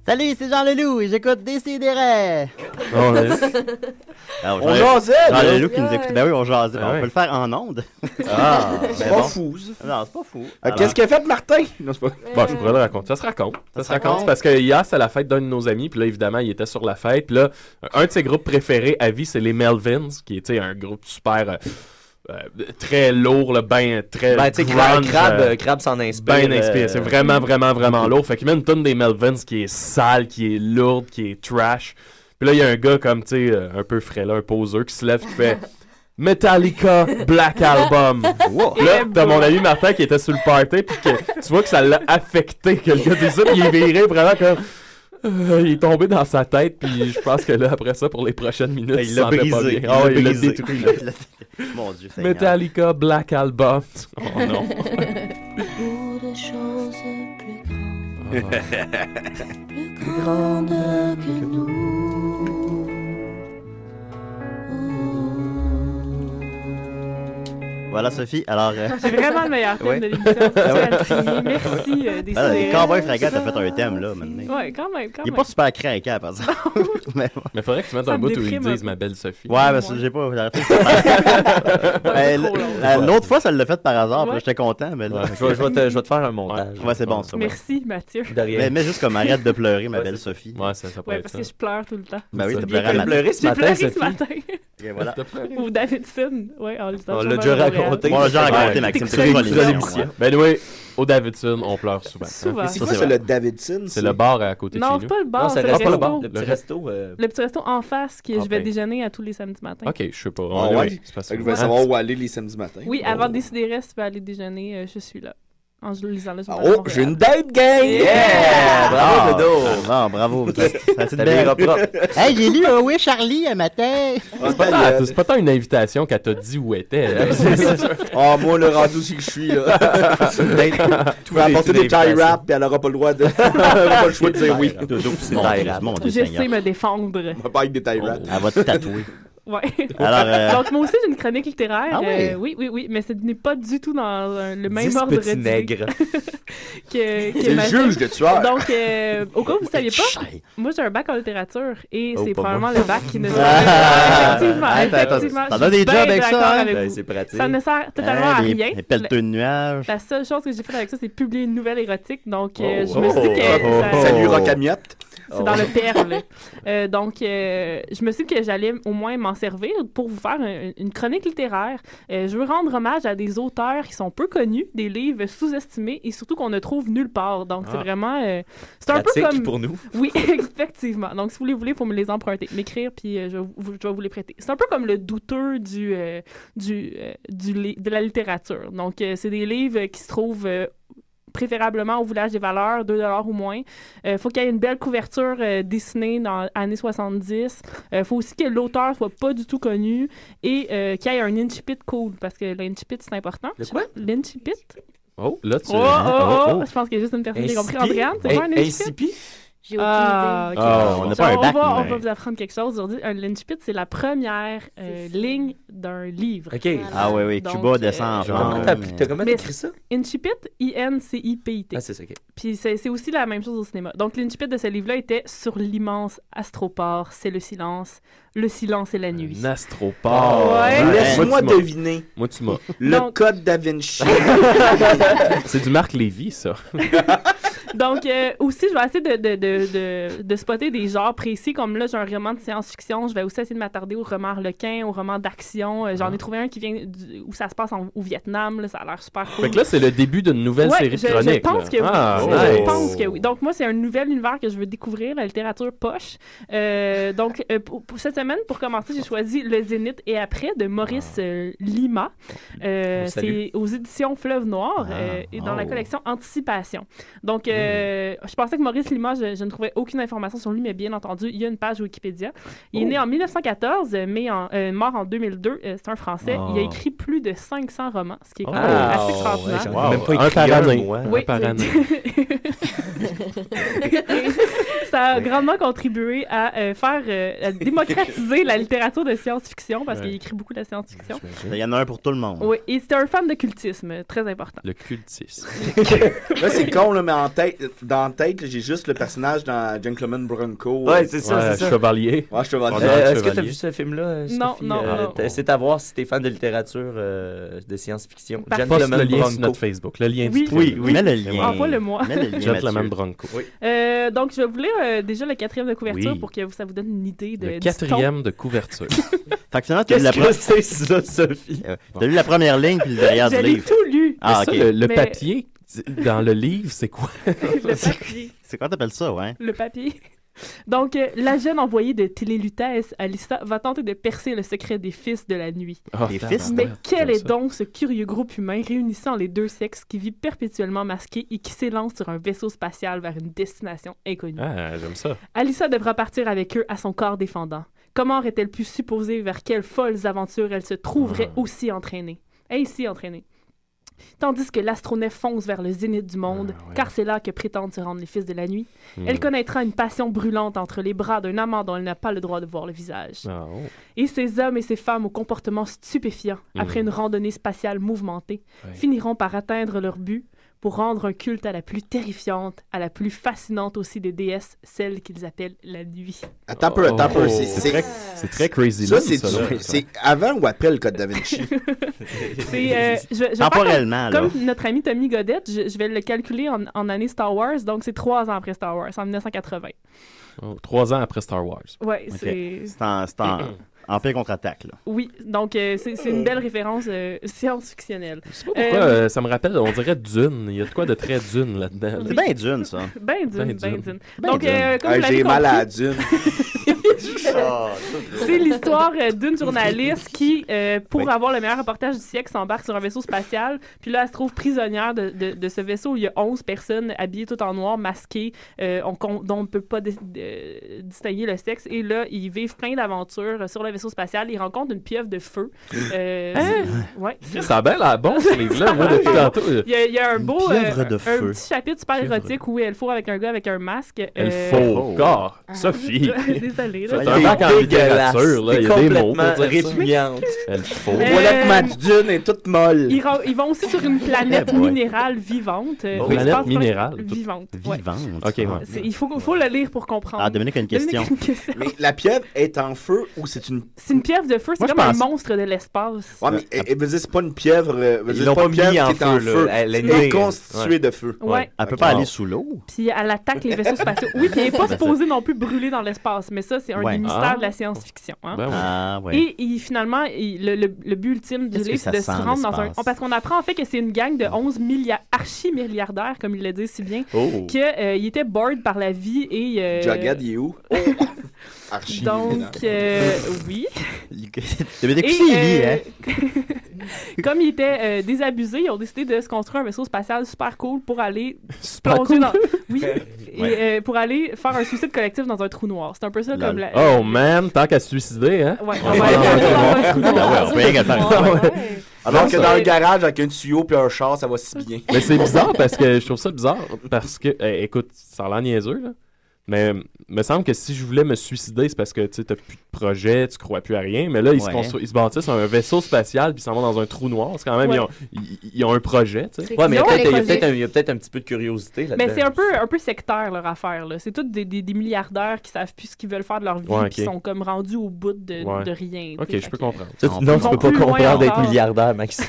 [SPEAKER 7] Salut, c'est Jean Leloup et j'écoute Décideret.
[SPEAKER 1] Oh, là, là. On jasait,
[SPEAKER 7] Jean
[SPEAKER 1] là.
[SPEAKER 7] Leloup qui nous écoute. Ben oui, on jasait.
[SPEAKER 1] Ah
[SPEAKER 7] on
[SPEAKER 1] ouais.
[SPEAKER 7] peut le faire en onde.
[SPEAKER 1] Ah, c'est
[SPEAKER 7] ben
[SPEAKER 1] pas
[SPEAKER 7] bon.
[SPEAKER 1] fou,
[SPEAKER 7] Non, c'est pas fou.
[SPEAKER 12] Ah,
[SPEAKER 7] Alors-
[SPEAKER 12] qu'est-ce
[SPEAKER 9] Qu'est-ce qu'a fait Martin? Non, c'est pas...
[SPEAKER 12] Bon, je pourrais le raconter. Ça se raconte. Ben, Ça, se raconte
[SPEAKER 9] raconte.
[SPEAKER 12] parce que hier, c'était la fête d'un de nos amis. Puis là, évidemment, il était sur la fête. Puis là, un de ses groupes préférés à vie, c'est les Melvins, qui était un groupe super. euh, euh, très lourd, le ben très.
[SPEAKER 10] Ben, tu sais, Cra-
[SPEAKER 12] grunge,
[SPEAKER 10] Crabbe-
[SPEAKER 12] euh,
[SPEAKER 10] Crabbe s'en inspire,
[SPEAKER 12] Ben inspire.
[SPEAKER 10] euh,
[SPEAKER 12] C'est vraiment, vraiment, vraiment lourd. Fait qu'il met une tonne des Melvins qui est sale, qui est lourde, qui est trash. Puis là, il y a un gars comme, tu sais, euh, un peu frais, là, un poseur qui se lève, qui fait. Metallica Black Album. Puis Là, t'as mon ami Martin qui était sur le party, puis que tu vois que ça l'a affecté, que le gars dit ça, puis il est viré vraiment comme. euh, il est tombé dans sa tête, puis je pense que là, après ça, pour les prochaines minutes,
[SPEAKER 7] Ben,
[SPEAKER 12] il
[SPEAKER 7] il l'a
[SPEAKER 12] s'en fait pas bien.
[SPEAKER 7] brisé. Il
[SPEAKER 12] Ah
[SPEAKER 7] l'a
[SPEAKER 12] ouais, Il l'a
[SPEAKER 7] brisé.
[SPEAKER 12] détruit.
[SPEAKER 7] Il l'a- Mon Dieu, Seigneur.
[SPEAKER 12] Metallica Black Album. Oh non.
[SPEAKER 8] Pour de choses plus
[SPEAKER 1] Ah.
[SPEAKER 8] plus grandes que nous.
[SPEAKER 7] Voilà, Sophie. Alors. euh,
[SPEAKER 11] C'est vraiment le meilleur thème
[SPEAKER 7] Ouais.
[SPEAKER 11] de l'émission.
[SPEAKER 7] Ah
[SPEAKER 11] Ça,
[SPEAKER 7] ouais.
[SPEAKER 11] Anthony, merci, euh, des
[SPEAKER 7] Voilà, Les
[SPEAKER 11] sirènes.
[SPEAKER 7] Cowboys Fragats, t'as fait un thème, là, maintenant.
[SPEAKER 11] Ouais, quand même, quand
[SPEAKER 7] Il est
[SPEAKER 11] même.
[SPEAKER 7] pas super craquant, par exemple. mais,
[SPEAKER 12] Mais faudrait que tu mettes
[SPEAKER 11] Ça
[SPEAKER 12] un
[SPEAKER 11] me
[SPEAKER 12] bout où ils
[SPEAKER 11] déprime un
[SPEAKER 12] disent
[SPEAKER 11] peu.
[SPEAKER 12] ma belle Sophie.
[SPEAKER 7] Ouais, parce que j'ai pas. j'ai arrêté de faire. Ben,
[SPEAKER 12] trop long.
[SPEAKER 7] la- L'autre fois, ça l'a fait par hasard, puis
[SPEAKER 11] Ouais.
[SPEAKER 7] j'étais content, mais là.
[SPEAKER 10] Ouais, je vais- je vais te- je vais te faire un montage.
[SPEAKER 7] Ouais, c'est bon, ça. ouais.
[SPEAKER 11] Merci, Mathieu.
[SPEAKER 7] Mais, mais juste comme arrête de pleurer, ma belle Sophie.
[SPEAKER 12] Ouais, ça, ça
[SPEAKER 11] Ouais, parce que je pleure tout le temps.
[SPEAKER 7] Ben oui,
[SPEAKER 11] C'est
[SPEAKER 7] t'as
[SPEAKER 11] bien
[SPEAKER 7] pleuré
[SPEAKER 11] connu.
[SPEAKER 7] à matin. Pleuré ce
[SPEAKER 11] J'ai
[SPEAKER 7] matin,
[SPEAKER 11] pleuré
[SPEAKER 7] Sophie.
[SPEAKER 11] ce matin.
[SPEAKER 7] Et voilà. T'as
[SPEAKER 12] pleuré.
[SPEAKER 11] Ou Davidson. Ouais, en lisant
[SPEAKER 12] On
[SPEAKER 11] le
[SPEAKER 12] l'a
[SPEAKER 11] journal
[SPEAKER 12] déjà
[SPEAKER 11] de Montréal.
[SPEAKER 12] raconté.
[SPEAKER 7] Bon, on l'a déjà raconté,
[SPEAKER 12] Ouais.
[SPEAKER 7] Maxime,
[SPEAKER 12] T'écoutes
[SPEAKER 7] c'est pas l'émission,
[SPEAKER 12] l'émission.
[SPEAKER 7] ouais.
[SPEAKER 12] Ben oui, au Davidson, on pleure souvent.
[SPEAKER 11] Souvent.
[SPEAKER 12] Hein.
[SPEAKER 11] C'est
[SPEAKER 12] Ça,
[SPEAKER 11] quoi,
[SPEAKER 9] c'est
[SPEAKER 12] vrai.
[SPEAKER 9] le Davidson,
[SPEAKER 12] C'est
[SPEAKER 9] c'est-
[SPEAKER 12] le bar à côté de chez
[SPEAKER 11] Non,
[SPEAKER 12] nous.
[SPEAKER 11] c'est pas le bar,
[SPEAKER 10] Non, c'est
[SPEAKER 11] c'est le
[SPEAKER 10] le
[SPEAKER 11] resto.
[SPEAKER 10] resto. Le petit
[SPEAKER 12] re-
[SPEAKER 10] resto, euh,
[SPEAKER 11] Le petit resto en face que je vais
[SPEAKER 12] Ok.
[SPEAKER 11] déjeuner à tous les samedis matins.
[SPEAKER 12] Ok, je sais pas.
[SPEAKER 9] Ah
[SPEAKER 12] Ouais,
[SPEAKER 9] ouais?
[SPEAKER 12] oui, c'est parce
[SPEAKER 9] Fait que
[SPEAKER 12] que-
[SPEAKER 9] je vais
[SPEAKER 12] Ah,
[SPEAKER 9] savoir où aller les samedis matins.
[SPEAKER 11] Oui, avant de décider reste, tu peux aller déjeuner, euh, je suis là. En lisant
[SPEAKER 7] Ah,
[SPEAKER 11] le journal de
[SPEAKER 9] Oh,
[SPEAKER 11] Montréal.
[SPEAKER 9] j'ai une date, gang!
[SPEAKER 7] Yeah!
[SPEAKER 9] Bravo,
[SPEAKER 7] Ah,
[SPEAKER 9] Dodo!
[SPEAKER 7] ah, bravo. Ça, ça, c'est
[SPEAKER 9] T'as
[SPEAKER 7] belle.
[SPEAKER 9] bien repris.
[SPEAKER 7] Hey, j'ai lu un Oui Charlie un matin.
[SPEAKER 12] C'est pas, tant- c'est pas tant une invitation qu'elle t'a dit où était. hein.
[SPEAKER 9] Ah, moi, le rendu aussi que je suis, là. Tu vas
[SPEAKER 12] les-
[SPEAKER 9] apporter
[SPEAKER 12] toutes
[SPEAKER 9] des
[SPEAKER 12] les
[SPEAKER 9] tie rap puis elle aura pas le droit de. elle aura pas le choix de dire oui.
[SPEAKER 7] Dodo, c'est
[SPEAKER 9] Mon
[SPEAKER 7] tie
[SPEAKER 9] Dieu,
[SPEAKER 7] rap.
[SPEAKER 9] mon
[SPEAKER 7] Dieu
[SPEAKER 9] Dieu.
[SPEAKER 11] Je
[SPEAKER 7] Seigneur. Oh,
[SPEAKER 11] sais me défendre.
[SPEAKER 9] Ma bike des Oh. tie rap.
[SPEAKER 7] Elle va te tatouer.
[SPEAKER 11] Ouais.
[SPEAKER 7] Alors, euh,
[SPEAKER 11] Donc, moi aussi, j'ai une chronique littéraire.
[SPEAKER 7] Ah ouais?
[SPEAKER 11] Euh, oui, oui, oui, mais ce n'est pas du tout dans euh, le même
[SPEAKER 10] Dix
[SPEAKER 11] ordre
[SPEAKER 10] petits
[SPEAKER 11] d'idées
[SPEAKER 10] nègres.
[SPEAKER 11] que, que
[SPEAKER 10] C'est le
[SPEAKER 11] ma-
[SPEAKER 10] juge de tueur.
[SPEAKER 11] Donc, euh, au cas où vous ne saviez pas, moi, j'ai un bac en littérature et
[SPEAKER 10] Oh,
[SPEAKER 11] c'est
[SPEAKER 10] pas
[SPEAKER 11] probablement
[SPEAKER 10] moi.
[SPEAKER 11] le bac qui ne sert
[SPEAKER 7] Ah!
[SPEAKER 11] effectivement,
[SPEAKER 7] Hey, t'as- t'as-
[SPEAKER 11] effectivement,
[SPEAKER 7] t'as
[SPEAKER 11] je suis
[SPEAKER 7] des
[SPEAKER 11] bien
[SPEAKER 7] jobs avec ça,
[SPEAKER 11] d'accord
[SPEAKER 7] hein?
[SPEAKER 11] avec
[SPEAKER 7] Ben,
[SPEAKER 11] vous.
[SPEAKER 7] c'est pratique.
[SPEAKER 11] Ça ne sert totalement
[SPEAKER 7] Hein,
[SPEAKER 11] à
[SPEAKER 7] les-
[SPEAKER 11] rien.
[SPEAKER 7] les pelleteux de nuages.
[SPEAKER 11] La seule chose que j'ai faite avec ça, c'est publier une nouvelle érotique. Donc, euh,
[SPEAKER 7] Oh,
[SPEAKER 11] je me suis dit
[SPEAKER 7] oh,
[SPEAKER 11] que.
[SPEAKER 7] oh,
[SPEAKER 11] ça-
[SPEAKER 7] oh.
[SPEAKER 9] Salut, Rocamiotte.
[SPEAKER 11] c'est
[SPEAKER 10] Oh.
[SPEAKER 11] dans le perle. Euh, donc, euh, je me suis dit que j'allais au moins m'en servir pour vous faire un- une chronique littéraire. Euh, je veux rendre hommage à des auteurs qui sont peu connus, des livres sous-estimés et surtout qu'on ne trouve nulle part. Donc, c'est
[SPEAKER 10] Ah.
[SPEAKER 11] vraiment... euh, c'est un peu
[SPEAKER 10] Pratique
[SPEAKER 11] comme...
[SPEAKER 10] pour nous.
[SPEAKER 11] Oui, effectivement. Donc, si vous les voulez, il faut me les emprunter, m'écrire, puis euh, je, vous- je vais vous les prêter. C'est un peu comme le douteux du, euh, du, euh, du li- de la littérature. Donc, euh, c'est des livres qui se trouvent euh, préférablement au village des valeurs, 2 ou moins. Il faut qu'il y ait une belle couverture euh, dessinée dans les années 70. Il faut aussi que l'auteur soit pas du tout connu et euh, qu'il y ait un incipit cool, parce que l'incipit, c'est important.
[SPEAKER 10] Le quoi?
[SPEAKER 11] L'incipit.
[SPEAKER 12] Oh, là, tu.
[SPEAKER 11] Oh, oh, oh,
[SPEAKER 12] Oh, oh.
[SPEAKER 11] Je pense qu'il y a juste une personne qui a compris.
[SPEAKER 10] Incipit?
[SPEAKER 11] Andréane, c'est quoi un
[SPEAKER 10] Eh,
[SPEAKER 11] incipit?
[SPEAKER 10] incipit?
[SPEAKER 6] J'ai aucune
[SPEAKER 11] Ah,
[SPEAKER 6] idée.
[SPEAKER 11] ok.
[SPEAKER 7] Ah, on n'a
[SPEAKER 11] So,
[SPEAKER 7] pas un bac,
[SPEAKER 11] va, on
[SPEAKER 7] mais-
[SPEAKER 11] va vous apprendre quelque chose aujourd'hui. Un linch pit, c'est la première euh, ligne d'un livre. euh,
[SPEAKER 7] OK. Ah oui, oui, Cuba descend en
[SPEAKER 10] genre,
[SPEAKER 7] genre,
[SPEAKER 10] t'as-
[SPEAKER 7] mais-
[SPEAKER 10] t'as comment
[SPEAKER 11] Mais-
[SPEAKER 10] écrit ça?
[SPEAKER 11] Incipit, I-N-C-I-P-I-T.
[SPEAKER 10] Ah, c'est ça, OK.
[SPEAKER 11] Puis c'est c'est aussi la même chose au cinéma. Donc l'incipit de ce livre-là était sur l'immense astroport, c'est le silence, le silence et la nuit.
[SPEAKER 12] Nastroport.
[SPEAKER 11] Ouais.
[SPEAKER 9] Laisse-moi
[SPEAKER 12] oh. Moi, tu m'as-
[SPEAKER 9] deviner.
[SPEAKER 12] Moi, tu m'as.
[SPEAKER 9] Le
[SPEAKER 11] Donc-
[SPEAKER 9] code da Vinci.
[SPEAKER 12] C'est du Marc Lévy, ça.
[SPEAKER 11] Donc, euh, aussi, je vais essayer de, de, de, de, de spotter des genres précis. Comme là, j'ai un roman de science-fiction. Je vais aussi essayer de m'attarder au roman Arlequin, au roman d'action.
[SPEAKER 12] Ah.
[SPEAKER 11] Euh, J'en ai trouvé un qui vient du- où ça se passe en- au Vietnam. là, ça a l'air super cool.
[SPEAKER 12] Fait que là, c'est le début d'une nouvelle
[SPEAKER 11] Ouais,
[SPEAKER 12] série
[SPEAKER 11] je,
[SPEAKER 12] de chroniques.
[SPEAKER 11] Je pense
[SPEAKER 12] là.
[SPEAKER 11] que oui.
[SPEAKER 12] Ah,
[SPEAKER 11] Je
[SPEAKER 15] oh.
[SPEAKER 12] nice.
[SPEAKER 11] pense que oui. Donc, moi, c'est un nouvel univers que je veux découvrir, la littérature poche. Euh, donc, euh, pour, pour cette semaine, pour commencer, j'ai choisi Le Zénith et après de Maurice euh, Lima. Euh,
[SPEAKER 15] Ah. On le salue.
[SPEAKER 11] c'est aux éditions Fleuve Noir euh, et dans la
[SPEAKER 15] Oh. Hmm.
[SPEAKER 11] collection Anticipation. Donc, euh, je pensais que Maurice Lima, je, je ne trouvais aucune information sur lui, mais bien entendu, il y a une page Wikipédia. Il est
[SPEAKER 15] Oh.
[SPEAKER 11] né en 1914, euh, mais en- euh, mort en 2002. Euh, c'est un Français. Il a
[SPEAKER 15] Oh.
[SPEAKER 11] écrit plus de 500 romans, ce qui est quand
[SPEAKER 15] Oh.
[SPEAKER 11] même assez extraordinaire.
[SPEAKER 15] Wow.
[SPEAKER 12] Wow.
[SPEAKER 15] Même pas
[SPEAKER 12] un
[SPEAKER 15] écrit
[SPEAKER 12] par
[SPEAKER 15] un,
[SPEAKER 12] année.
[SPEAKER 15] moi.
[SPEAKER 12] Un
[SPEAKER 11] Oui,
[SPEAKER 12] par
[SPEAKER 11] c'est-
[SPEAKER 12] année.
[SPEAKER 11] ça a grandement contribué à euh, faire euh, à démocratiser la littérature de science-fiction parce
[SPEAKER 7] Ouais.
[SPEAKER 11] qu'il écrit beaucoup de la science-fiction.
[SPEAKER 7] Il y en a un pour tout le monde.
[SPEAKER 11] Oui, et c'était un fan de cultisme, euh, très important.
[SPEAKER 12] Le cultiste.
[SPEAKER 9] Là, c'est con, là, mais en tête, dans la tête, là, j'ai juste le personnage dans Gentleman Bronco.
[SPEAKER 10] Ouais, c'est ça, c'est ça.
[SPEAKER 12] Chevalier.
[SPEAKER 9] Ouais, Chevalier.
[SPEAKER 10] Euh,
[SPEAKER 9] Euh,
[SPEAKER 10] Est-ce que tu as vu ce film-là? euh,
[SPEAKER 11] Non,
[SPEAKER 10] Sophie?
[SPEAKER 11] non,
[SPEAKER 10] Euh,
[SPEAKER 11] non.
[SPEAKER 10] t- C'est à voir si t'es fan de littérature, euh, de science-fiction.
[SPEAKER 11] Parfait.
[SPEAKER 12] Poste le lien sur
[SPEAKER 10] Bronco.
[SPEAKER 12] notre Facebook, le lien du
[SPEAKER 10] Oui,
[SPEAKER 12] trailer.
[SPEAKER 10] oui, oui.
[SPEAKER 12] Mets le
[SPEAKER 10] lien.
[SPEAKER 11] Envoie-le-moi.
[SPEAKER 10] Mets le lien,
[SPEAKER 12] Gentleman
[SPEAKER 10] Mathieu.
[SPEAKER 12] Bronco.
[SPEAKER 11] Euh, donc, je vais vous lire euh, déjà le quatrième de couverture
[SPEAKER 12] Oui.
[SPEAKER 11] pour que ça vous donne une idée de.
[SPEAKER 12] Le
[SPEAKER 11] du
[SPEAKER 12] quatrième de couverture.
[SPEAKER 7] Fait que finalement, t'as lu la pre- Euh, T'as lu la première ligne puis le derrière
[SPEAKER 11] J'ai
[SPEAKER 7] du livre.
[SPEAKER 11] tout lu.
[SPEAKER 7] Ah,
[SPEAKER 12] Mais ça,
[SPEAKER 7] ok.
[SPEAKER 12] le, le
[SPEAKER 11] Mais-
[SPEAKER 12] papier dans le livre, c'est quoi?
[SPEAKER 11] ton. Le papier.
[SPEAKER 7] C'est quoi t'appelles ça, ouais?
[SPEAKER 11] le papier. Donc, euh, la jeune envoyée de Télélutèce, Alissa, va tenter de percer le secret des fils de la nuit.
[SPEAKER 7] Ah, Des tabarnak, fils?
[SPEAKER 11] Mais
[SPEAKER 7] j'aime
[SPEAKER 11] quel est
[SPEAKER 7] ça.
[SPEAKER 11] donc ce curieux groupe humain réunissant les deux sexes qui vit perpétuellement masqué et qui s'élance sur un vaisseau spatial vers une destination inconnue?
[SPEAKER 12] Ah, j'aime ça.
[SPEAKER 11] Alissa devra partir avec eux à son corps défendant. Comment aurait-elle pu supposer vers quelles folles aventures elle se trouverait aussi entraînée? Ainsi entraînée. Tandis que l'astronef fonce vers le zénith du monde, car c'est là que prétendent se rendre les fils de la nuit,
[SPEAKER 15] Hmm.
[SPEAKER 11] elle connaîtra une passion brûlante entre les bras d'un amant dont elle n'a pas le droit de voir le visage.
[SPEAKER 1] Ah, oh.
[SPEAKER 11] Et ces hommes et ces femmes au comportement stupéfiant,
[SPEAKER 15] Hmm.
[SPEAKER 11] après une randonnée spatiale mouvementée,
[SPEAKER 15] Ouais.
[SPEAKER 11] finiront par atteindre leur but pour rendre un culte à la plus terrifiante, à la plus fascinante aussi des déesses, celle qu'ils appellent la nuit.
[SPEAKER 9] Attends un peu, attends un
[SPEAKER 10] Oh.
[SPEAKER 9] peu. C'est-
[SPEAKER 12] C'est très- c'est très crazy
[SPEAKER 9] Ça,
[SPEAKER 12] lame,
[SPEAKER 9] c'est
[SPEAKER 12] ça,
[SPEAKER 9] du-
[SPEAKER 12] là.
[SPEAKER 9] C'est avant ou après le code da Vinci?
[SPEAKER 11] C'est, euh, je, vais- je vais faire
[SPEAKER 9] Temporellement,
[SPEAKER 11] comme,
[SPEAKER 9] là.
[SPEAKER 11] comme notre ami Tommy Godette, je, je vais le calculer en, en année Star Wars, donc c'est trois ans après Star Wars, en 1980.
[SPEAKER 12] Oh, trois ans après Star Wars.
[SPEAKER 11] Ouais,
[SPEAKER 7] Ok.
[SPEAKER 11] c'est-
[SPEAKER 7] C'est en, c'est en, en paix contre-attaque, là.
[SPEAKER 11] Oui, donc euh, c'est c'est une belle référence euh, science-fictionnelle. Je sais pas
[SPEAKER 12] Pourquoi euh, ça me rappelle, on dirait Dune. Il y a de quoi de très Dune là-dedans.
[SPEAKER 11] C'est bien
[SPEAKER 7] Dune, ça.
[SPEAKER 11] Ben dune,
[SPEAKER 12] Ben
[SPEAKER 11] ben
[SPEAKER 12] dune.
[SPEAKER 11] dune.
[SPEAKER 12] Ben
[SPEAKER 11] Donc,
[SPEAKER 12] dune.
[SPEAKER 11] euh, comme
[SPEAKER 12] Hey,
[SPEAKER 11] vous l'avez
[SPEAKER 12] j'ai mal
[SPEAKER 11] compris, euh,
[SPEAKER 12] à
[SPEAKER 9] la dune.
[SPEAKER 10] Ah,
[SPEAKER 11] C'est l'histoire euh, d'une journaliste qui, euh, pour avoir le meilleur reportage du siècle, s'embarque sur un vaisseau spatial. Puis là, elle se trouve prisonnière de, de- de ce vaisseau où il y a 11 personnes habillées tout en noir, masquées, euh, on, qu'on- dont on ne peut pas dis- euh, distinguer le sexe. Et là, ils vivent plein d'aventures sur le vaisseau spatial. Ils rencontrent une pieuvre de feu. Euh,
[SPEAKER 12] Hein?
[SPEAKER 11] ouais.
[SPEAKER 12] Ça a bien l'air bon, ce livre-là. Moi, depuis tantôt. euh,
[SPEAKER 11] Il y, a, il y a un beau
[SPEAKER 12] pieuvre
[SPEAKER 11] euh,
[SPEAKER 12] de
[SPEAKER 11] un
[SPEAKER 12] feu.
[SPEAKER 11] petit chapitre super
[SPEAKER 12] Pieuvre.
[SPEAKER 11] érotique où elle fourre avec un gars avec un masque.
[SPEAKER 12] Elle
[SPEAKER 11] euh,
[SPEAKER 12] fourre. Encore. Sophie.
[SPEAKER 11] Désolée.
[SPEAKER 12] C'est
[SPEAKER 11] là.
[SPEAKER 12] un bac en
[SPEAKER 9] dégueulasse.
[SPEAKER 12] littérature, là.
[SPEAKER 9] T'es
[SPEAKER 12] Il y a des mots.
[SPEAKER 9] complètement
[SPEAKER 12] pour dire ça.
[SPEAKER 9] répugnante.
[SPEAKER 12] Elle faut.
[SPEAKER 11] Euh,
[SPEAKER 9] Voilà que ma dune est toute molle.
[SPEAKER 11] Ils, ra- ils vont aussi sur une planète
[SPEAKER 12] Eh boy.
[SPEAKER 11] minérale vivante. euh,
[SPEAKER 12] Oh,
[SPEAKER 11] où il se
[SPEAKER 12] planète
[SPEAKER 11] passe plein-
[SPEAKER 12] minérale.
[SPEAKER 11] Vivante. ouais.
[SPEAKER 7] Vivante.
[SPEAKER 12] Ok, ouais.
[SPEAKER 11] C'est- Il faut, faut le lire pour comprendre.
[SPEAKER 7] Ah, Dominique a une question.
[SPEAKER 11] Dominique a une question.
[SPEAKER 9] Mais la pieuvre est en feu ou c'est une.
[SPEAKER 11] C'est une pieuvre de feu, c'est
[SPEAKER 9] Moi, je
[SPEAKER 11] comme un
[SPEAKER 9] pense-
[SPEAKER 11] monstre de l'espace.
[SPEAKER 9] Ouais, mais elle- elle veut dire, c'est pas une pieuvre. euh, veut
[SPEAKER 10] Ils
[SPEAKER 9] dire,
[SPEAKER 10] l'ont
[SPEAKER 9] c'est
[SPEAKER 10] pas
[SPEAKER 9] une pieuvre
[SPEAKER 10] mis en
[SPEAKER 9] qui est en
[SPEAKER 10] feu, là.
[SPEAKER 9] feu.
[SPEAKER 10] Elle est
[SPEAKER 9] Elle est
[SPEAKER 10] née.
[SPEAKER 9] constituée
[SPEAKER 10] Ouais.
[SPEAKER 9] de feu.
[SPEAKER 11] Ouais.
[SPEAKER 7] Elle peut
[SPEAKER 9] Ok.
[SPEAKER 7] pas aller sous l'eau.
[SPEAKER 11] Puis elle attaque les vaisseaux spatiaux. Oui, puis elle n'est pas
[SPEAKER 7] Ben, c'est-
[SPEAKER 11] supposée non plus brûler dans l'espace, mais ça, c'est un
[SPEAKER 7] Ouais.
[SPEAKER 11] des mystères
[SPEAKER 7] Ah.
[SPEAKER 11] de la science-fiction. hein.
[SPEAKER 7] Ben oui. Ah, ouais.
[SPEAKER 11] et, il- finalement, il- le, le- le but ultime du
[SPEAKER 7] Qu'est-ce que
[SPEAKER 11] livre,
[SPEAKER 7] ça
[SPEAKER 11] c'est de se
[SPEAKER 7] sent,
[SPEAKER 11] rendre dans un.
[SPEAKER 7] l'espace?
[SPEAKER 11] Parce qu'on apprend en fait que c'est une gang de 11 milliards, archi-milliardaires, comme il le dit si bien,
[SPEAKER 9] Oh.
[SPEAKER 11] qu'ils étaient bored par la vie et. euh,
[SPEAKER 9] Jughead, il est où? Archie.
[SPEAKER 11] Donc, euh, oui.
[SPEAKER 7] T'avais
[SPEAKER 11] Et,
[SPEAKER 7] découpé lui,
[SPEAKER 11] euh,
[SPEAKER 7] hein?
[SPEAKER 11] Comme ils étaient euh, désabusés, ils ont décidé de se construire un vaisseau spatial super cool pour aller se
[SPEAKER 12] Super
[SPEAKER 11] plonger
[SPEAKER 12] cool.
[SPEAKER 11] dans... Oui,
[SPEAKER 12] Ouais.
[SPEAKER 11] et, euh, pour aller faire un suicide collectif dans un trou noir. C'est un peu ça comme la...
[SPEAKER 12] Oh man, tant qu'à se suicider, hein?
[SPEAKER 11] Ouais.
[SPEAKER 12] On va aller dans un trou noir.
[SPEAKER 9] Ah ouais, on peut rien qu'à faire.
[SPEAKER 12] Ah ouais.
[SPEAKER 9] Alors que
[SPEAKER 12] Non,
[SPEAKER 9] dans
[SPEAKER 12] ça-
[SPEAKER 9] le garage, avec un tuyau puis un char, ça va si bien.
[SPEAKER 12] Mais c'est bizarre parce que je trouve ça bizarre parce que eh, écoute, ça a l'air niaiseux là. Mais me semble que si je voulais me suicider, c'est parce que tu n'as plus de projet, tu crois plus à rien. Mais là, ils, se,
[SPEAKER 7] Ouais.
[SPEAKER 12] constru- ils se bâtissent un vaisseau spatial puis ils s'en vont dans un trou noir. C'est quand même,
[SPEAKER 11] Ouais.
[SPEAKER 12] ils, ont, ils- ils ont un projet. tu sais.
[SPEAKER 11] C'est Ouais, mais il y a qu'ils ont peut-être- un il y a projet. peut-être un-
[SPEAKER 10] il y a peut-être un petit peu de curiosité
[SPEAKER 11] Mais c'est un peu, un peu sectaire leur affaire. là. C'est tous des, des- des milliardaires qui savent plus ce qu'ils veulent faire de leur vie
[SPEAKER 10] Ouais,
[SPEAKER 11] qui
[SPEAKER 10] ok.
[SPEAKER 11] sont comme rendus au bout de,
[SPEAKER 10] Ouais.
[SPEAKER 11] de rien.
[SPEAKER 12] Ok,
[SPEAKER 11] t'sais.
[SPEAKER 12] je
[SPEAKER 11] Fait
[SPEAKER 12] peux
[SPEAKER 11] que-
[SPEAKER 12] comprendre.
[SPEAKER 10] Ça, tu- non, tu peux pas
[SPEAKER 11] plus loin
[SPEAKER 10] comprendre d'être
[SPEAKER 11] encore.
[SPEAKER 10] milliardaire, Max.
[SPEAKER 7] Ça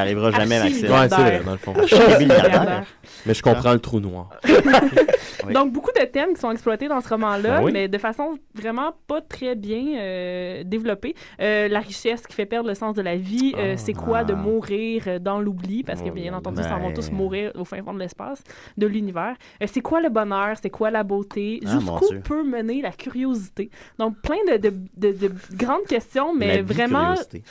[SPEAKER 7] arrivera jamais, Maxime.
[SPEAKER 12] Ouais, c'est vrai, dans le fond.
[SPEAKER 11] Archi-milliardaire.
[SPEAKER 12] Mais je comprends le trou noir. Oui.
[SPEAKER 11] Donc, beaucoup de thèmes qui sont exploités dans ce roman-là,
[SPEAKER 12] Ben oui.
[SPEAKER 11] mais de façon vraiment pas très bien euh, développée. Euh, la richesse qui fait perdre le sens de la vie,
[SPEAKER 12] Ah.
[SPEAKER 11] euh, c'est quoi de mourir euh, dans l'oubli, parce que
[SPEAKER 12] Oh
[SPEAKER 11] bien entendu, ça va
[SPEAKER 7] ben.
[SPEAKER 11] tous mourir au fin fond de l'espace, de l'univers. Euh, c'est quoi le bonheur, c'est quoi la beauté,
[SPEAKER 7] Ah, mon
[SPEAKER 11] jusqu'où
[SPEAKER 7] Dieu.
[SPEAKER 11] peut mener la curiosité. Donc, plein de, de- de- de grandes questions, mais
[SPEAKER 12] La
[SPEAKER 11] vraiment,
[SPEAKER 12] bicuriosité.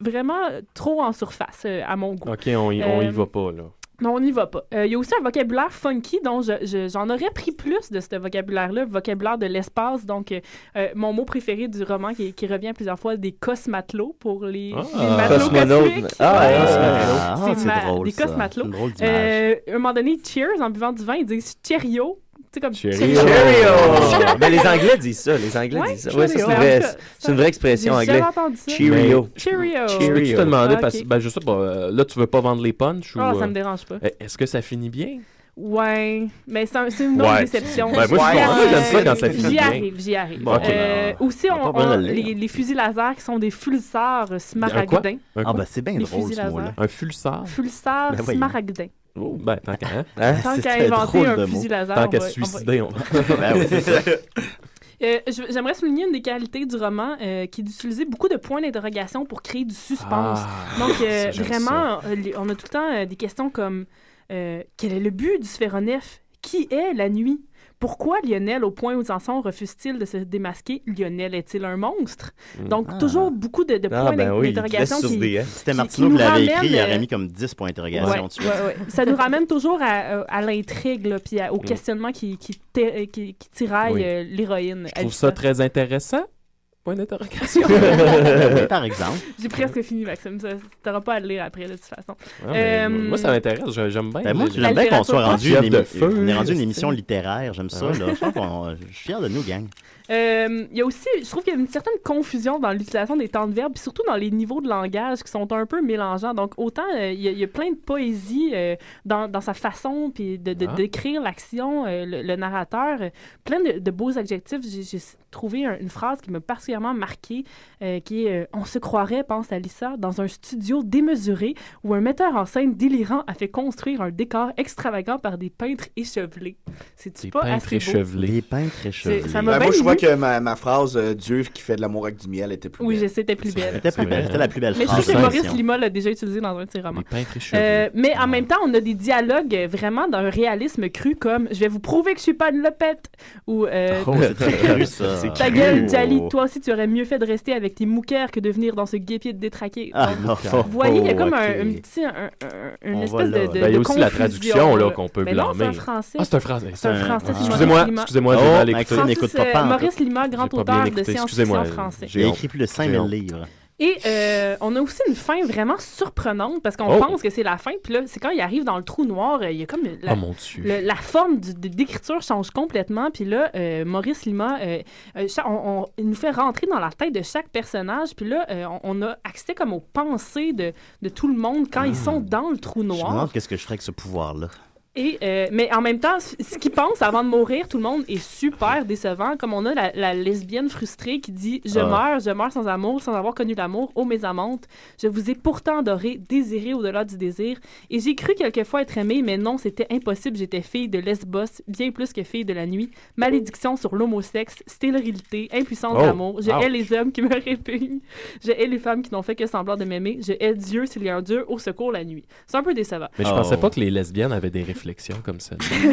[SPEAKER 11] vraiment trop en surface, euh, à mon goût.
[SPEAKER 12] Ok, on y, on y
[SPEAKER 11] Euh,
[SPEAKER 12] va pas, là.
[SPEAKER 11] non, on n'y va pas. Euh, Il y a aussi un vocabulaire funky dont je- je- j'en aurais pris plus de ce vocabulaire-là, le vocabulaire de l'espace. Donc, euh, euh, mon mot préféré du roman qui, qui revient plusieurs fois, des cosmatelots pour les, les matelots
[SPEAKER 10] Cosmonautes.
[SPEAKER 11] cosmiques.
[SPEAKER 10] Ah,
[SPEAKER 11] Ouais.
[SPEAKER 10] cosmatelots. Ah, c'est
[SPEAKER 11] ma-
[SPEAKER 10] drôle,
[SPEAKER 11] Des
[SPEAKER 10] ça.
[SPEAKER 11] cosmatelots.
[SPEAKER 10] C'est une drôle d'image.
[SPEAKER 11] Euh, à un moment donné, cheers, en buvant du vin, ils disent cheerio. Tu sais, comme
[SPEAKER 10] Cheerio! Cheerio! Mais les Anglais disent ça, les Anglais
[SPEAKER 11] Ouais,
[SPEAKER 10] disent ça. Ouais, ça, c'est
[SPEAKER 11] cheerio.
[SPEAKER 10] une vraie-
[SPEAKER 11] En tout cas,
[SPEAKER 10] c'est une vraie expression
[SPEAKER 11] j'ai
[SPEAKER 10] anglaise.
[SPEAKER 11] jamais entendu ça.
[SPEAKER 10] Cheerio.
[SPEAKER 11] Mais- Cheerio.
[SPEAKER 12] Je peux-tu te
[SPEAKER 11] Cheerio.
[SPEAKER 12] demander,
[SPEAKER 11] Ah,
[SPEAKER 12] parce
[SPEAKER 11] ok.
[SPEAKER 12] que ben, je sais pas, euh, là, tu veux pas vendre les punchs ou.
[SPEAKER 11] Ah, ça
[SPEAKER 12] euh,
[SPEAKER 11] me dérange pas.
[SPEAKER 12] eh, Est-ce que ça finit bien?
[SPEAKER 11] Ouais, mais c'est un- c'est une autre
[SPEAKER 12] Ouais.
[SPEAKER 11] déception.
[SPEAKER 12] Ouais, moi, je
[SPEAKER 11] J'y
[SPEAKER 12] comprends. Moi, j'aime ça
[SPEAKER 11] arrive.
[SPEAKER 12] quand ça finit
[SPEAKER 11] J'y
[SPEAKER 12] bien.
[SPEAKER 11] arrive, j'y arrive.
[SPEAKER 12] Bon, ok.
[SPEAKER 11] Euh, aussi,
[SPEAKER 12] pas
[SPEAKER 11] on,
[SPEAKER 12] besoin
[SPEAKER 11] on-
[SPEAKER 12] de le lire.
[SPEAKER 11] les, les fusils laser qui sont des pulsars euh, smaragdins.
[SPEAKER 12] Un quoi?
[SPEAKER 7] Ah, ben, c'est bien
[SPEAKER 11] Des
[SPEAKER 7] drôle,
[SPEAKER 11] fusils
[SPEAKER 7] ce
[SPEAKER 11] laser.
[SPEAKER 7] mot-là.
[SPEAKER 12] Un fulsar.
[SPEAKER 11] Pulsars
[SPEAKER 12] Ben, voyons.
[SPEAKER 11] smaragdins.
[SPEAKER 12] Oh, ben, tant qu'à. hein?
[SPEAKER 11] Tant qu'à
[SPEAKER 12] C'était
[SPEAKER 11] inventer
[SPEAKER 12] drôle
[SPEAKER 11] un
[SPEAKER 12] de mot.
[SPEAKER 11] fusil laser,
[SPEAKER 12] Tant
[SPEAKER 11] on
[SPEAKER 12] qu'à
[SPEAKER 11] va-
[SPEAKER 12] se suicider, on va.
[SPEAKER 7] Ben oui, c'est ça.
[SPEAKER 11] Euh, je- J'aimerais souligner une des qualités du roman euh, qui est d'utiliser beaucoup de points d'interrogation pour créer du suspense.
[SPEAKER 12] Ah,
[SPEAKER 11] Donc, euh,
[SPEAKER 12] ça, j'aime
[SPEAKER 11] vraiment, euh, les- on a tout le temps euh, des questions comme euh, quel est le but du sphéronef Qui est la nuit pourquoi Lionel, au point où ils en sont, refuse-t-il de se démasquer? Lionel est-il un monstre?
[SPEAKER 12] Hmm.
[SPEAKER 7] Mm.
[SPEAKER 11] Donc,
[SPEAKER 7] Ah. ben
[SPEAKER 11] toujours beaucoup de, de points
[SPEAKER 12] ben
[SPEAKER 11] d'in- d'interrogation. qui-
[SPEAKER 12] hein.
[SPEAKER 7] C'était
[SPEAKER 11] qui-
[SPEAKER 7] Martineau
[SPEAKER 11] qui
[SPEAKER 7] qui
[SPEAKER 11] nous
[SPEAKER 7] l'avait écrit,
[SPEAKER 11] ramène,
[SPEAKER 7] il
[SPEAKER 11] euh,
[SPEAKER 7] aurait mis comme 10 points d'interrogation
[SPEAKER 11] Ouais,
[SPEAKER 7] dessus.
[SPEAKER 11] ouais, ouais. Ça nous ramène toujours à, euh, à l'intrigue, là, puis à- au questionnement qui, qui, ter- euh, qui- qui tiraille
[SPEAKER 12] Hmm. Oui.
[SPEAKER 11] euh, l'héroïne.
[SPEAKER 12] Je trouve ça très intéressant. Point d'interrogation.
[SPEAKER 11] Oui,
[SPEAKER 7] par exemple.
[SPEAKER 11] J'ai presque fini, Maxime. ça- T'auras pas à le lire après, là, de toute façon.
[SPEAKER 12] Ah, mais
[SPEAKER 11] Euh,
[SPEAKER 12] Moi, ça m'intéresse. je- J'aime bien.
[SPEAKER 7] Ben, moi,
[SPEAKER 12] les-
[SPEAKER 7] j'aime bien qu'on soit rendu,
[SPEAKER 12] Chef
[SPEAKER 7] une,
[SPEAKER 12] de
[SPEAKER 7] émi-
[SPEAKER 12] feu,
[SPEAKER 7] on est rendu une
[SPEAKER 12] c'est-
[SPEAKER 7] émission littéraire, j'aime ça.
[SPEAKER 12] Ah.
[SPEAKER 7] Là. Je, pense qu'on- je suis fier de nous, gang.
[SPEAKER 11] Euh, Il y a aussi, je trouve qu'il y a une certaine confusion dans l'utilisation des temps de verbe, puis surtout dans les niveaux de langage qui sont un peu mélangeants. Donc, autant euh, il y, a- il y a plein de poésie euh, dans, dans sa façon puis de, de-
[SPEAKER 12] Ah.
[SPEAKER 11] décrire l'action, euh, le, le narrateur, euh, plein de, de beaux adjectifs. J'ai j'ai trouvé un- une phrase qui m'a particulièrement marquée, euh, qui est euh, On se croirait, pense Alissa, dans un studio démesuré où un metteur en scène délirant a fait construire un décor extravagant par des peintres échevelés. C'est-tu pas
[SPEAKER 12] peintres
[SPEAKER 11] assez beau?
[SPEAKER 12] échevelés.
[SPEAKER 7] Des peintres échevelés.
[SPEAKER 11] ça m'a
[SPEAKER 9] Ben,
[SPEAKER 11] bien
[SPEAKER 9] moi, je crois
[SPEAKER 11] ému.
[SPEAKER 9] que ma, ma phrase euh, Dieu qui fait de l'amour avec du miel était plus
[SPEAKER 11] Oui,
[SPEAKER 9] belle.
[SPEAKER 11] je sais, t'es plus belle.
[SPEAKER 7] C'était plus belle, c'était la plus belle
[SPEAKER 11] Mais je
[SPEAKER 7] phrase.
[SPEAKER 11] sais que
[SPEAKER 7] de
[SPEAKER 11] Maurice
[SPEAKER 7] l'émission.
[SPEAKER 11] Lima l'a déjà utilisé dans un de ses romans.
[SPEAKER 12] peintres
[SPEAKER 11] Euh, mais
[SPEAKER 7] Ah.
[SPEAKER 11] en même temps, on a des dialogues euh, vraiment d'un réalisme cru comme Je vais vous prouver que je suis pas une lopette ou euh,
[SPEAKER 7] Oh, c'est très cru, ça. C'est
[SPEAKER 11] Ta
[SPEAKER 7] cru.
[SPEAKER 11] gueule, Jali, toi aussi tu aurais mieux fait de rester avec tes mouquères que de venir dans ce guépier de détraqué.
[SPEAKER 12] Ah,
[SPEAKER 11] Donc,
[SPEAKER 12] non.
[SPEAKER 11] Vous voyez, il y a
[SPEAKER 12] Oh,
[SPEAKER 11] comme un,
[SPEAKER 12] ok.
[SPEAKER 11] un petit. un- un- une
[SPEAKER 12] On va
[SPEAKER 11] espèce
[SPEAKER 12] là.
[SPEAKER 11] de,
[SPEAKER 12] Ben,
[SPEAKER 11] de.
[SPEAKER 12] il y a
[SPEAKER 11] de
[SPEAKER 12] aussi la
[SPEAKER 11] confusion,
[SPEAKER 12] traduction, là, qu'on peut
[SPEAKER 11] Mais non,
[SPEAKER 12] blâmer.
[SPEAKER 11] C'est un français.
[SPEAKER 12] Ah, c'est un français.
[SPEAKER 11] C'est un français. c'est
[SPEAKER 12] Excusez-moi,
[SPEAKER 11] Maurice Lima.
[SPEAKER 12] excusez-moi, j'ai
[SPEAKER 7] Oh,
[SPEAKER 12] mal écouté.
[SPEAKER 7] Maxime, n'écoute
[SPEAKER 11] Francis,
[SPEAKER 7] pas
[SPEAKER 11] euh,
[SPEAKER 7] pantoute.
[SPEAKER 11] Maurice Lima, grand
[SPEAKER 12] J'ai pas bien
[SPEAKER 11] auteur de
[SPEAKER 12] écouté,
[SPEAKER 11] science-fiction
[SPEAKER 12] excusez-moi,
[SPEAKER 11] français.
[SPEAKER 7] J'ai écrit plus de 5000
[SPEAKER 12] honte.
[SPEAKER 7] livres.
[SPEAKER 11] Et euh, on a aussi une fin vraiment surprenante parce qu'on
[SPEAKER 7] Oh.
[SPEAKER 11] pense que c'est la fin, puis là, c'est quand il arrive dans le trou noir, euh, il y a comme la,
[SPEAKER 12] Oh, mon Dieu.
[SPEAKER 11] le- la forme du- de- d'écriture change complètement, puis là, euh, Maurice Lima, euh, euh, cha- on- on- il nous fait rentrer dans la tête de chaque personnage, puis là, euh, on, on a accès comme aux pensées de, de tout le monde quand
[SPEAKER 12] Ah.
[SPEAKER 11] ils sont dans le trou
[SPEAKER 7] Je me
[SPEAKER 11] noir.
[SPEAKER 7] demande qu'est-ce que je ferais avec ce pouvoir-là.
[SPEAKER 11] Et, euh, mais en même temps, c- ce qu'ils pensent avant de mourir, tout le monde est super décevant. Comme on a la, la lesbienne frustrée qui dit Je
[SPEAKER 7] Ah.
[SPEAKER 11] meurs, je meurs sans amour, sans avoir connu l'amour, ô mes amantes. Je vous ai pourtant adoré, désiré au-delà du désir. Et j'ai cru quelquefois être aimée, mais non, c'était impossible. J'étais fille de Lesbos, bien plus que fille de la nuit. Malédiction sur l'homosexe, stérilité, impuissance
[SPEAKER 12] Oh,
[SPEAKER 11] d'amour. Je hais
[SPEAKER 12] ouch.
[SPEAKER 11] les hommes qui me répugnent. Je hais les femmes qui n'ont fait que semblant de m'aimer. Je hais Dieu s'il y a un Dieu, au secours la nuit. C'est un peu décevant.
[SPEAKER 12] Mais je pensais pas que les lesbiennes avaient des réflexions comme ça.
[SPEAKER 11] Je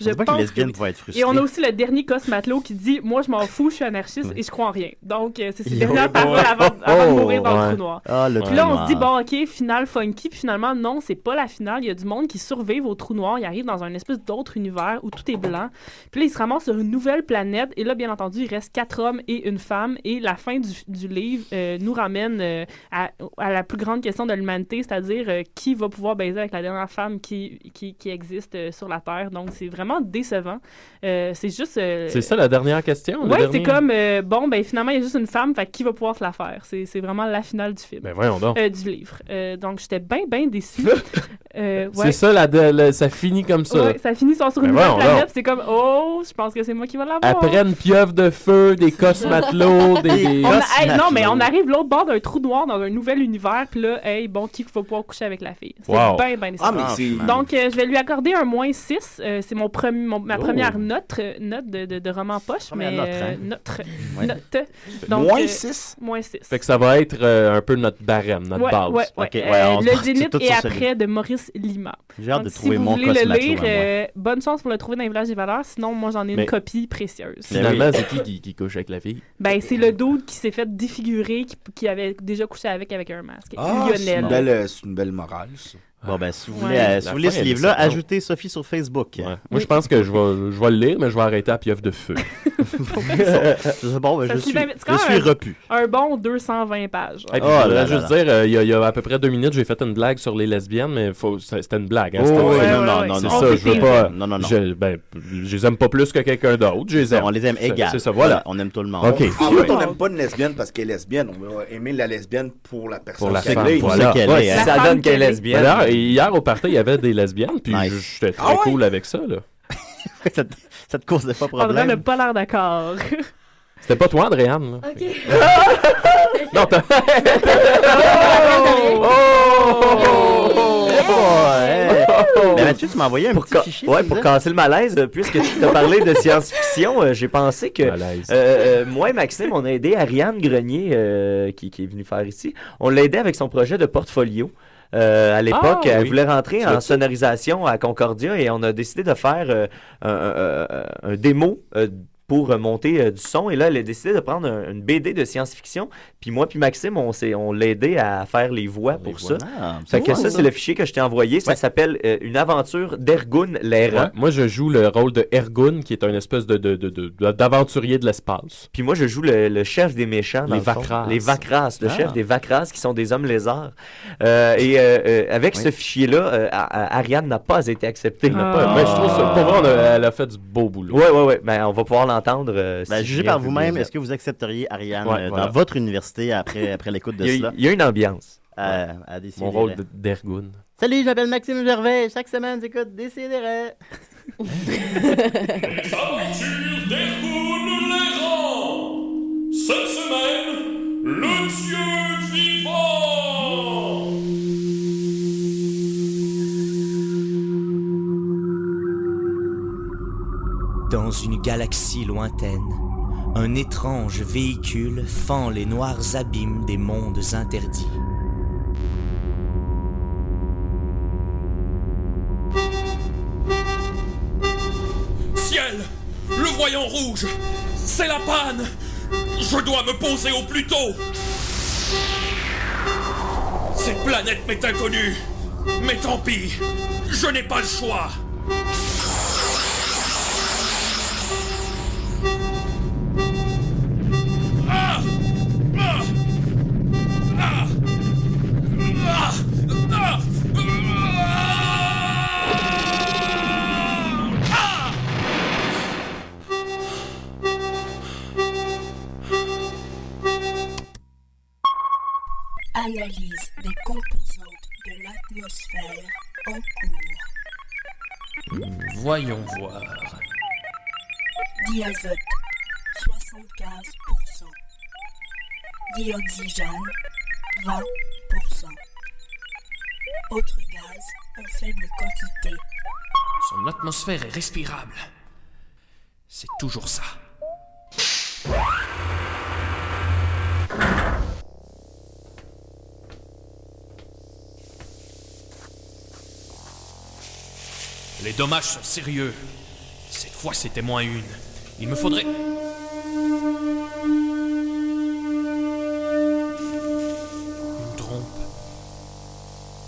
[SPEAKER 11] Je sais pas que les pense lesbiennes que oui.
[SPEAKER 7] pouvaient être
[SPEAKER 11] Et on a aussi le dernier cosmatelot qui dit Moi, je m'en fous, je suis anarchiste et je crois en rien. Donc, euh, c'est ses
[SPEAKER 7] Yo,
[SPEAKER 11] dernières
[SPEAKER 7] boy.
[SPEAKER 11] paroles avant, avant de
[SPEAKER 7] Oh,
[SPEAKER 11] mourir dans le
[SPEAKER 7] ouais.
[SPEAKER 11] trou noir.
[SPEAKER 7] Ah, le
[SPEAKER 11] puis
[SPEAKER 7] trou
[SPEAKER 11] là, on
[SPEAKER 7] noir.
[SPEAKER 11] se dit Bon, ok, finale funky. Puis finalement, non, c'est pas la finale. Il y a du monde qui survive au trou noir. Ils arrivent dans un espèce d'autre univers où tout est blanc. Puis là, ils se ramassent sur une nouvelle planète. Et là, bien entendu, il reste quatre hommes et une femme. Et la fin du, du livre euh, nous ramène euh, à, à la plus grande question de l'humanité, c'est-à-dire euh, qui va pouvoir baiser avec la dernière femme qui, qui, qui existe existe euh, sur la Terre. Donc, c'est vraiment décevant. Euh, c'est juste. euh,
[SPEAKER 12] C'est ça la dernière question? le
[SPEAKER 11] Ouais, c'est
[SPEAKER 12] dernier?
[SPEAKER 11] comme euh, bon, ben finalement, il y a juste une femme, fait qui va pouvoir se la faire? C'est c'est vraiment la finale du film.
[SPEAKER 12] Ben voyons donc.
[SPEAKER 11] Euh, du livre. Euh, donc, j'étais bien, bien déçue. Euh, ouais.
[SPEAKER 12] C'est ça, la, de- la- ça finit comme ça.
[SPEAKER 11] Ouais, ça finit sur sur une
[SPEAKER 12] Ben
[SPEAKER 11] nouvelle
[SPEAKER 12] voyons
[SPEAKER 11] planète,
[SPEAKER 12] donc.
[SPEAKER 11] puis c'est comme oh, je pense que c'est moi qui vais l'avoir.
[SPEAKER 12] Après une pieuvre de feu, des cosmatelos, des. des-
[SPEAKER 11] On a- hey, non, mais on arrive l'autre bord d'un trou noir dans un nouvel univers, puis là, hey, bon, qui faut pouvoir coucher avec la fille? C'est
[SPEAKER 12] Wow.
[SPEAKER 11] bien, bien
[SPEAKER 12] Ah, mais c'est-
[SPEAKER 11] Donc, euh, je vais lui accorder un moins 6. c'est mon premi- mon- ma
[SPEAKER 12] Oh.
[SPEAKER 11] première note, euh, note de, de- de roman poche,
[SPEAKER 12] Première
[SPEAKER 11] mais
[SPEAKER 12] note,
[SPEAKER 11] euh,
[SPEAKER 12] hein.
[SPEAKER 11] note.
[SPEAKER 12] Ouais.
[SPEAKER 11] note.
[SPEAKER 12] Moins
[SPEAKER 11] euh,
[SPEAKER 12] six?
[SPEAKER 11] Moins 6.
[SPEAKER 12] Fait que ça va être euh, un peu notre barème, notre
[SPEAKER 11] Ouais,
[SPEAKER 12] base.
[SPEAKER 11] ouais, ouais. Euh, le Zénith et après de Maurice Lima.
[SPEAKER 12] J'ai hâte
[SPEAKER 11] Donc,
[SPEAKER 12] de
[SPEAKER 11] si
[SPEAKER 12] trouver
[SPEAKER 11] vous
[SPEAKER 12] mon
[SPEAKER 11] voulez le
[SPEAKER 12] Cosmatlo
[SPEAKER 11] lire,
[SPEAKER 12] à moi.
[SPEAKER 11] euh, bonne chance pour le trouver dans les villages des valeurs. Sinon, moi, j'en ai
[SPEAKER 12] Mais-
[SPEAKER 11] une
[SPEAKER 12] Ben
[SPEAKER 11] copie précieuse.
[SPEAKER 12] Finalement, c'est qui, qui qui couche avec la fille?
[SPEAKER 11] Ben, c'est le dude qui s'est fait défigurer, qui, qui avait déjà couché avec avec un masque.
[SPEAKER 9] Ah, c'est
[SPEAKER 11] Lionel.
[SPEAKER 9] une, belle, euh, c'est une belle morale, ça.
[SPEAKER 7] Bon, ben, si vous
[SPEAKER 11] Ouais.
[SPEAKER 7] voulez, euh, si
[SPEAKER 12] La
[SPEAKER 7] vous voulez
[SPEAKER 12] fin,
[SPEAKER 7] ce
[SPEAKER 12] elle est
[SPEAKER 7] livre-là,
[SPEAKER 12] excellente.
[SPEAKER 7] ajoutez Sophie sur Facebook.
[SPEAKER 12] Moi, je pense que je vais, je vais le lire, mais je vais arrêter à pieuvre de feu. Euh,
[SPEAKER 7] bon, ben,
[SPEAKER 11] Ça
[SPEAKER 7] je
[SPEAKER 11] suit
[SPEAKER 7] suis,
[SPEAKER 11] bien- c'est
[SPEAKER 7] je
[SPEAKER 11] quand
[SPEAKER 7] suis
[SPEAKER 11] même un-
[SPEAKER 7] repu.
[SPEAKER 11] Un bon 220 pages.
[SPEAKER 7] Oh
[SPEAKER 12] Hey, puis je voudrais juste dire, euh, il y, a- il y a à peu près deux minutes, j'ai fait une blague sur les lesbiennes, mais faut- ça- c'était une blague. Hein,
[SPEAKER 7] Oh,
[SPEAKER 12] c'était-
[SPEAKER 7] ouais,
[SPEAKER 12] c'est-
[SPEAKER 7] ouais, non, non,
[SPEAKER 12] c'est
[SPEAKER 7] non,
[SPEAKER 12] ça,
[SPEAKER 7] non.
[SPEAKER 12] je veux pas.
[SPEAKER 7] Non, non, non.
[SPEAKER 12] Je, ben, je les aime pas plus que quelqu'un d'autre. Je les aime.
[SPEAKER 7] On les aime
[SPEAKER 12] C'est-
[SPEAKER 7] égales.
[SPEAKER 12] C'est ça, voilà.
[SPEAKER 7] On aime tout le monde. Ah
[SPEAKER 12] OK.
[SPEAKER 9] En fait, Ah, on n'aime pas une lesbienne parce qu'elle est lesbienne. On va aimer la lesbienne pour la personne
[SPEAKER 12] Pour la
[SPEAKER 9] qu'elle
[SPEAKER 12] femme,
[SPEAKER 9] est.
[SPEAKER 12] voilà. Ouais,
[SPEAKER 9] La
[SPEAKER 7] hein.
[SPEAKER 12] si
[SPEAKER 9] femme qu'elle est.
[SPEAKER 7] Ben
[SPEAKER 12] D'ailleurs, hier au party, il y avait des lesbiennes, puis je- j'étais très
[SPEAKER 11] Ah ouais?
[SPEAKER 12] cool avec ça. Là.
[SPEAKER 7] ça, te, ça te causait
[SPEAKER 9] Ah,
[SPEAKER 7] pas
[SPEAKER 11] André n'a
[SPEAKER 12] problème.
[SPEAKER 11] pas l'air d'accord.
[SPEAKER 12] C'était pas toi, Andréane. là.
[SPEAKER 11] OK.
[SPEAKER 12] Non, t'as.
[SPEAKER 11] Oh!
[SPEAKER 1] Oh!
[SPEAKER 10] Mais
[SPEAKER 7] Mathieu, tu m'as envoyé un
[SPEAKER 10] petit fichier. Ouais, pour casser le malaise, euh, puisque tu t'as parlé de science-fiction, euh, j'ai pensé que euh, euh, moi et Maxime, on a aidé Ariane Grenier, euh, qui, qui est venue faire ici, on l'a aidé avec son projet de portfolio. Euh, à l'époque,
[SPEAKER 12] Ah,
[SPEAKER 10] elle
[SPEAKER 12] oui.
[SPEAKER 10] voulait rentrer
[SPEAKER 12] Tu
[SPEAKER 10] en
[SPEAKER 12] l'as-tu?
[SPEAKER 10] sonorisation à Concordia et on a décidé de faire euh, un, un- un- un démo euh, pour euh, monter euh, du son. Et là, elle a décidé de prendre un- une BD de science-fiction. Puis moi, puis Maxime, on, s'est- on l'a aidé à faire les voix pour ça.
[SPEAKER 12] voix. Ah,
[SPEAKER 10] fait que
[SPEAKER 12] c'est
[SPEAKER 10] ça,
[SPEAKER 12] cool,
[SPEAKER 10] c'est
[SPEAKER 12] ça.
[SPEAKER 10] le fichier que je t'ai envoyé. Ça s'appelle euh, Une aventure d'Ergun l'errant.
[SPEAKER 12] Ouais, Moi, je joue le rôle de Ergun, qui est un espèce de, de- de- de- d'aventurier de l'espace.
[SPEAKER 10] Puis moi, je joue le, le chef des méchants. dans
[SPEAKER 12] Les
[SPEAKER 10] le fond.
[SPEAKER 12] Vakras.
[SPEAKER 10] Les Vakras, le
[SPEAKER 12] Ah.
[SPEAKER 10] chef des Vakras, qui sont des hommes lézards. Euh, et euh, euh, avec
[SPEAKER 12] Oui.
[SPEAKER 10] ce fichier-là, euh, A- A- Ariane n'a pas été acceptée.
[SPEAKER 12] Elle n'a pas- mais je trouve ça- pour vrai, on a- elle a fait du beau boulot.
[SPEAKER 10] Ouais, ouais, ouais. Ben, on va pouvoir l'entendre. euh,
[SPEAKER 7] Ben,
[SPEAKER 10] si
[SPEAKER 7] jugez
[SPEAKER 10] Julien
[SPEAKER 7] par
[SPEAKER 10] veut
[SPEAKER 7] vous-même,
[SPEAKER 10] bien.
[SPEAKER 7] est-ce que vous accepteriez Ariane
[SPEAKER 10] Ouais,
[SPEAKER 7] euh,
[SPEAKER 10] voilà.
[SPEAKER 7] dans votre université après, après l'écoute de
[SPEAKER 10] Il y a-
[SPEAKER 7] cela?
[SPEAKER 10] il y a une ambiance.
[SPEAKER 7] À-
[SPEAKER 10] Ouais.
[SPEAKER 7] à décider.
[SPEAKER 12] Mon rôle de- d'Ergun.
[SPEAKER 7] Salut, j'appelle Maxime Gervais. Chaque semaine, j'écoute Décideret.
[SPEAKER 15] Aventure d'Hercule l'errant Cette semaine, le dieu vivant
[SPEAKER 13] Dans une galaxie lointaine, un étrange véhicule fend les noirs abîmes des mondes interdits.
[SPEAKER 15] Ciel Le voyant rouge C'est la panne Je dois me poser au plus tôt Cette planète m'est inconnue Mais tant pis Je n'ai pas le choix Ah Ah Ah Ah Ah
[SPEAKER 16] Analyse des composantes de l'atmosphère en cours.
[SPEAKER 13] Voyons voir.
[SPEAKER 16] Diazote, 75%. Dioxygène, 20%. Autres gaz en faible quantité.
[SPEAKER 15] Son atmosphère est respirable. C'est toujours ça. Les dommages sont sérieux. Cette fois, c'était moins une. Il me faudrait... Une trompe.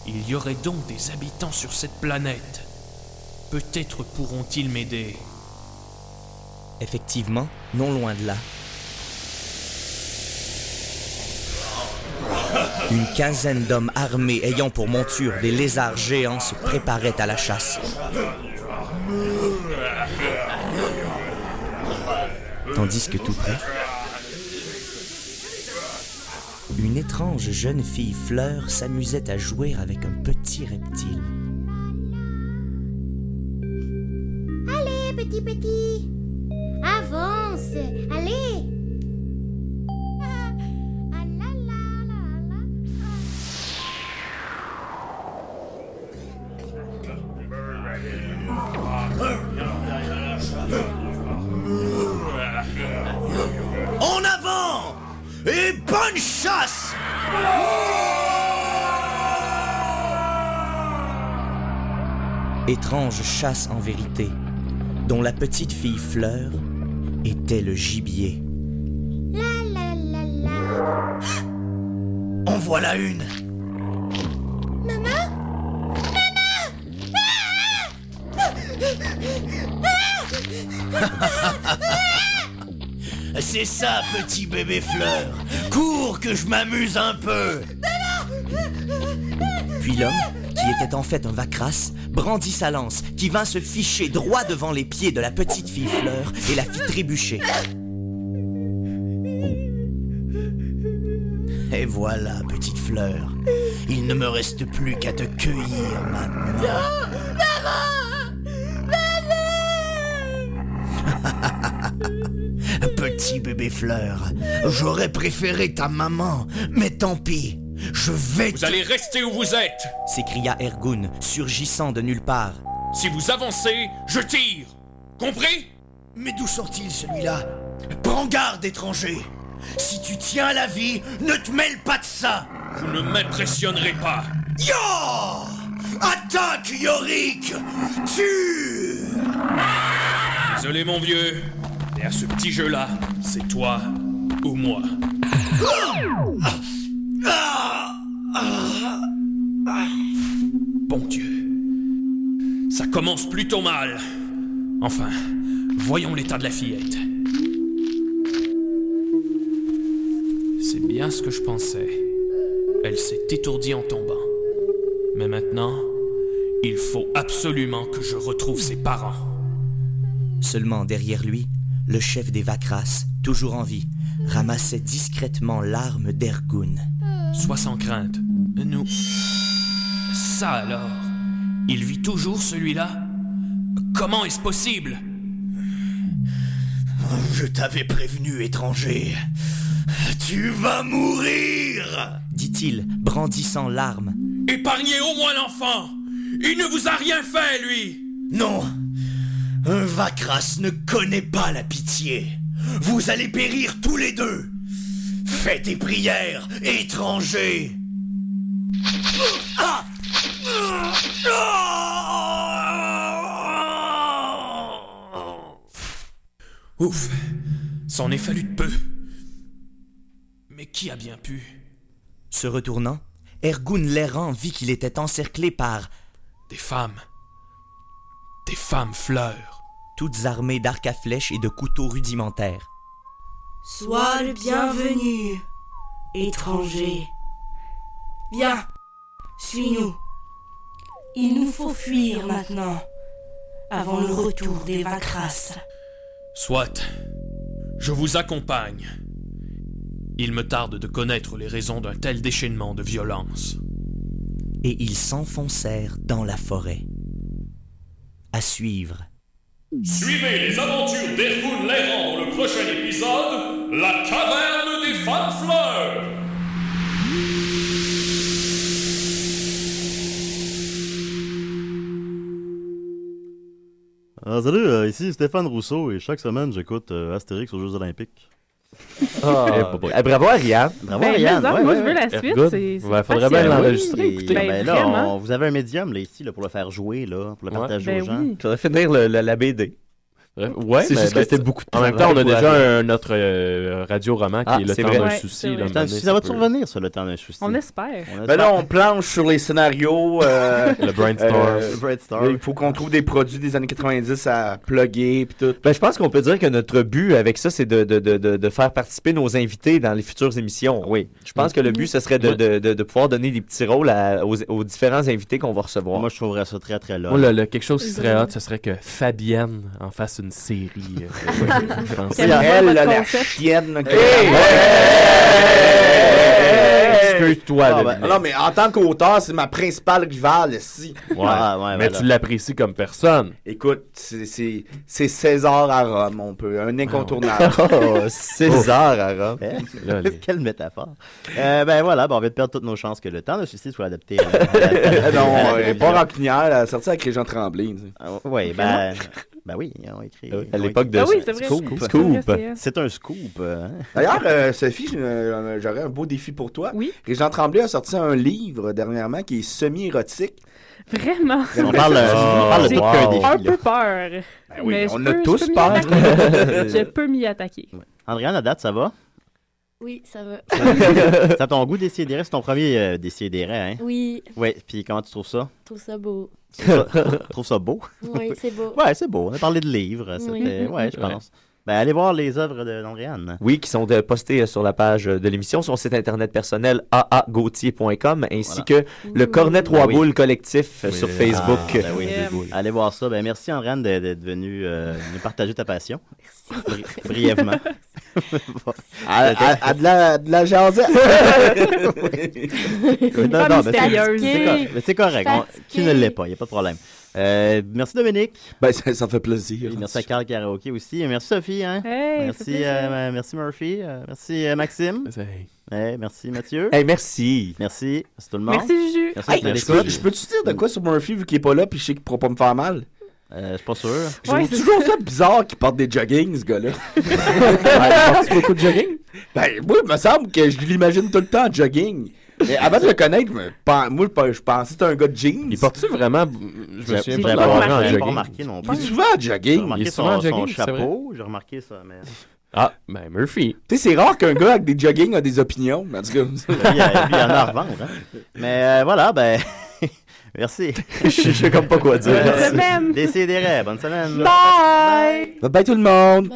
[SPEAKER 15] Il y aurait donc des habitants sur cette planète. Peut-être pourront-ils m'aider.
[SPEAKER 13] Effectivement, non loin de là. Une quinzaine d'hommes armés ayant pour monture des lézards géants se préparaient à la chasse. Tandis que tout près, une étrange jeune fille fleur s'amusait à jouer avec un petit reptile.
[SPEAKER 8] Allez, petit petit Avance Allez Ah,
[SPEAKER 1] En avant Ah. et bonne chasse
[SPEAKER 13] Étrange chasse en vérité, dont la petite fille Fleur était le gibier.
[SPEAKER 1] En voilà une C'est ça, petit bébé fleur. Cours que je m'amuse un peu.
[SPEAKER 13] Puis l'homme, qui était en fait un vacras, brandit sa lance, qui vint se ficher droit devant les pieds de la petite fille Fleur et la fit trébucher.
[SPEAKER 1] Et voilà, petite fleur. Il ne me reste plus qu'à te cueillir maintenant. Petit bébé fleur, j'aurais préféré ta maman, mais tant pis. Je vais
[SPEAKER 15] Vous allez rester où vous êtes
[SPEAKER 13] S'écria Ergun, surgissant de nulle part.
[SPEAKER 15] Si vous avancez, je tire Compris
[SPEAKER 1] Mais d'où sort-il celui-là Prends garde, étranger Si tu tiens à la vie, ne te mêle pas de ça
[SPEAKER 15] Vous ne m'impressionnerez pas
[SPEAKER 1] Yo Attaque, Yorick Tue
[SPEAKER 15] Désolé mon vieux, mais à ce petit jeu-là, c'est toi ou moi. Bon Dieu. Ça commence plutôt mal. Enfin, voyons l'état de la fillette. C'est bien ce que je pensais. Elle s'est étourdie en tombant. Mais maintenant, il faut absolument que je retrouve ses parents.
[SPEAKER 13] Seulement derrière lui, le chef des Vacras, toujours en vie, ramassait discrètement l'arme d'Ergun.
[SPEAKER 15] Sois sans crainte. Nous. Ça alors Il vit toujours celui-là Comment est-ce possible
[SPEAKER 1] Je t'avais prévenu, étranger. Tu vas mourir
[SPEAKER 13] dit-il, brandissant l'arme.
[SPEAKER 15] Épargnez au moins l'enfant Il ne vous a rien fait, lui
[SPEAKER 1] Non Un Vacras ne connaît pas la pitié. Vous allez périr tous les deux. Fais tes prières, étranger Ah
[SPEAKER 15] Ouf C'en est fallu de peu. Mais qui a bien pu
[SPEAKER 13] Se retournant, Ergun l'errant vit qu'il était encerclé par
[SPEAKER 15] des femmes. Des femmes fleurs.
[SPEAKER 13] Toutes armées d'arcs à flèches et de couteaux rudimentaires.
[SPEAKER 16] Sois le bienvenu, étranger. Bien, suis-nous. Il nous faut fuir maintenant, avant le retour des Vacras.
[SPEAKER 15] Soit. Je vous accompagne. Il me tarde de connaître les raisons d'un tel déchaînement de violence.
[SPEAKER 13] Et ils s'enfoncèrent dans la forêt. À suivre.
[SPEAKER 17] Suivez les aventures d'Ergun L'Errant dans le prochain épisode La caverne des femmes fleurs
[SPEAKER 7] Alors, salut, euh, ici Stéphane Rousseau et chaque semaine j'écoute euh, Astérix aux Jeux Olympiques.
[SPEAKER 10] Ah, eh, bravo Ariane.
[SPEAKER 7] Bravo
[SPEAKER 12] Ben, Ariane, mais ça, ouais, moi, je ouais. veux la suite,
[SPEAKER 7] Ergood.
[SPEAKER 12] c'est- c'est
[SPEAKER 7] Ouais, faudrait
[SPEAKER 12] passionnant.
[SPEAKER 7] bien
[SPEAKER 12] Oui,
[SPEAKER 7] l'enregistrer.
[SPEAKER 12] écoutez.
[SPEAKER 18] Ben,
[SPEAKER 12] Ben,
[SPEAKER 18] là,
[SPEAKER 12] vraiment.
[SPEAKER 18] on- vous avez un médium là, ici là, pour le faire jouer, là, pour le
[SPEAKER 10] Ouais.
[SPEAKER 18] partager
[SPEAKER 12] Ben
[SPEAKER 18] aux gens.
[SPEAKER 12] oui.
[SPEAKER 10] Faudrait finir le- le- la BD.
[SPEAKER 12] Bref, ouais,
[SPEAKER 10] C'est
[SPEAKER 12] mais
[SPEAKER 10] juste que
[SPEAKER 12] ben,
[SPEAKER 10] c'était beaucoup de
[SPEAKER 12] En même temps,
[SPEAKER 10] travail
[SPEAKER 12] on a
[SPEAKER 10] pour
[SPEAKER 12] déjà
[SPEAKER 10] arriver.
[SPEAKER 12] un- notre euh, radio-roman qui
[SPEAKER 10] Ah,
[SPEAKER 12] est Le
[SPEAKER 10] c'est
[SPEAKER 12] temps
[SPEAKER 10] vrai.
[SPEAKER 12] d'un
[SPEAKER 10] Ouais,
[SPEAKER 12] souci.
[SPEAKER 10] c'est vrai.
[SPEAKER 12] là,
[SPEAKER 10] Le
[SPEAKER 12] maintenant,
[SPEAKER 10] temps d'un
[SPEAKER 12] ça
[SPEAKER 10] souci, ça
[SPEAKER 12] peut-
[SPEAKER 7] va-tu revenir sur le temps d'un souci?
[SPEAKER 11] On espère.
[SPEAKER 9] Ben là, on planche sur les scénarios. euh,
[SPEAKER 12] Le brainstorm.
[SPEAKER 9] euh,
[SPEAKER 12] Le brainstorm.
[SPEAKER 9] Il faut qu'on trouve des produits des années 90 à plugger pis tout.
[SPEAKER 10] Ben, je pense qu'on peut dire que notre but avec ça, c'est de, de, de, de, de faire participer nos invités dans les futures émissions. Oui. Je pense que le but, ce serait de, de, de, de pouvoir donner des petits rôles à- aux, aux différents invités qu'on va recevoir. Moi,
[SPEAKER 7] je trouverais ça très, très
[SPEAKER 9] Oh
[SPEAKER 7] long.
[SPEAKER 12] Moi, le- le- quelque chose qui serait hot, ce serait que Fabienne en fasse une série. euh, je pense.
[SPEAKER 9] C'est elle, là, la chienne. là, qui-
[SPEAKER 12] Excuse-toi,
[SPEAKER 9] Ah,
[SPEAKER 12] là,
[SPEAKER 9] ben,
[SPEAKER 12] mais-
[SPEAKER 9] Non, mais en tant qu'auteur, c'est ma principale rivale ici.
[SPEAKER 12] Ouais.
[SPEAKER 9] Ah,
[SPEAKER 12] mais tu l'apprécies comme personne.
[SPEAKER 9] Écoute, c'est- c'est c'est César à Rome, on peut. Un incontournable. Ben,
[SPEAKER 10] Oh, César à Rome.
[SPEAKER 7] Là, les- Quelle métaphore. Euh, ben voilà, bon, on vient de perdre toutes nos chances que le temps de suicide soit Euh, adapté. à- à- à-
[SPEAKER 9] non, euh,
[SPEAKER 7] à la
[SPEAKER 9] elle est
[SPEAKER 7] télévision.
[SPEAKER 9] pas rancunière, elle a sorti avec les gens tremblés.
[SPEAKER 7] Oui, ben, ben oui, on écrit.
[SPEAKER 9] à l'époque de- Ah oui, c'est vrai,
[SPEAKER 7] Scoop.
[SPEAKER 9] c'est vrai, c'est elle.
[SPEAKER 7] C'est un scoop. hein.
[SPEAKER 9] D'ailleurs, euh, Sophie, j'ai- euh, j'aurais un beau défi pour toi.
[SPEAKER 11] Oui.
[SPEAKER 9] Régent Tremblay a sorti un livre dernièrement qui est semi-érotique.
[SPEAKER 11] Vraiment.
[SPEAKER 9] On parle, euh, on parle de
[SPEAKER 11] J'ai
[SPEAKER 9] tout qu'un défi,
[SPEAKER 11] un
[SPEAKER 9] là.
[SPEAKER 11] peu peur.
[SPEAKER 9] Ben oui,
[SPEAKER 11] Mais je
[SPEAKER 9] on a
[SPEAKER 11] peux- je
[SPEAKER 9] tous
[SPEAKER 11] peux m'y
[SPEAKER 9] peur.
[SPEAKER 11] attaquer. Je peux m'y attaquer.
[SPEAKER 7] Andréane, la date, ça va?
[SPEAKER 6] Oui, ça va.
[SPEAKER 7] c'est à ton goût décidéré, c'est ton premier euh, décidéré, hein?
[SPEAKER 6] Oui.
[SPEAKER 7] Oui, puis comment tu trouves ça?
[SPEAKER 6] Je trouve ça beau.
[SPEAKER 7] Tu trouves ça- tu trouves ça beau?
[SPEAKER 6] Oui, c'est beau.
[SPEAKER 7] Ouais, c'est beau. On a parlé de livres. ça
[SPEAKER 6] Oui.
[SPEAKER 7] fait- Ouais, je
[SPEAKER 10] Ouais.
[SPEAKER 7] pense. Ben, allez voir les œuvres de- d'Andréane.
[SPEAKER 10] Oui, qui sont euh, postées euh, sur la page euh, de l'émission, son site internet personnel aagautier.com, ainsi que le Cornet Trois
[SPEAKER 7] Ben Oui.
[SPEAKER 10] Boules collectif euh, sur Facebook.
[SPEAKER 7] Ah, ben oui. Allez voir ça. Ben, merci, Andréane, d'être d'être venue euh, nous partager ta passion. Bri- brièvement. Bon.
[SPEAKER 9] À, à- à de la, de la jasette.
[SPEAKER 7] Oui, non, non, mais c'est- c'est cor- mais c'est correct. on- qui ne l'est pas, il n'y a pas de problème. Euh, merci Dominique.
[SPEAKER 9] ça, fait plaisir.
[SPEAKER 7] merci à Carl Karaoke aussi. Et merci Sophie. hein.
[SPEAKER 1] Hey, ça fait
[SPEAKER 7] merci,
[SPEAKER 1] plaisir.
[SPEAKER 7] euh, merci Murphy. Euh, merci euh, Maxime. Ouais, merci Mathieu.
[SPEAKER 10] Hey, merci.
[SPEAKER 7] Merci. Merci tout le monde.
[SPEAKER 9] Merci, Juju.
[SPEAKER 7] Merci
[SPEAKER 9] Hey, je peux- je peux-tu dire de quoi sur Murphy vu qu'il est pas là puis je sais qu'il pourra pas me faire mal?
[SPEAKER 7] Euh, je suis pas sûr.
[SPEAKER 9] J'ai
[SPEAKER 1] Ouais, c'est
[SPEAKER 9] toujours ça bizarre qu'il porte des joggings, ce gars-là.
[SPEAKER 1] porte-tu beaucoup de
[SPEAKER 9] jogging? Ben, moi, il me semble que je l'imagine tout le temps en jogging. Mais avant de le connaître, je me pen- moi, je pensais que c'était un gars de jeans. Il porte-tu
[SPEAKER 12] vraiment.
[SPEAKER 7] Je me souviens pas l'avoir vu en jogging.
[SPEAKER 9] Il est souvent en
[SPEAKER 7] J'ai
[SPEAKER 9] jogging.
[SPEAKER 7] remarqué son, son chapeau. J'ai remarqué ça. Mais... euh,
[SPEAKER 12] Ah, ben Murphy.
[SPEAKER 9] Tu sais, c'est rare qu'un gars avec des joggings a des opinions. mais En tout cas,
[SPEAKER 7] il y a- il y en a à revendre. hein. Mais euh, voilà, ben. Merci.
[SPEAKER 10] Je sais comme pas quoi dire.
[SPEAKER 7] Euh,
[SPEAKER 10] Bonne
[SPEAKER 7] Décidérez. Bonne semaine.
[SPEAKER 9] Bye bye tout le monde.